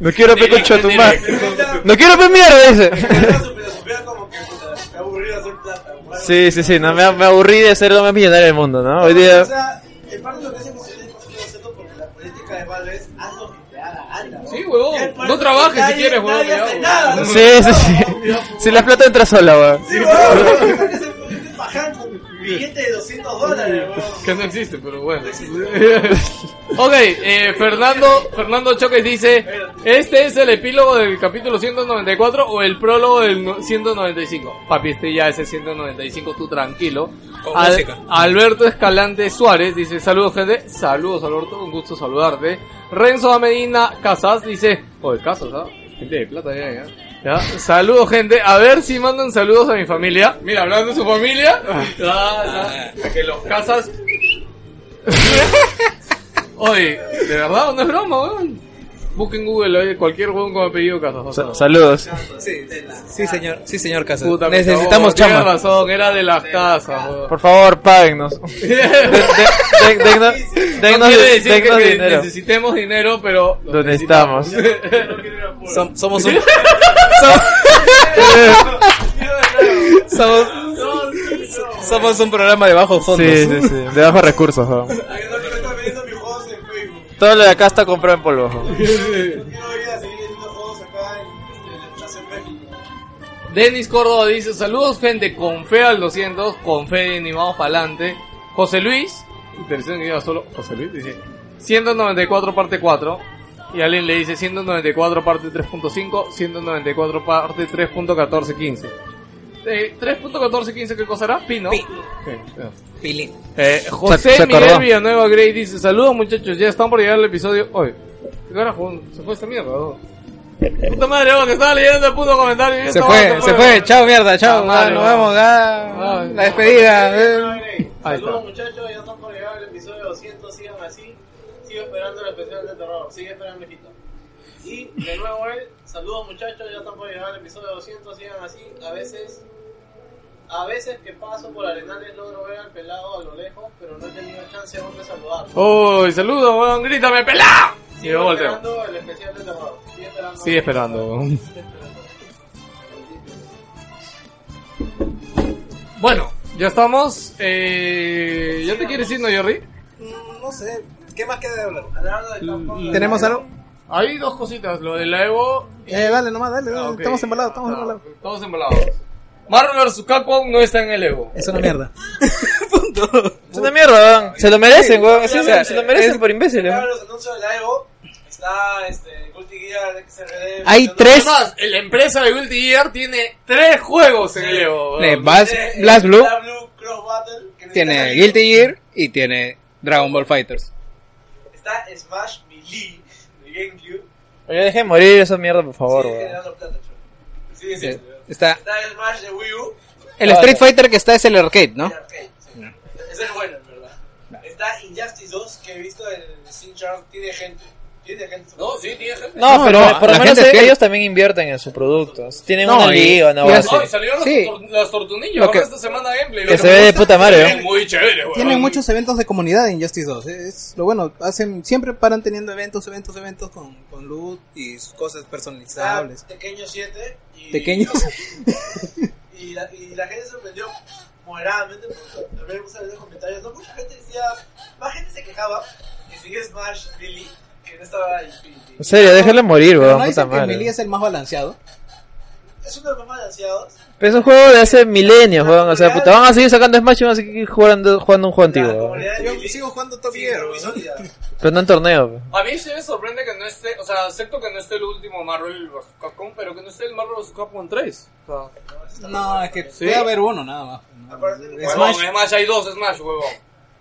No quiero pe Directo, concha tu madre. directo. No quiero pe mierda, dice. como que puta, me aburrí de hacer plata. güey. Sí, sí, sí, no, me, me aburrí de ser lo más millonario del mundo, ¿no? Hoy día. O sea, en parte lo que es emocionante es que lo acepto porque la política de Valve es haz lo que te da la gana. güey. Sí, huevón, Y es por no eso que trabajes si nadie- quieres, huevón, nadie ya, hace huevón. nada, ¿no? Sí, sí, sí. Si la plata entra sola, weón. Sí, huevón, están que se ponen bajando billete de 200 dólares, huevón. Que no existe, pero bueno. ok, eh, Fernando, Fernando Choques dice, ¿este es el epílogo del capítulo 194 o el prólogo del no- 195? Papi, este ya es el 195, tú tranquilo. Con Al- música. Alberto Escalante Suárez dice, saludos gente, saludos Alberto, un gusto saludarte. Renzo Medina Casas dice, o de Casas, ¿ah? Gente de plata ya, ya. Ya, Saludos gente, a ver si mandan saludos a mi familia. Mira, hablando de su familia, ya, ya, que los Casas Oye, ¿de verdad? ¿No es broma, weón? Busquen Google, oye, cualquier huevón con apellido Casas. o sea, Saludos. Sí, sí, señor, sí, señor Casas. puta, me Necesitamos cagó, tiene chamba. razón, era de las casas, huevón. Por favor, páguennos. de- de- dennos- no dennos- quiere decir dennos que, dinero. necesitemos dinero, pero Lo necesitamos. Som- somos un... somos... Somos un programa de bajo fondo. Sí, sí, sí. De bajos recursos, weón. Todo lo de acá está comprado en polvo. weón. Denis Córdoba dice, saludos gente, con fe al 200, con fe ni vamos para adelante. José Luis, interesante que diga solo José Luis, dice, 194 parte 4. Y alguien le dice 194 parte 3.5, 194 parte 3.1415. Eh, 3.1415, ¿qué cosa era? Pino. Pilín. Eh, José Se- se Miguel acordó. Villanueva Grey dice, saludos muchachos, ya están por llegar el episodio hoy. ¿Qué carajo? Se fue esta mierda. ¿no? Puta madre, vos, que estaba leyendo el puto comentario. y Se esta fue, vaina se fue. Chao, mierda, chao. Ah, Ah, madre, nos madre. vemos. ah, La despedida. eh. Ahí está. Saludos muchachos, ya están por llegar al episodio 200, sigan así. Sigo esperando el especial de terror, sigue esperando, hijito. Y de nuevo él, saludos muchachos, ya están por llegar al episodio 200, sigan así. A veces, a veces que paso por Arenales logro ver al pelado a lo lejos, pero no he tenido chance aún de saludarlo. Uy, saludos, weón, grítame, pelá. Y yo Sigo volteo. esperando el especial de terror, sigue esperando. Sigue esperando. weón. Bueno, ya estamos. Eh, ¿Ya te quieres ir, no, Jordi? Mm, No sé, ¿qué más queda de hablar? Mm, ¿Tenemos algo? Hay dos cositas, lo de la Evo. Eh, dale nomás, dale, dale. ok. Estamos embalados, estamos embalados. Todos embalados. Marvel vs. Capcom no está en el Evo. Es una mierda. Es una mierda, weón. Se lo merecen, weón. Sí, O se, sea, se lo merecen es- por imbéciles. Claro, weón. los anuncios de la Evo. Está este, Guilty Gear, XRD. Hay Nintendo- tres- Además, la empresa de Guilty Gear tiene tres juegos en el Evo. Tiene weón. Bas- Blast Blue, eh, Cross Battle. que tiene Guilty Gear y tiene Dragon Ball Fighters. Está Smash Melee de GameCube. Oye, dejen morir esa mierda, por favor, Sigue weón. generando plata, chulo. Sigue Sí. Ah. siendo, ¿no? Está Está Smash de Wii U. el Street Fighter que está es el arcade, ¿no? Ese es bueno, en verdad. Está Injustice 2, que he visto en Sin Charm. Tiene gente. Tiene gente. No, sí, tiene gente. No, pero por la lo menos gente es fiel. ellos también invierten en sus productos. Tienen No, una y- liga, una y base. hace- No, y salieron los, Sí. tor- los tortunillos Lo que- ahora esta semana gameplay. lo que se ve me de gusta, puta madre, se ¿eh? ven Muy chévere, weón. Tienen muchos eventos de comunidad en Injustice 2. Es lo bueno. Hacen, siempre paran teniendo eventos, eventos, eventos con, con loot y sus cosas Está personalizables. Pequeño 7. Y, Pequeños. Y la, y la gente se sorprendió moderadamente. porque También me gusta leer los comentarios. No, mucha gente decía. Más gente se quejaba. Que sigue Smash Melee. Que no estaba Infinity. En serio, déjenlo morir, Pero weón. no puta dicen que madre. Melee es el más balanceado. Es uno de los más balanceados. Pero es un juego de hace milenios, weón. O sea, puta, van a seguir sacando Smash y van a seguir jugando, jugando un juego antiguo. weón. Yo sigo jugando Top Gear. weón. Pero no en torneo. weón. A mí sí me sorprende que no esté, o sea, acepto que no esté el último Marvel vs. Capcom, pero que no esté el Marvel vs. Capcom 3. O sea, No, es que Sí. puede haber uno nada más. Smash. Smash hay dos Smash, huevón.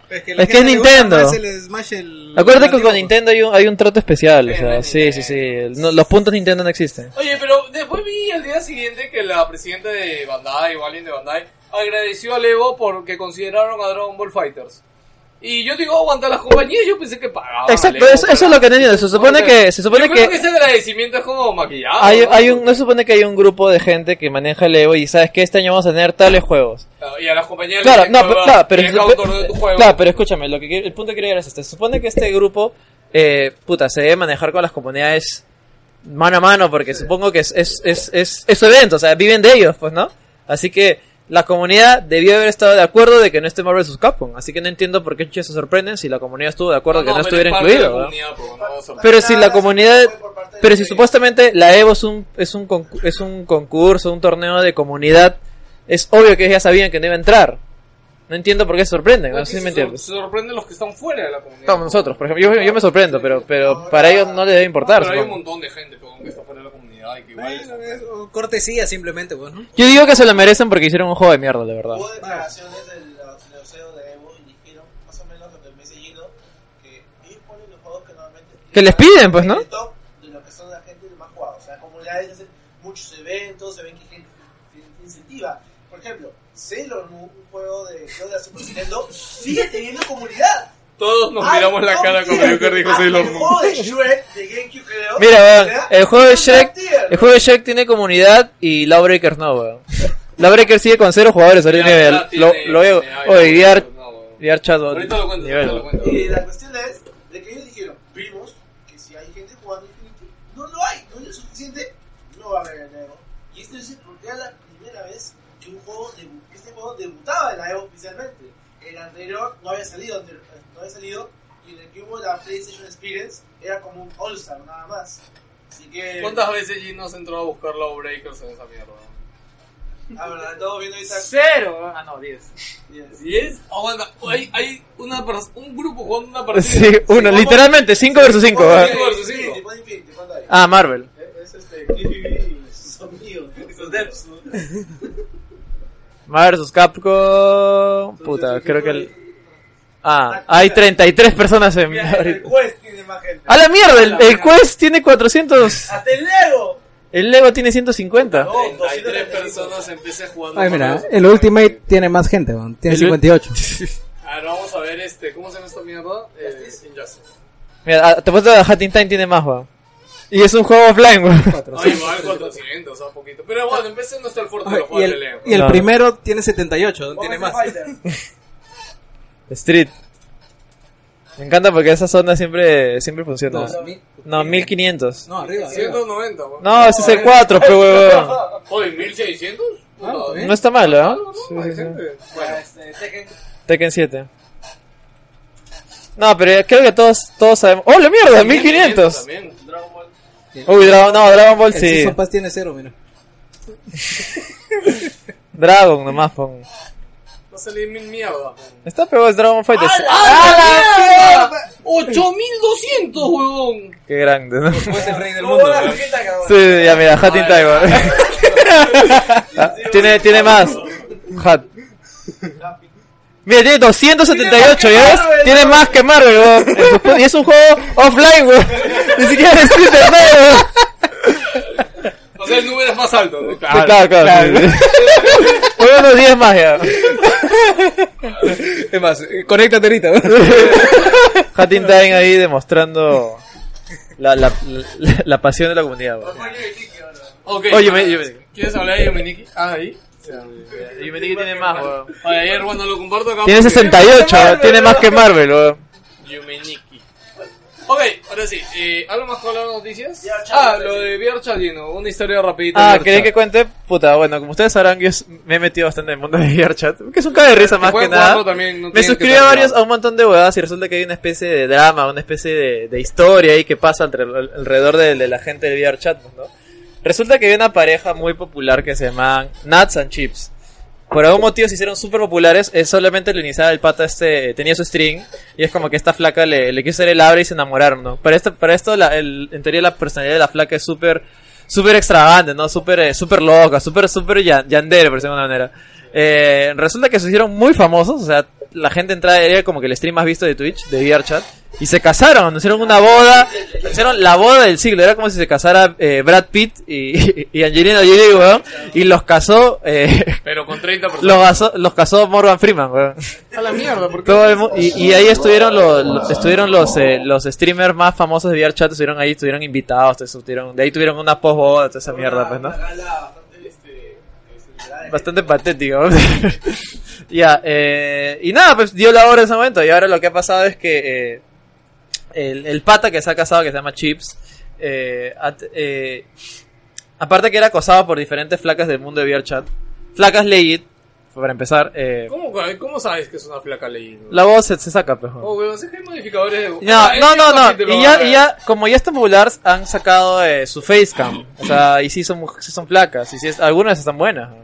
Es que, Es que es Nintendo. Es el Smash el. Acuérdate que antiguo. con Nintendo hay un, hay un trato especial. O sea, sí, sí, sí. El- no, los puntos Nintendo no existen. Oye, pero después vi al día siguiente que la presidenta de Bandai, o alguien de Bandai, agradeció a Evo porque consideraron a Dragon Ball Fighters. Y yo digo, aguanta las compañías, yo pensé que pagaban. al Exacto, Evo, eso, eso es lo que no entiendo. Se supone O sea, que, se yo supone creo que que ese agradecimiento es como maquillado. hay, ¿no? hay un, no se supone que hay un grupo de gente que maneja el Evo y sabes que este año vamos a tener tales juegos. Y a las compañías Claro, les no, pero, claro, pero, "Eres autor de tu juego". claro, pero escúchame, lo que quiero- el punto que quiero llegar es este. Se supone que este grupo, eh, puta, se debe manejar con las comunidades mano a mano, porque supongo que es, es, es, es, es su evento, o sea, viven de ellos, pues, ¿no? Así que la comunidad debió haber estado de acuerdo de que no esté Marvel vs. Capcom, así que no entiendo por qué chucha se sorprenden si la comunidad estuvo de acuerdo que no, pero estuviera es parte de la incluido, ¿no? comunidad, pues, no vas a- Pero si la comunidad, pero si supuestamente la Evo es un, es un, concu- es un concurso, un torneo de comunidad, es obvio que ya sabían que no iba a entrar. No entiendo por qué se sorprenden, Pues no sé si me Se entiendes. sorprenden los que están fuera de la comunidad. Como nosotros, por ejemplo, yo, yo me sorprendo, pero, pero para ellos no les debe importar. Pero hay un supongo. montón de gente perdón, que está fuera de la comunidad y que igual. Bueno, es- o Cortesía simplemente, pues, bueno. Yo digo que se lo merecen porque hicieron un juego de mierda, de verdad. Hubo declaraciones del del CEO de Evo y dijeron más o menos lo que me dice Gino, que ellos ponen los juegos que normalmente... Que les piden, pues, ¿no? El top de lo que son la gente más jugada. O sea, comunidades hacen muchos eventos, se ven que gente se incentiva. Por ejemplo, Sailor Moon, un juego de, creo de la Super Nintendo, sigue teniendo comunidad. Todos nos miramos la cara cuando Joker dijo Sailor Moon. Mira, weón, el juego de Shrek, el juego de Shrek tiene comunidad y Lawbreakers no, weón. Lawbreakers sigue con cero jugadores ahorita en nivel. Lo, lo veo. Oye, VR, VR chat. Ahorita lo cuento, nivel. Y la cuestión es de que ellos dijeron, vimos que si hay gente jugando Infinity, no lo hay, no es lo suficiente, no va a haber en la Evo. Y esto es porque era la primera vez que un juego debu- que este juego debutaba en la Evo oficialmente. El anterior no había salido, anterior- eh, no había salido, y en el que hubo la PlayStation Experience era como un All Star nada más. Así que ¿Cuántas veces Jin nos entró a buscar los breakers en esa mierda? Ah, verdad, todo viendo ahorita. Cero. Ah, no, diez. ¿Y es? Aguanta, hay, hay una pers- un grupo jugando una partida. Sí, uno, vamos- literalmente, 5 versus 5. Vamos, cinco versus cinco. Ah, Marvel. Es este, Cliffy y sus amigos, sus devs, ¿no? Marvel vs Capcom. Puta, creo que el. Ah, hay 33 personas en. El Quest tiene más gente. A la mierda, el, el Quest tiene 400. ¡Hasta el Lego! El Lego tiene 150. Hay tres personas empecé jugando. Ay, mira, con los- el Ultimate tiene más gente, weón. Tiene El- 58. A ver, vamos a ver este, ¿cómo se llama esta mierda? Eh, Injustice. Mira, ah, te puedo Hat in Time tiene más, weón. Y es un juego offline, weón. No, igual 400, o sea, poquito. Pero bueno, empecemos hasta el fuerte de los Y juegos de el, Leo. y el No. primero tiene 78, tiene más. Street. Me encanta porque esa zona siempre, siempre funciona. No, mil- No, 1500. No, arriba. arriba. 190, weón. No, ese es el 4, pe weón. Oye, 1600? Puta, ¿eh? No está mal, ¿eh? Sí, hay sí, sí. gente. Bueno, este, Tekken. Tekken 7. No, pero creo que todos, todos sabemos. ¡Oh, la mierda! 1500. También, Dragon Ball. Uy, Dragon, no, Dragon Ball el sí. Season Pass tiene cero, mira. Dragon nomás pon. Va a salir mil mierda. Está pegado es Dragon Fighter. ¡A la mierda! 8200, huevón. Qué grande, ¿no? Es el rey del mundo, mundo. weón. Sí, ya mira, Hat in Time. weón. Ah, tiene, tiene más. Hat. Mira, tiene 278, ¿ya ves? Tiene más que Marvel, weón. En su pu- Y es un juego offline, weón. Ni siquiera es Twitter, weón. O sea, el número es más alto. ¿no? Claro, Ah, Pues claro. sí, sí. Voy a unos 10 más ya. Es más, eh, conéctate ahorita. Hat in Time ahí demostrando la, la, la, la pasión de la comunidad, weón. Ok. Oye, me- yo me- ¿Quieres hablar de Yomeniki? Ah, ahí. Yomeniki tiene más, weón. Oye, ayer cuando lo comparto acá. Tiene porque- 68, weón. tiene más que Marvel, weón. Yomeniki. Ok, ahora sí. Eh, ¿Algo más con las noticias? Ah, lo de VR Chalino. Una historia rapidita. Ah, VR ¿queréis Chat. que cuente? Puta, bueno, como ustedes sabrán, yo s- me he metido bastante en el mundo de VRChat, que es un cae de risa más que Pueden nada. jugarlo también, no me tienen suscribí que a estar varios, oh. a un montón de huevadas y resulta que hay una especie de drama, una especie de, de historia ahí que pasa entre- alrededor de, de la gente del VRChat, ¿no? Resulta que hay una pareja muy popular que se llaman Nuts and Chips. Por algún motivo se hicieron súper populares, eh, solamente lo iniciaba el pata este, tenía su string, y es como que esta flaca le, le quiso hacer el abre y se enamoraron, ¿no? Para esto, para esto la- el- en teoría la personalidad de la flaca es súper súper extravagante, ¿no? Súper eh, súper loca, súper súper ya- yandere, por decirlo de alguna manera. Eh, resulta que se hicieron muy famosos, o sea, la gente entraba era como que el stream más visto de Twitch, de VRChat, y se casaron, anunciaron una boda, anunciaron la boda del siglo, era como si se casara eh, Brad Pitt y, y Angelina Jolie, weón, y los casó, eh, Pero con 30 personas. los, casó, los casó Morgan Freeman, weón. A la mierda, porque. Todo el mu- y, y ahí estuvieron los, los- estuvieron los eh, los streamers más famosos de VRChat, estuvieron ahí, estuvieron invitados, estuvieron, de ahí tuvieron una posboda, toda esa mierda, pues, ¿no? Bastante patético. ya, eh, y nada, pues dio la hora en ese momento. Y ahora lo que ha pasado es que eh, el, el pata que se ha casado, que se llama Chips, eh, at- eh, aparte que era acosado por diferentes flacas del mundo de VRChat, flacas legit, para empezar, eh, ¿Cómo, ¿Cómo sabes que es una flaca leyendo? la voz se, se saca, pues. Oh, weón, sé que hay modificadores de voz. No, Ah, no, este no, no. capítulo Y va a ya, ver. y ya, como ya están populares, han sacado eh, su facecam. O sea, y sí son, muj- sí son flacas. Y sí es, algunas están buenas. ¿no?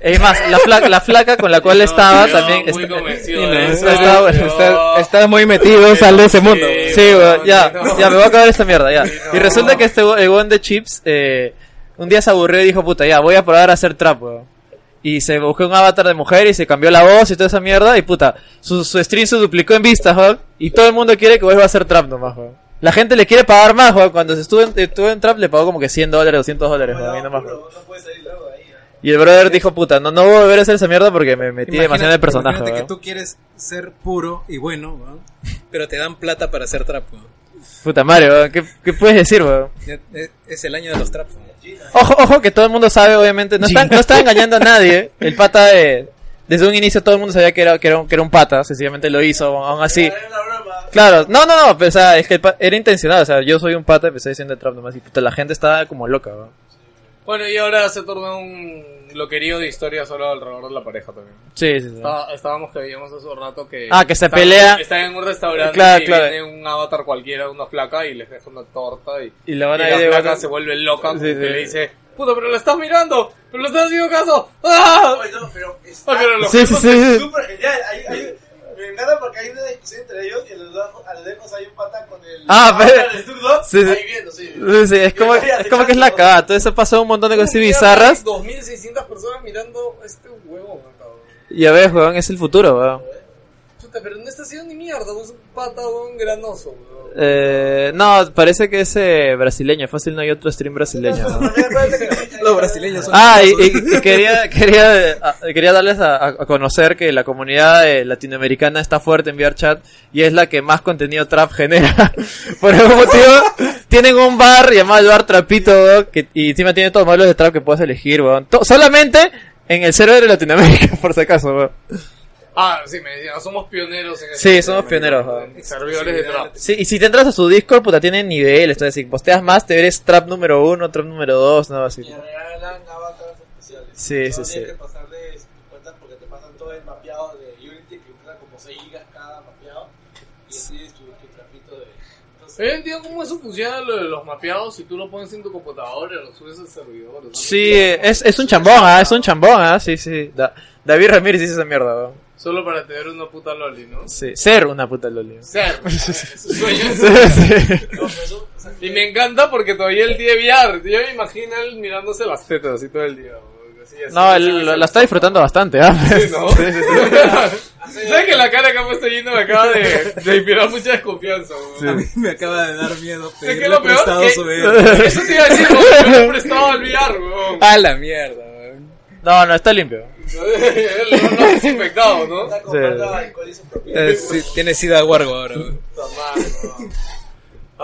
Es más, la flaca, la flaca con la cual No, estaba yo también. muy está- convencido y no, de eso, está- yo- está- está- Estás muy metido, sal de ese mundo. Sí, weón, ya, no. ya, me voy a acabar esta mierda, ya. Y resulta que este we- el weón de Chips, eh, un día se aburrió y dijo, puta, ya, voy a probar a hacer trap, weón. Y se buscó un avatar de mujer y se cambió la voz y toda esa mierda. Y puta, su, su stream se duplicó en vistas, weón. Y todo el mundo quiere que vuelva a hacer trap nomás, weón. La gente le quiere pagar más, weón. Cuando se estuvo en, estuvo en trap le pagó como que 100 dólares, 200 dólares, weón. y nomás, weón. Y el brother dijo, puta, no, no voy a volver a hacer esa mierda porque me metí demasiado en el personaje. imagínate que weón. tú quieres ser puro y bueno, weón, pero te dan plata para hacer trapo. Puta madre, weón, ¿qué, qué puedes decir, weón? Ya- Es, es el año de los trapos. Ojo, ojo, que todo el mundo sabe, obviamente. No está, no está engañando a nadie. El pata de- Desde un inicio todo el mundo sabía que era, que era, un, que era un pata. Sencillamente lo hizo, aún así. Claro, no, no, no. Pero, o sea, es que el pa- era intencional. O sea, yo soy un pata, empecé diciendo el trap nomás. Y puta, la gente estaba como loca, weón. Bueno, y ahora se torna un loquerío de historias solo alrededor de la pareja también. Sí, sí, sí. Está- estábamos que veíamos hace un rato que... Ah, que se están- pelea. Están en un restaurante Claro, y claro. viene un avatar cualquiera, una flaca, y les deja una torta y... Y la van a ir de flaca vaca- se vuelve loca Sí, porque sí. le dice... Puta, pero lo estás mirando, pero le estás haciendo caso. ¡Ah! pero Ah, pero lo- Sí, sí, sí. Súper genial. Hay, hay, me encanta porque hay una discusión entre ellos y a lo lejos, a lo lejos hay un pata con el. Ah, pero... el zurdo, Sí, sí. Ahí viendo, sí. Sí, sí, es como, es como que es la cagada. Todo eso pasó un montón de cosas bizarras. 2.600 personas mirando este huevo, man, cabrón. Y a ver, weón, es el futuro, weón. Puta, pero no está haciendo ni mierda, es un pata, un granoso, weón. Eh, no, parece que es eh, brasileño. Fácil, no hay otro stream brasileño. weón. Los brasileños son. Ah, y, y- y quería, quería, eh, a- quería darles a, a- a conocer que la comunidad eh, latinoamericana está fuerte en VRChat y es la que más contenido trap genera. Por algún motivo, tienen un bar llamado el Bar Trapito, weón, que, y encima tiene todos los modelos de trap que puedes elegir, weón. To- solamente en el server de Latinoamérica, por si acaso, weón. Ah, sí, me decían, somos pioneros en Sí, somos pioneros, weón. Servidores de trap. Sí, y si te entras a su Discord, puta, tienen niveles, entonces si posteas más, te eres trap número uno, trap número dos, nada así. Regalan avatares especiales. Sí, sí, No sí. Tienes que pasarles cuentas porque te pasan todo el mapeado de Unity que entra como 6 gigas cada mapeado y así es tu, tu trapito de. Yo no entiendo cómo eso funciona lo de los mapeados si tú lo pones en tu computadora lo subes al servidor. ¿no? Sí, eh, es, es un chambón, ah, es un chambón, ah, sí, sí. Da- David Ramírez dice esa mierda, weón. Solo para tener una puta loli, ¿no? Sí, ser una puta loli. Ser. eh, es un sueño. Sí, Y me encanta porque todavía el día de VR, yo me imagino él mirándose las tetas así todo el día. weón, así, así, No, así, el- lo- así. la está disfrutando bastante, ah. Sí, ¿no? ¿Sabes que la cara que ha puesto Gino me acaba de, de inspirar mucha desconfianza? weón? A mí me acaba de dar miedo Es pedirle que lo peor prestado que... su dedo. Eso te iba a decir, porque yo le he prestado al VR, weón. A la mierda, weón. No, no, está limpio. Lo lo has desinfectado, ¿no? Eh, sí, tiene sida guargo ahora, weón. Puta madre, weón.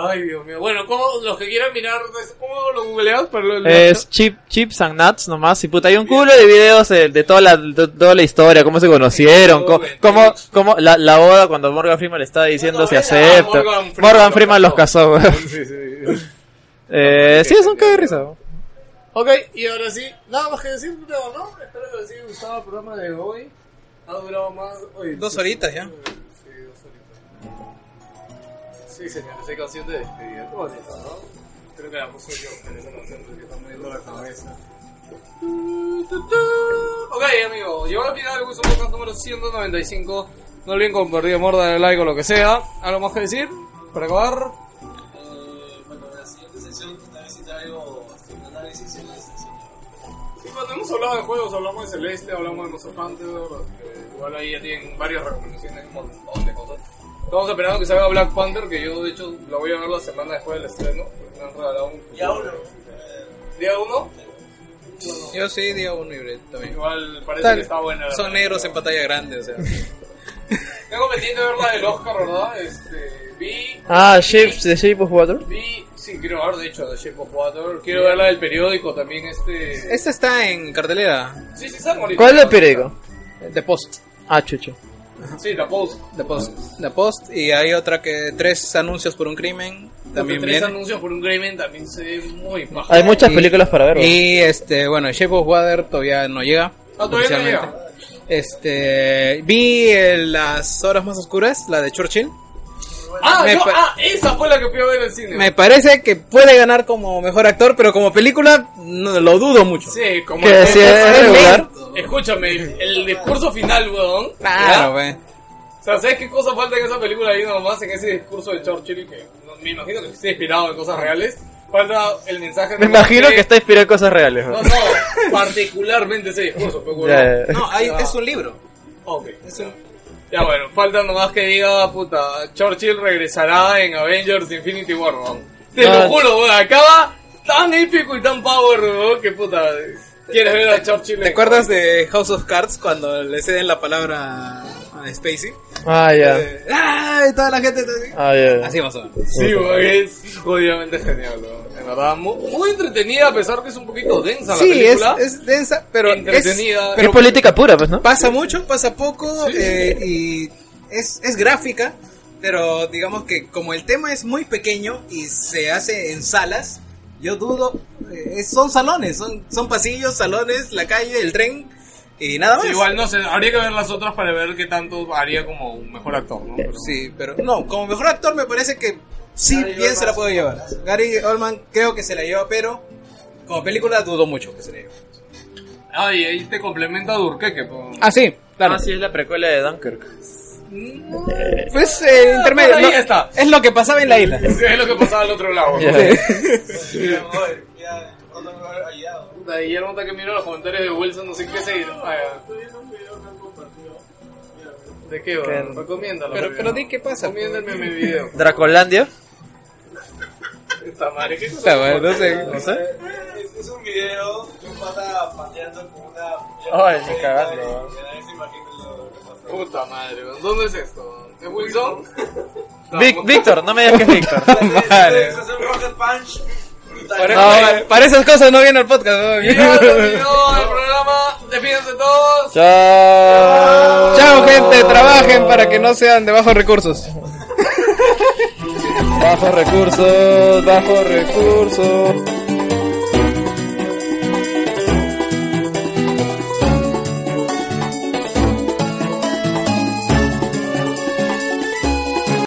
Ay, Dios mío. Bueno, ¿cómo, los que quieran mirar, ¿cómo lo googleas para lo Es chip, chips and nuts nomás. Y puta, hay un culo de videos eh, de, toda, la, de toda la historia, cómo se conocieron, co- cómo, cómo la, la boda cuando Morgan Freeman le estaba diciendo si acepto. Morgan Freeman Morgan lo Freeman los casó, weón. Sí, sí. Eh, sí, es un cago de risa, weón. Ok, y ahora sí, nada más que decir, creo, ¿no? Espero que les haya gustado el programa de hoy. Ha durado más. Hoy, Dos horitas ya. Sí, dos horitas. Sí, señores, hay canción de despedida. Qué bonita, ¿no? Creo que la puso yo en esa canción porque está muy en la cabeza. Tu, tu, tu. Ok, amigos, llegó al final del gusto podcast número 195. No olviden compartir, morder, like o lo que sea. ¿Algo más que decir? Para acabar. Eh, bueno, en la siguiente sesión tal vez sí traigo este, un análisis en la sesión. Y cuando hemos hablado de juegos, hablamos de Celeste, hablamos de Monster Hunter, eh, igual ahí ya tienen varias recomendaciones, un montón de cosas. Estamos esperando que salga Black Panther, que yo de hecho la voy a ver la semana después del estreno, porque me han regalado un... Día uno. ¿Día uno? Yo sí, día uno libre también. Igual parece Tal- que está buena. la Son película. negros en pantalla grande, o sea. Tengo pendiente de ver la del Oscar, ¿verdad? Este, vi... Ah, Ships, The Shape of Water. Vi... Sí, quiero ver, de hecho, The Shape of Water. Quiero ver la del periódico también, este... Esta está en cartelera Sí, sí, están bonitas. ¿Cuál es el periódico? de Post. Ah, chucho. Sí, la Post. The Post. The Post. Y hay otra que tres anuncios por un crimen. También Los tres viene. Ah, anuncios por un Greyman también se ve muy bajo. Hay muchas Y- películas para ver, weón. Y este, bueno, Shape of Water todavía no llega. Ah, todavía no oficialmente. llega. Este, vi eh, Las Horas Más Oscuras, la de Churchill. Ah, Me yo- pa- ah, esa fue la que fui a ver en el cine. Me parece que puede ganar como mejor actor, pero como película no, lo dudo mucho. Sí, como Que si es regular. Escúchame, el discurso final, weón. Ah. Claro, güey. O sea, ¿sabes qué cosa falta en esa película ahí nomás? En ese discurso de Churchill que no- me imagino que esté inspirado en cosas reales. Falta el mensaje. Me nomás imagino que está inspirado en cosas reales, No, weón. no, particularmente ese discurso, pues, weón. Ya, ya. No, hay- es un libro. Ok. Es un- Ya bueno, falta nomás que diga, puta, Churchill regresará en Avengers Infinity War, weón. Te No. lo juro, weón, acaba tan épico y tan power, weón, que puta. ¿Quieres ver a Churchill? ¿Te acuerdas de House of Cards cuando le ceden la palabra a Spacey? Ah, ya. Eh, ¡Ah! Y toda la gente está así. Ah, ya. Así más o menos. Sí, güey, es jodidamente genial, güey. En verdad, mu- muy, entretenida, a pesar que es un poquito densa la Sí, es, película. es densa, pero es, Entretenida. es política pura, pues, ¿no? pasa mucho, pasa poco eh, y es, es gráfica, pero digamos que como el tema es muy pequeño y se hace en salas, yo dudo, eh, es- son salones, son, son pasillos, salones, la calle, el tren y nada más. Sí, igual, no sé, habría que ver las otras para ver qué tanto haría como un mejor actor, ¿no? Pero- Sí, pero no, como mejor actor me parece que sí, bien se la puedo llevar. Gary Oldman creo que se la lleva, pero como película dudo mucho que se la lleve. Ah, y ahí te complementa Durqueque. po. sí, Ah, sí, es la precuela de Dunkirk. Pues eh, intermedio, Ah, ahí no- está. es lo que pasaba en la isla. Sí, es lo que pasaba al otro lado. Ya. güey. Ya, voy, ya, no tengo que haber hallado. Puta, Guillermo está que miro los comentarios de Wilson, no sé qué seguir. Ah, ya. Estoy viendo un video que han compartido. ¿De qué, güey? Recomiéndalo. Pero, güey. pero di qué pasa. Recomiéndame mi video. Dracolandia. Esta madre, ¿qué cosa? Puta madre, no sé, no sé. Es, es un video de un pata pateando con una. Ay, ni cagando. Y nadie se imagina lo que pasó. Puta madre, güey. ¿dónde es esto? ¿Es Wilson? Este Vic- Víctor, no me digas que es Víctor. Entonces, hace un rocket punch brutal. No, para- para esas cosas no viene el podcast. ¿no? Y ya terminó el este programa. Despídense todos. Chao. Chao, gente. Trabajen para que no sean de bajos recursos. Bajo recursos, bajo recursos.